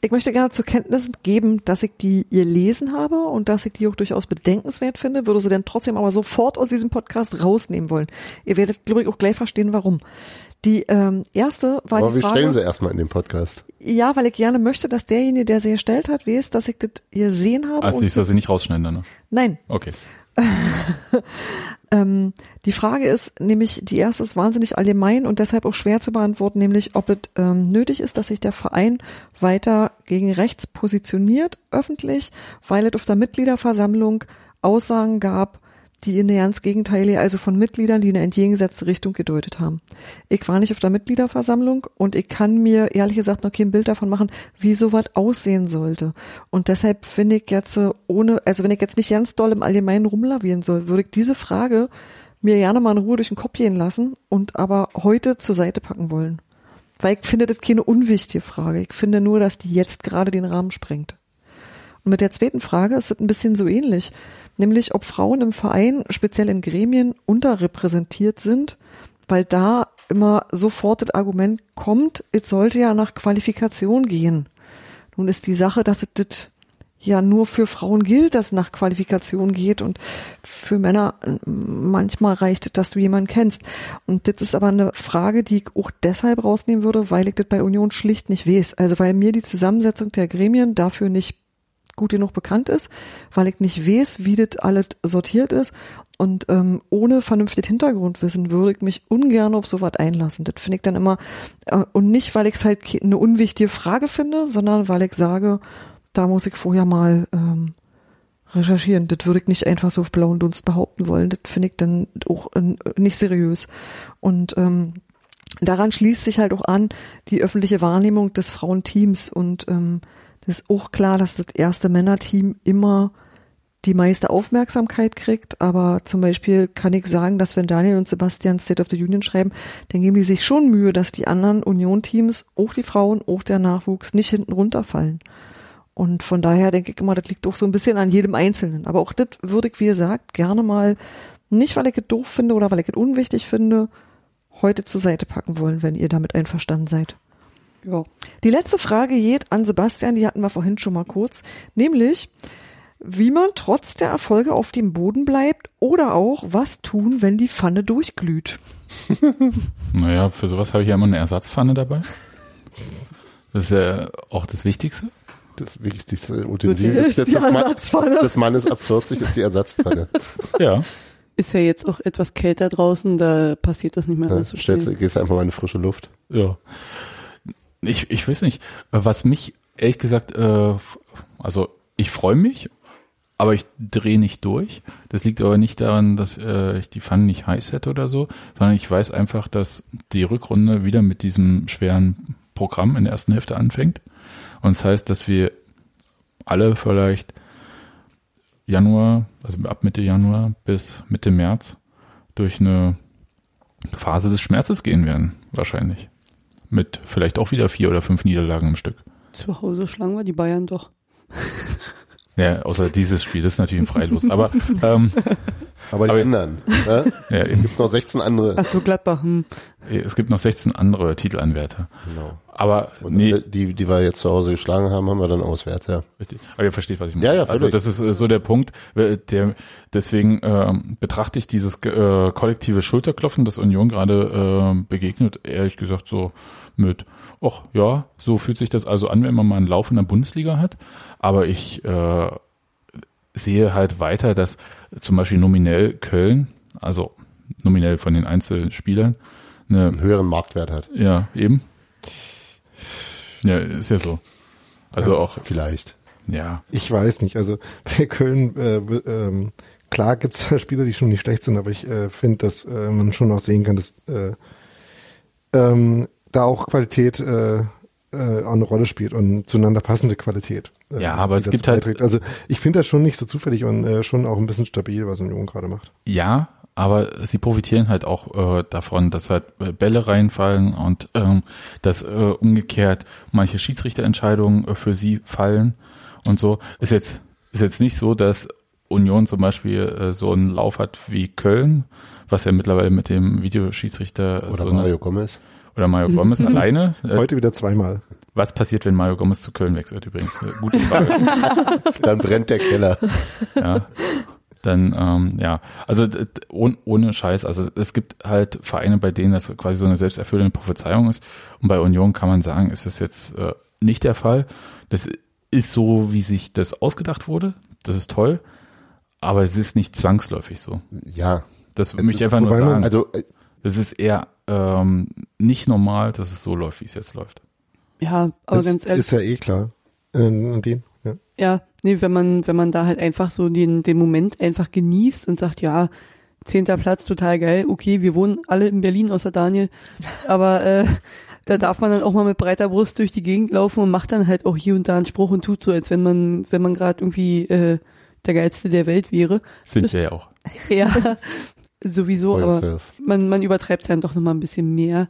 B: ich möchte gerne zur Kenntnis geben, dass ich die ihr lesen habe und dass ich die auch durchaus bedenkenswert finde, würde sie dann trotzdem aber sofort aus diesem Podcast rausnehmen wollen. Ihr werdet, glaube ich, auch gleich verstehen, warum. Die ähm, erste war
C: Aber
B: die
C: wir
B: Frage.
C: stellen sie erstmal in den Podcast.
B: Ja, weil ich gerne möchte, dass derjenige, der sie erstellt hat, weiß, dass ich das gesehen habe.
A: Also
B: Oh, und
A: ich soll sie nicht rausschneiden dann. ne?
B: Nein,
A: Okay.
B: Ähm, die Frage ist nämlich, die erste ist wahnsinnig allgemein und deshalb auch schwer zu beantworten, nämlich ob es ähm, nötig ist, dass sich der Verein weiter gegen rechts positioniert, öffentlich, weil es auf der Mitgliederversammlung Aussagen gab, die in der ganz Gegenteile, also von Mitgliedern, die in eine entgegengesetzte Richtung gedeutet haben. Ich war nicht auf der Mitgliederversammlung und ich kann mir ehrlich gesagt noch kein Bild davon machen, wie sowas aussehen sollte. Und deshalb finde ich jetzt äh, ohne, also wenn ich jetzt nicht ganz doll im Allgemeinen rumlavieren soll, würde ich diese Frage mir gerne mal in Ruhe durch den Kopf gehen lassen und aber heute zur Seite packen wollen. Weil ich finde das keine unwichtige Frage. Ich finde nur, dass die jetzt gerade den Rahmen sprengt. Und mit der zweiten Frage ist es ein bisschen so ähnlich, nämlich ob Frauen im Verein, speziell in Gremien, unterrepräsentiert sind, weil da immer sofort das Argument kommt, es sollte ja nach Qualifikation gehen. Nun ist die Sache, dass es das ja nur für Frauen gilt, dass es nach Qualifikation geht und für Männer äh, manchmal reicht es, dass du jemanden kennst. Und das ist aber eine Frage, die ich auch deshalb rausnehmen würde, weil ich das bei Union schlicht nicht weiß. Also weil mir die Zusammensetzung der Gremien dafür nicht gut genug bekannt ist, weil ich nicht weiß, wie das alles sortiert ist. Und ähm, ohne vernünftiges Hintergrundwissen würde ich mich ungern auf sowas einlassen. Das finde ich dann immer, äh, und nicht, weil ich es halt ke- eine unwichtige Frage finde, sondern weil ich sage, da muss ich vorher mal ähm, recherchieren. Das würde ich nicht einfach so auf blauen Dunst behaupten wollen. Das finde ich dann auch äh, nicht seriös. Und ähm, daran schließt sich halt auch an die öffentliche Wahrnehmung des Frauenteams. Und ähm, das ist auch klar, dass das erste Männerteam immer die meiste Aufmerksamkeit kriegt, aber zum Beispiel kann ich sagen, dass wenn Daniel und Sebastian State of the Union schreiben, dann geben die sich schon Mühe, dass die anderen Union-Teams, auch die Frauen, auch der Nachwuchs, nicht hinten runterfallen. Und von daher denke ich immer, das liegt doch so ein bisschen an jedem Einzelnen. Aber auch das würde ich, wie gesagt, gerne mal, nicht weil ich es doof finde oder weil ich es unwichtig finde, heute zur Seite packen wollen, wenn ihr damit einverstanden seid.
D: ja.
B: Die letzte Frage geht an Sebastian, die hatten wir vorhin schon mal kurz, nämlich wie man trotz der Erfolge auf dem Boden bleibt oder auch was tun, wenn die Pfanne durchglüht.
A: Naja, für sowas habe ich ja immer eine Ersatzpfanne dabei. Das ist ja auch das Wichtigste.
C: Das wichtigste Utensil
B: Ist die
C: des,
B: Ersatzpfanne.
C: Mann, des Mannes ab 40 ist die Ersatzpfanne.
A: Ja.
D: Ist ja jetzt auch etwas kälter draußen, da passiert das nicht mehr
C: Ja,
D: alles so schnell.
C: stellst, du- gehst einfach mal in die frische Luft.
A: Ja. Ich, ich weiß nicht, was mich ehrlich gesagt, äh, f- also ich freue mich, aber ich drehe nicht durch. Das liegt aber nicht daran, dass äh, ich die Pfanne nicht heiß hätte oder so, sondern ich weiß einfach, dass die Rückrunde wieder mit diesem schweren Programm in der ersten Hälfte anfängt. Und das heißt, dass wir alle vielleicht Januar, also ab Mitte Januar bis Mitte März durch eine Phase des Schmerzes gehen werden, wahrscheinlich mit vielleicht auch wieder vier oder fünf Niederlagen im Stück.
D: Zu Hause schlagen wir die Bayern doch.
A: Ja, außer dieses Spiel, das ist natürlich ein Freilos. Aber ähm,
C: Aber die
A: Aber-
C: anderen. Ne?
A: Ja, eben.
C: Gibt noch 16 andere.
D: Ach so, Gladbach. Hm.
A: es gibt noch 16 andere Titelanwärter.
C: Genau.
A: Aber
C: Und
A: nee,
C: die, die wir jetzt zu Hause geschlagen haben, haben wir dann auswärts, ja.
A: richtig. Aber ihr versteht, was ich meine.
C: Ja, ja,
A: also
C: völlig.
A: das ist äh, so der Punkt, äh, der deswegen ähm, betrachte ich dieses äh, kollektive Schulterklopfen, das Union gerade äh, begegnet, ehrlich gesagt so mit, ach ja, so fühlt sich das also an, wenn man mal einen Lauf in der Bundesliga hat. Aber ich äh, sehe halt weiter, dass zum Beispiel nominell Köln, also nominell von den Einzelspielern, eine
C: Einen höheren Marktwert hat.
A: Ja, eben. Ja, ist ja so. Also auch,
C: Vielleicht.
A: ja.
E: Ich weiß nicht. Also bei Köln, äh, w- ähm, klar gibt es da Spieler, die schon nicht schlecht sind, aber ich äh, finde, dass äh, man schon auch sehen kann, dass äh, ähm, da auch Qualität äh, äh, auch eine Rolle spielt und zueinander passende Qualität. äh,
A: Ja, aber
E: die
A: es
E: dazu
A: gibt halt-
E: beiträgt. Also ich finde das schon nicht so zufällig und äh, schon auch ein bisschen stabil, was Union gerade macht.
A: Ja, aber sie profitieren halt auch äh, davon, dass halt äh, Bälle reinfallen und ähm, dass äh, umgekehrt manche Schiedsrichterentscheidungen äh, für sie fallen und so. Ist jetzt, ist jetzt nicht so, dass Union zum Beispiel äh, so einen Lauf hat wie Köln, was ja mittlerweile mit dem Videoschiedsrichter äh,
C: Oder
A: so eine-
C: Mario Gomez.
A: oder Mario Gomez alleine. Äh,
E: Heute wieder zweimal.
A: was passiert, wenn Mario Gomez zu Köln wechselt übrigens? Äh, Gute Frage.
C: Dann brennt der Keller.
A: ja. Dann, ähm, ja, also d- d- ohn- ohne Scheiß, also es gibt halt Vereine, bei denen das quasi so eine selbsterfüllende Prophezeiung ist. Und bei Union kann man sagen, ist das jetzt äh, nicht der Fall. Das ist so, wie sich das ausgedacht wurde. Das ist toll. Aber es ist nicht zwangsläufig so.
C: Ja.
A: Das
C: Es
A: möchte ich
C: ist-
A: einfach nur
E: wobei man-
A: sagen.
C: Also, äh,
A: das ist eher ähm, nicht normal, dass es so läuft, wie es jetzt läuft.
D: Ja, aber
E: das
D: ganz ehrlich.
E: ist ja eh klar. Äh, und den, ja.
D: Ja, nee, wenn man, wenn man da halt einfach so den, den Moment einfach genießt und sagt, ja, zehnter Platz, total geil, okay, wir wohnen alle in Berlin außer Daniel, aber äh, da darf man dann auch mal mit breiter Brust durch die Gegend laufen und macht dann halt auch hier und da einen Spruch und tut so, als wenn man, wenn man gerade irgendwie äh, der geilste der Welt wäre.
A: Sind wir ja auch.
D: Ja, sowieso,
C: for
D: aber
C: yourself.
D: man, man übertreibt dann doch nochmal ein bisschen mehr.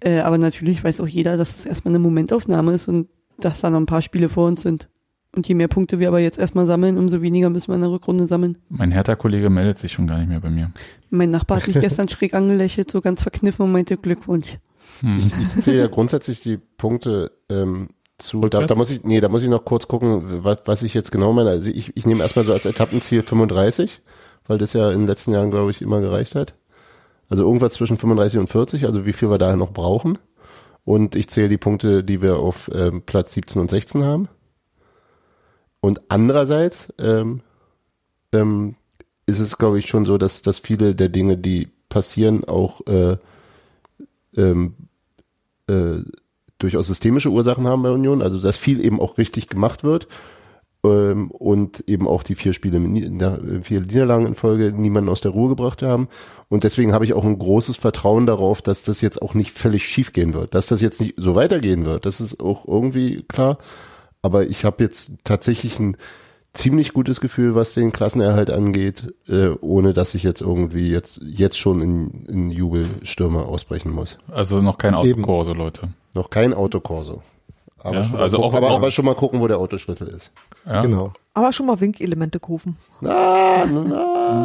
D: Äh, aber natürlich weiß auch jeder, dass es erstmal eine Momentaufnahme ist und dass da noch ein paar Spiele vor uns sind. Und je mehr Punkte wir aber jetzt erstmal sammeln, umso weniger müssen wir in der Rückrunde sammeln.
A: Mein Hertha-Kollege meldet sich schon gar nicht mehr bei mir.
D: Mein Nachbar hat mich gestern schräg angelächelt, so ganz verkniffen und meinte Glückwunsch.
A: Hm.
C: Ich zähle ja grundsätzlich die Punkte ähm, zu. Da, da
A: Rückwärts?
C: muss ich, nee, da muss ich noch kurz gucken, was, was ich jetzt genau meine. Also ich, ich nehme erstmal so als Etappenziel 35, weil das ja in den letzten Jahren, glaube ich, immer gereicht hat. Also irgendwas zwischen 35 und 40, also wie viel wir daher noch brauchen. Und ich zähle die Punkte, die wir auf ähm, Platz 17 und 16 haben. Und andererseits ähm, ähm, ist es, glaube ich, schon so, dass, dass viele der Dinge, die passieren, auch äh, ähm, äh, durchaus systemische Ursachen haben bei Union, also dass viel eben auch richtig gemacht wird ähm, und eben auch die vier Spiele, mit Nie- na- vier Niederlagen in Folge niemanden aus der Ruhe gebracht haben. Und deswegen habe ich auch ein großes Vertrauen darauf, dass das jetzt auch nicht völlig schief gehen wird, dass das jetzt nicht so weitergehen wird. Das ist auch irgendwie klar. Aber ich habe jetzt tatsächlich ein ziemlich gutes Gefühl, was den Klassenerhalt angeht, äh, ohne dass ich jetzt irgendwie jetzt, jetzt schon in, in Jubelstürme ausbrechen muss.
A: Also noch kein
E: Eben.
A: Autokorso, Leute.
C: Noch kein Autokorso. Aber,
A: Ja,
C: schon, mal
A: also
C: gucken,
A: auch-
C: aber,
A: auch-
C: aber schon mal gucken, wo der Autoschlüssel ist.
A: Ja?
E: Genau.
B: Aber schon mal Winkelemente kaufen.
C: Na, na,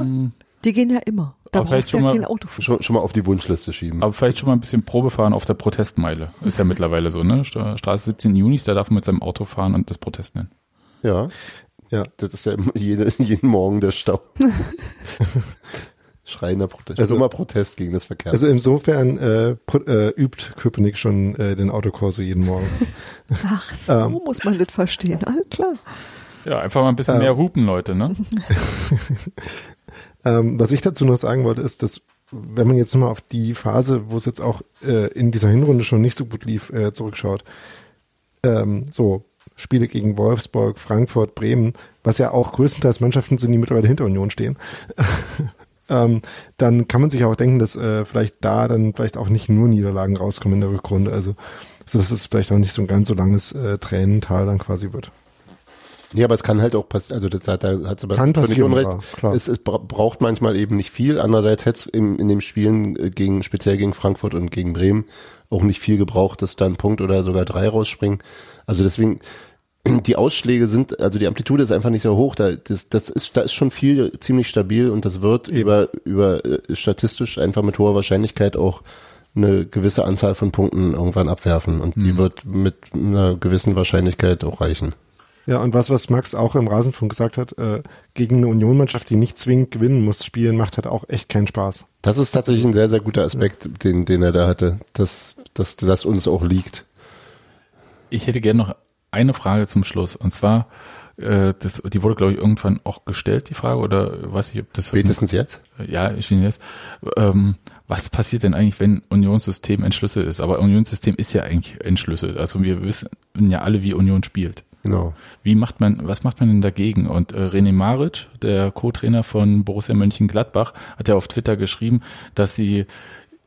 C: na.
B: Die gehen ja immer. Da
A: Aber vielleicht
B: brauchst du
A: schon
B: ja
A: mal-
B: kein Auto für.
C: Schon, schon mal auf die Wunschliste schieben.
A: Aber vielleicht schon mal ein bisschen Probe fahren auf der Protestmeile. Ist ja mittlerweile so, ne? Stra- Straße 17 Junis, da darf man mit seinem Auto fahren und das Protest nennen.
C: Ja,
E: Ja.
C: das ist ja immer jede, jeden Morgen der Stau. Schreiender Protest.
E: Also-
C: Also immer Protest gegen das Verkehr.
E: Also insofern äh, pro- äh, übt Köpenick schon äh, den Autokorso jeden Morgen.
B: Ach, so
E: Ähm.
B: muss man das verstehen. Alles klar.
A: Ja, einfach mal ein bisschen
E: Ja.
A: mehr hupen, Leute, ne?
E: Ähm, was ich dazu noch sagen wollte, ist, dass wenn man jetzt nochmal auf die Phase, wo es jetzt auch äh, in dieser Hinrunde schon nicht so gut lief, äh, zurückschaut, ähm, so Spiele gegen Wolfsburg, Frankfurt, Bremen, was ja auch größtenteils Mannschaften sind, die mittlerweile hinter Union stehen, ähm, dann kann man sich auch denken, dass äh, vielleicht da dann vielleicht auch nicht nur Niederlagen rauskommen in der Rückrunde. Also, so dass es vielleicht auch nicht so ein ganz so langes äh, Tränental dann quasi wird.
C: Ja, aber es kann halt auch passieren, also das hat, da hat
E: Kann
C: Sebastian völlig
E: passieren,
C: Unrecht.
E: ja, klar.
C: Es, es bra- braucht manchmal eben nicht viel. Andererseits hätte es in, in dem Spielen äh, gegen, speziell gegen Frankfurt und gegen Bremen auch nicht viel gebraucht, dass da ein Punkt oder sogar drei rausspringen. Also deswegen, die Ausschläge sind, also die Amplitude ist einfach nicht so hoch. Da, das, das ist, da ist schon viel ziemlich stabil und das wird über, über äh, statistisch einfach mit hoher Wahrscheinlichkeit auch eine gewisse Anzahl von Punkten irgendwann abwerfen und
E: Mhm.
C: die wird mit einer gewissen Wahrscheinlichkeit auch reichen.
E: Ja, und was, was Max auch im Rasenfunk gesagt hat, äh, gegen eine Union-Mannschaft, die nicht zwingend gewinnen muss, spielen macht halt auch echt keinen Spaß.
C: Das ist tatsächlich ein sehr, sehr guter Aspekt, den, den er da hatte, dass, dass das uns auch liegt.
A: Ich hätte gerne noch eine Frage zum Schluss. Und zwar, äh, das, die wurde, glaube ich, irgendwann auch gestellt, die Frage, oder weiß ich, ob das
C: Spätestens jetzt?
A: Ja, ich bin jetzt. Ähm, was passiert denn eigentlich, wenn Unionssystem entschlüsselt ist? Aber Unionssystem ist ja eigentlich entschlüsselt. Also wir wissen ja alle, wie Union spielt.
C: Genau.
A: Wie macht man, was macht man denn dagegen? Und äh, René Maric, der Co-Trainer von Borussia Mönchengladbach, hat ja auf Twitter geschrieben, dass sie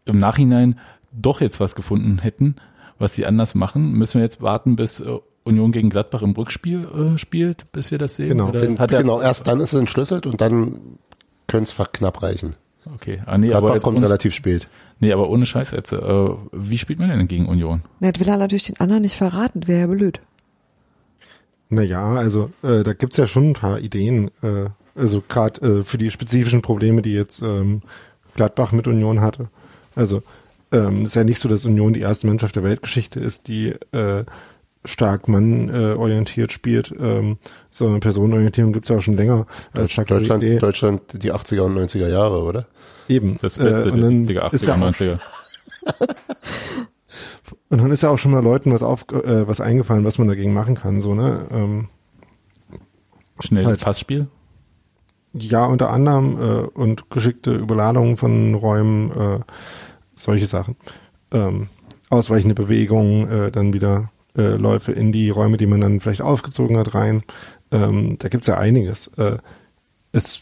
A: im Nachhinein doch jetzt was gefunden hätten, was sie anders machen. Müssen wir jetzt warten, bis äh, Union gegen Gladbach im Rückspiel äh, spielt, bis wir das sehen?
E: Genau.
A: Oder
C: Denn,
A: hat er,
C: genau, erst dann ist es entschlüsselt und dann können es knapp reichen.
A: Okay, ah, nee, aber
C: Gladbach
A: jetzt
C: kommt
A: ohne,
C: relativ spät.
A: nee, aber ohne Scheiß jetzt. Äh, wie spielt man denn gegen Union?
B: Na, das will er natürlich den anderen nicht verraten, wäre ja blöd.
E: Naja, also äh, da gibt's ja schon ein paar Ideen. Äh, also gerade äh, für die spezifischen Probleme, die jetzt ähm, Gladbach mit Union hatte. Also ähm, ist ja nicht so, dass Union die erste Mannschaft der Weltgeschichte ist, die äh, stark mannorientiert spielt. Ähm, so eine Personenorientierung gibt's ja auch schon länger. Äh, Als starke
C: Deutschland,
E: Idee.
C: Deutschland die 80er und 90er Jahre, oder?
E: E. Eben. äh,
A: Das Beste
E: und dann
A: der 70er,
E: ist
A: 80er,
E: ja auch
A: 90er.
E: Und dann ist ja auch schon mal Leuten was auf, äh, was eingefallen, was man dagegen machen kann, so, ne? Ähm,
A: Schnelles
E: Halt.
A: Passspiel?
E: ja, unter anderem äh, und geschickte Überladungen von Räumen, äh, solche Sachen. Ähm, ausweichende Bewegungen, äh, dann wieder äh, Läufe in die Räume, die man dann vielleicht aufgezogen hat, rein. Ähm, da gibt's ja einiges. Äh, es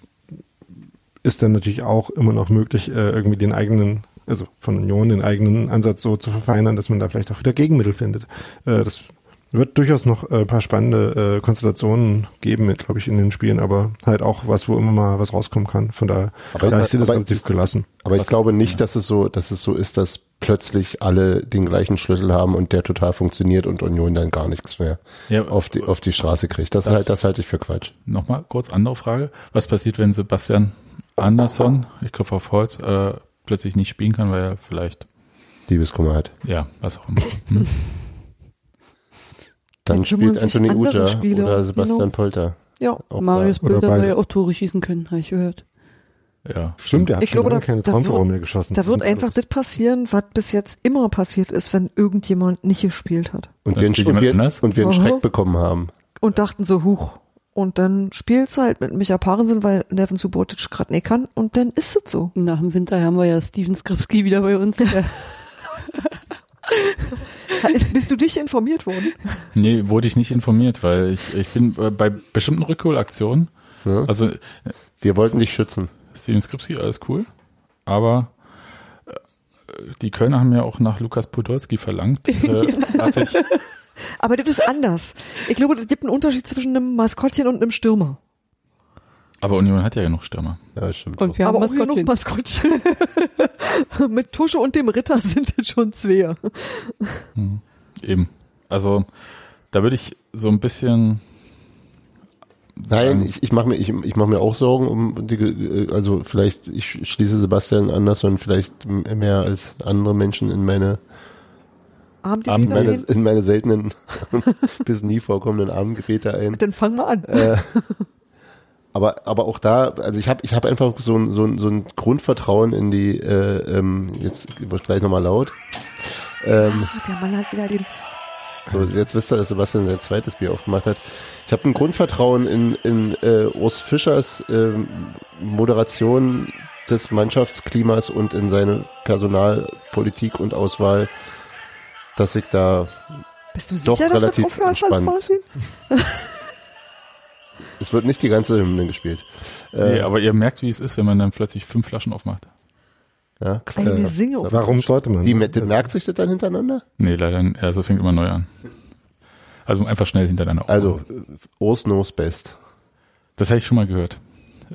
E: ist dann natürlich auch immer noch möglich, äh, irgendwie den eigenen, also von Union den eigenen Ansatz so zu verfeinern, dass man da vielleicht auch wieder Gegenmittel findet. Äh, das wird durchaus noch äh, ein paar spannende äh, Konstellationen geben, glaube ich, in den Spielen, aber halt auch was, wo immer mal was rauskommen kann. Von daher,
C: Aber-
E: ja, ich sehe das
C: aber-
E: relativ gelassen.
C: Aber ich glaube nicht, dass es so, dass es so ist, dass plötzlich alle den gleichen Schlüssel haben und der total funktioniert und Union dann gar nichts mehr
A: Ja,
C: auf die, auf die Straße kriegt. Das, halt, das halte ich für Quatsch.
A: Nochmal kurz andere Frage. Was passiert, wenn Sebastian Andersson, ich klopfe auf Holz, äh, plötzlich nicht spielen kann, weil er vielleicht,
C: Liebeskummer hat.
A: ja, was auch immer. Hm?
C: Dann
B: Dann kümmern
C: spielt
B: sich
C: Anthony
B: andere
C: Uta
B: Spieler
C: oder
B: um
C: Sebastian
B: Union.
C: Polter.
B: Ja.
C: Auch Marius.
D: Marius
E: Oder
D: Bülter soll
E: beide.
D: ja auch Tore schießen können, habe ich gehört.
A: ja.
E: Stimmt, der hat
B: Ich
E: schon
B: glaube,
E: lange
B: da-
E: keine
B: da
E: Traumtore
B: wird-
E: mehr geschossen.
B: Da wird
E: Find's
B: einfach
E: verrückt.
B: das passieren, was bis jetzt immer passiert ist, wenn irgendjemand nicht gespielt hat.
C: Und
A: Dann
C: wir, einen-
A: spielt
C: und,
A: jemand
C: wir,
A: anders?
C: und wir einen
B: Aha.
C: Schreck bekommen haben.
B: Und dachten so, huch. Und dann spielt's halt mit Micha Parensen, weil Nevin Subotic gerade nicht kann. Und dann ist es so.
D: Nach dem Winter haben wir ja Steven Skripski wieder bei uns. Der,
B: Da ist, bist du dich informiert worden?
A: Nee, wurde ich nicht informiert, weil ich, ich bin äh, bei bestimmten Rückholaktionen,
C: Ja.
A: also
C: Wir wollten dich schützen.
A: Steven Skripski, alles cool, aber äh, die Kölner haben ja auch nach Lukas Podolski verlangt. Äh, hat sich,
B: Aber das ist anders. Ich glaube, es gibt einen Unterschied zwischen einem Maskottchen und einem Stürmer.
A: aber Union hat ja genug Stürmer.
C: Ja, stimmt.
D: und wir haben
B: Aber auch
D: Maskottchen.
B: genug Maskottchen. Mit Tusche und dem Ritter sind es schon zwei.
A: Eben. Also da würde ich so ein bisschen,
C: Nein, ich, ich mache mir, ich, ich mach mir auch Sorgen um die, Ge- also vielleicht, ich schließe Sebastian anders und vielleicht mehr als andere Menschen in meine,
B: Abend, die
A: Abend-
B: Peter
C: meine,
B: gehen.
C: in meine seltenen bis nie vorkommenden Abendgebete ein.
B: Dann fangen wir an.
C: Aber, aber auch da, also ich habe ich hab einfach so ein, so, ein, so ein Grundvertrauen in die, äh, ähm, jetzt wird gleich nochmal laut. Ähm,
B: Ach, der Mann hat wieder den.
C: so, jetzt wisst ihr, dass Sebastian sein zweites Bier aufgemacht hat. Ich habe ein Grundvertrauen in, in äh, Urs Fischers ähm, Moderation des Mannschaftsklimas und in seine Personalpolitik und Auswahl, dass ich da,
B: Bist du
C: Doch,
B: sicher, dass das
C: relativ
B: aufhört, Hans
C: entspannt.
B: Martin?
C: es wird nicht die ganze Hymne gespielt. Äh,
A: nee, aber ihr merkt, wie es ist, wenn man dann plötzlich fünf Flaschen aufmacht.
C: Äh, Ja,
B: Eine
C: klar.
B: Singe.
E: Warum sollte man? Also,
C: Die, die merkt sich das dann hintereinander?
A: Nee, leider, nicht. also fängt immer neu an. Also einfach schnell hintereinander aufmachen.
C: Also, äh, Urs knows best.
A: Das habe ich schon mal gehört.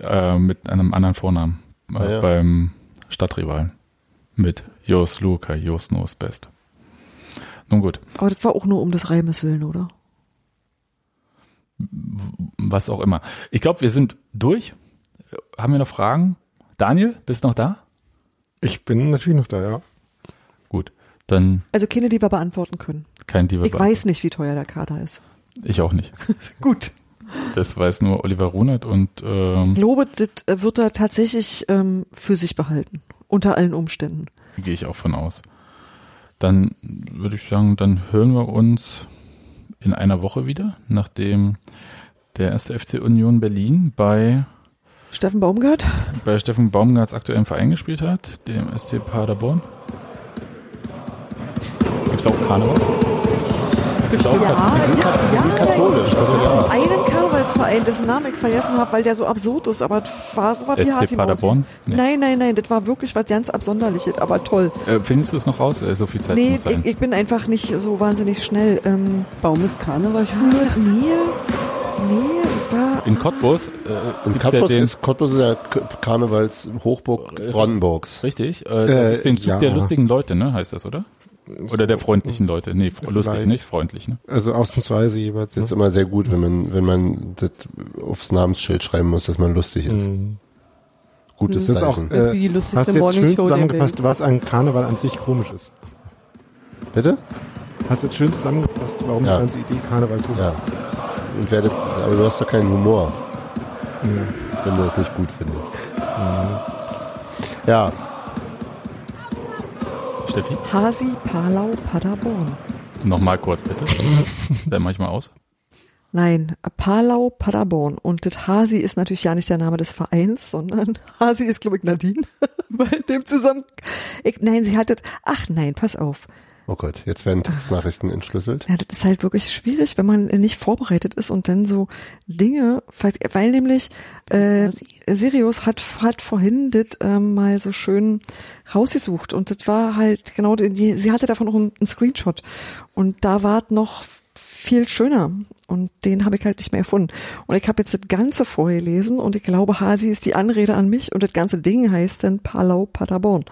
A: Äh, mit einem anderen Vornamen. Äh,
C: Ah, ja.
A: Beim Stadtrivalen. Mit Jos Luca, Jos Knows Best. Nun gut.
B: Aber das war auch nur um des Reimes willen, oder?
A: was auch immer. Ich glaube, wir sind durch. Haben wir noch Fragen? Daniel, bist du noch da?
E: Ich bin natürlich noch da, ja.
A: Gut, dann
B: Also keine, die wir beantworten können.
A: kein Diva.
B: Ich weiß nicht, wie teuer der Kader ist.
A: ich auch nicht.
B: Gut.
A: Das weiß nur Oliver Runert und ähm,
B: Ich glaube, das äh, wird er tatsächlich ähm, für sich behalten. Unter allen Umständen.
A: Gehe ich auch von aus. Dann würde ich sagen, dann hören wir uns in einer Woche wieder, nachdem der erste FC Union Berlin bei,
B: Steffen Baumgart?
A: bei Steffen Baumgarts aktuellen Verein gespielt hat, dem SC Paderborn. Gibt's auch Karneval? Gibt's auch Karneval?
B: ja,
C: Katholisch, warte mal.
B: einen Karnevalsverein, dessen Namen ich vergessen habe, weil der so absurd ist, aber das war so was
A: SC
B: HC Mausi.
A: Paderborn? Nee.
B: Nein, nein, nein, das war wirklich was ganz Absonderliches, aber toll.
A: Äh, findest du es noch raus? Äh, so viel Zeit
B: Nee,
A: muss
B: ich,
A: sein.
B: ich bin einfach nicht so wahnsinnig schnell. Ähm,
D: Baum ist Karnevalschule.
E: Äh,
B: ach, nee, nee, das war...
A: in Cottbus. Äh,
C: In
A: gibt's ja
C: Cottbus
A: den-
C: ist, Cottbus ist ja K- Karnevals Hochburg Brandenburgs.
A: Richtig. Äh, da
E: Äh,
A: gibt's den Zug
E: ja.
A: der lustigen Leute, ne? Heißt das, oder? Oder der freundlichen Leute. Nee, fr- lustig
E: Vielleicht.
A: nicht, freundlich, ne?
E: Also ausnahmsweise jeweils.
C: Das ist
E: Ne?
C: immer sehr gut, wenn man, wenn man das aufs Namensschild schreiben muss, dass man lustig ist. Gutes
E: Mhm. Das ist auch,
C: Zeichen.
E: äh,
D: Wie die lustigste
E: Hm. hast du jetzt
D: Morningshow
E: schön
D: der
E: zusammengefasst, was an Karneval an sich komisch ist.
C: Bitte?
E: Hast du jetzt schön zusammengefasst, warum
C: Ja.
E: die ganze Idee Karneval komisch
C: Ja.
E: ist.
C: Und werde, aber du hast doch keinen Humor,
E: Mhm.
C: wenn du das nicht gut findest. Ja,
A: Steffi?
B: Hasi Palau Paderborn.
A: Nochmal kurz, bitte. Dann mach ich mal aus.
B: Nein, Palau Paderborn. Und das Hasi ist natürlich ja nicht der Name des Vereins, sondern Hasi ist, glaube ich, Nadine. Bei dem zusammen. Ich, nein, sie hat das. Ach nein, pass auf.
C: oh Gott, jetzt werden Textnachrichten entschlüsselt.
B: Ja, das ist halt wirklich schwierig, wenn man nicht vorbereitet ist und dann so Dinge, weil- weil nämlich äh, Sirius hat, hat vorhin das ähm, mal so schön rausgesucht und das war halt genau, die- die, sie hatte davon noch einen, einen Screenshot und da war es noch viel schöner und den habe ich halt nicht mehr erfunden. Und ich habe jetzt das Ganze vorgelesen und ich glaube, Hasi ist die Anrede an mich und das ganze Ding heißt dann Palau Paderborn.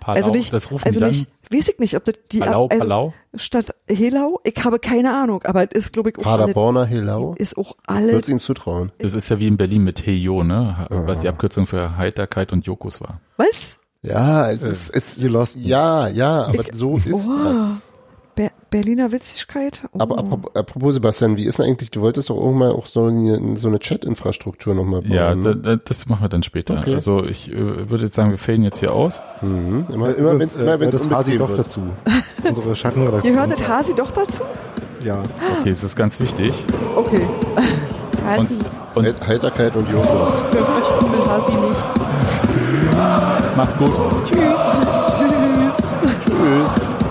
A: Palau,
B: also nicht,
A: das rufen
B: also
A: die dann.
B: nicht, weiß ich nicht, ob das die
A: Palau,
B: also,
A: Palau.
B: Statt Helau, ich habe keine Ahnung, aber es ist, glaube ich, auch alle,
C: Paderborner Helau?
B: ist auch alle,
C: Würd's ihnen zutrauen?
A: Das ist ja wie in Berlin mit Heyo, ne? Was die Abkürzung für Heiterkeit und Jokus war.
B: was?
C: Ja, es ist,
E: Äh,
C: es ist, ja, ja, aber so ist
E: Oh.
C: das.
B: Ber Berliner Witzigkeit? Oh.
C: Aber apro- apropos, Sebastian, wie ist denn eigentlich, du wolltest doch irgendwann auch so eine, so eine Chat-Infrastruktur nochmal bauen.
A: Ja, da,
C: ne?
A: da, das machen wir dann später.
C: Okay.
A: Also ich äh, würde jetzt sagen, wir fällen jetzt hier aus.
C: Mhm. Immer, immer wenn's, immer wenn's
E: äh, das Hasi
C: unbequem
E: doch
C: wird.
E: dazu. Unsere Schattenredaktion.
B: Ihr hört das Hasi doch dazu?
E: Ja.
A: Okay, es ist ganz wichtig.
B: Okay.
A: Und, und
C: Heit- Heiterkeit und Jokos.
D: Hasi nicht.
A: macht's gut.
B: Tschüss. Tschüss.
C: Tschüss.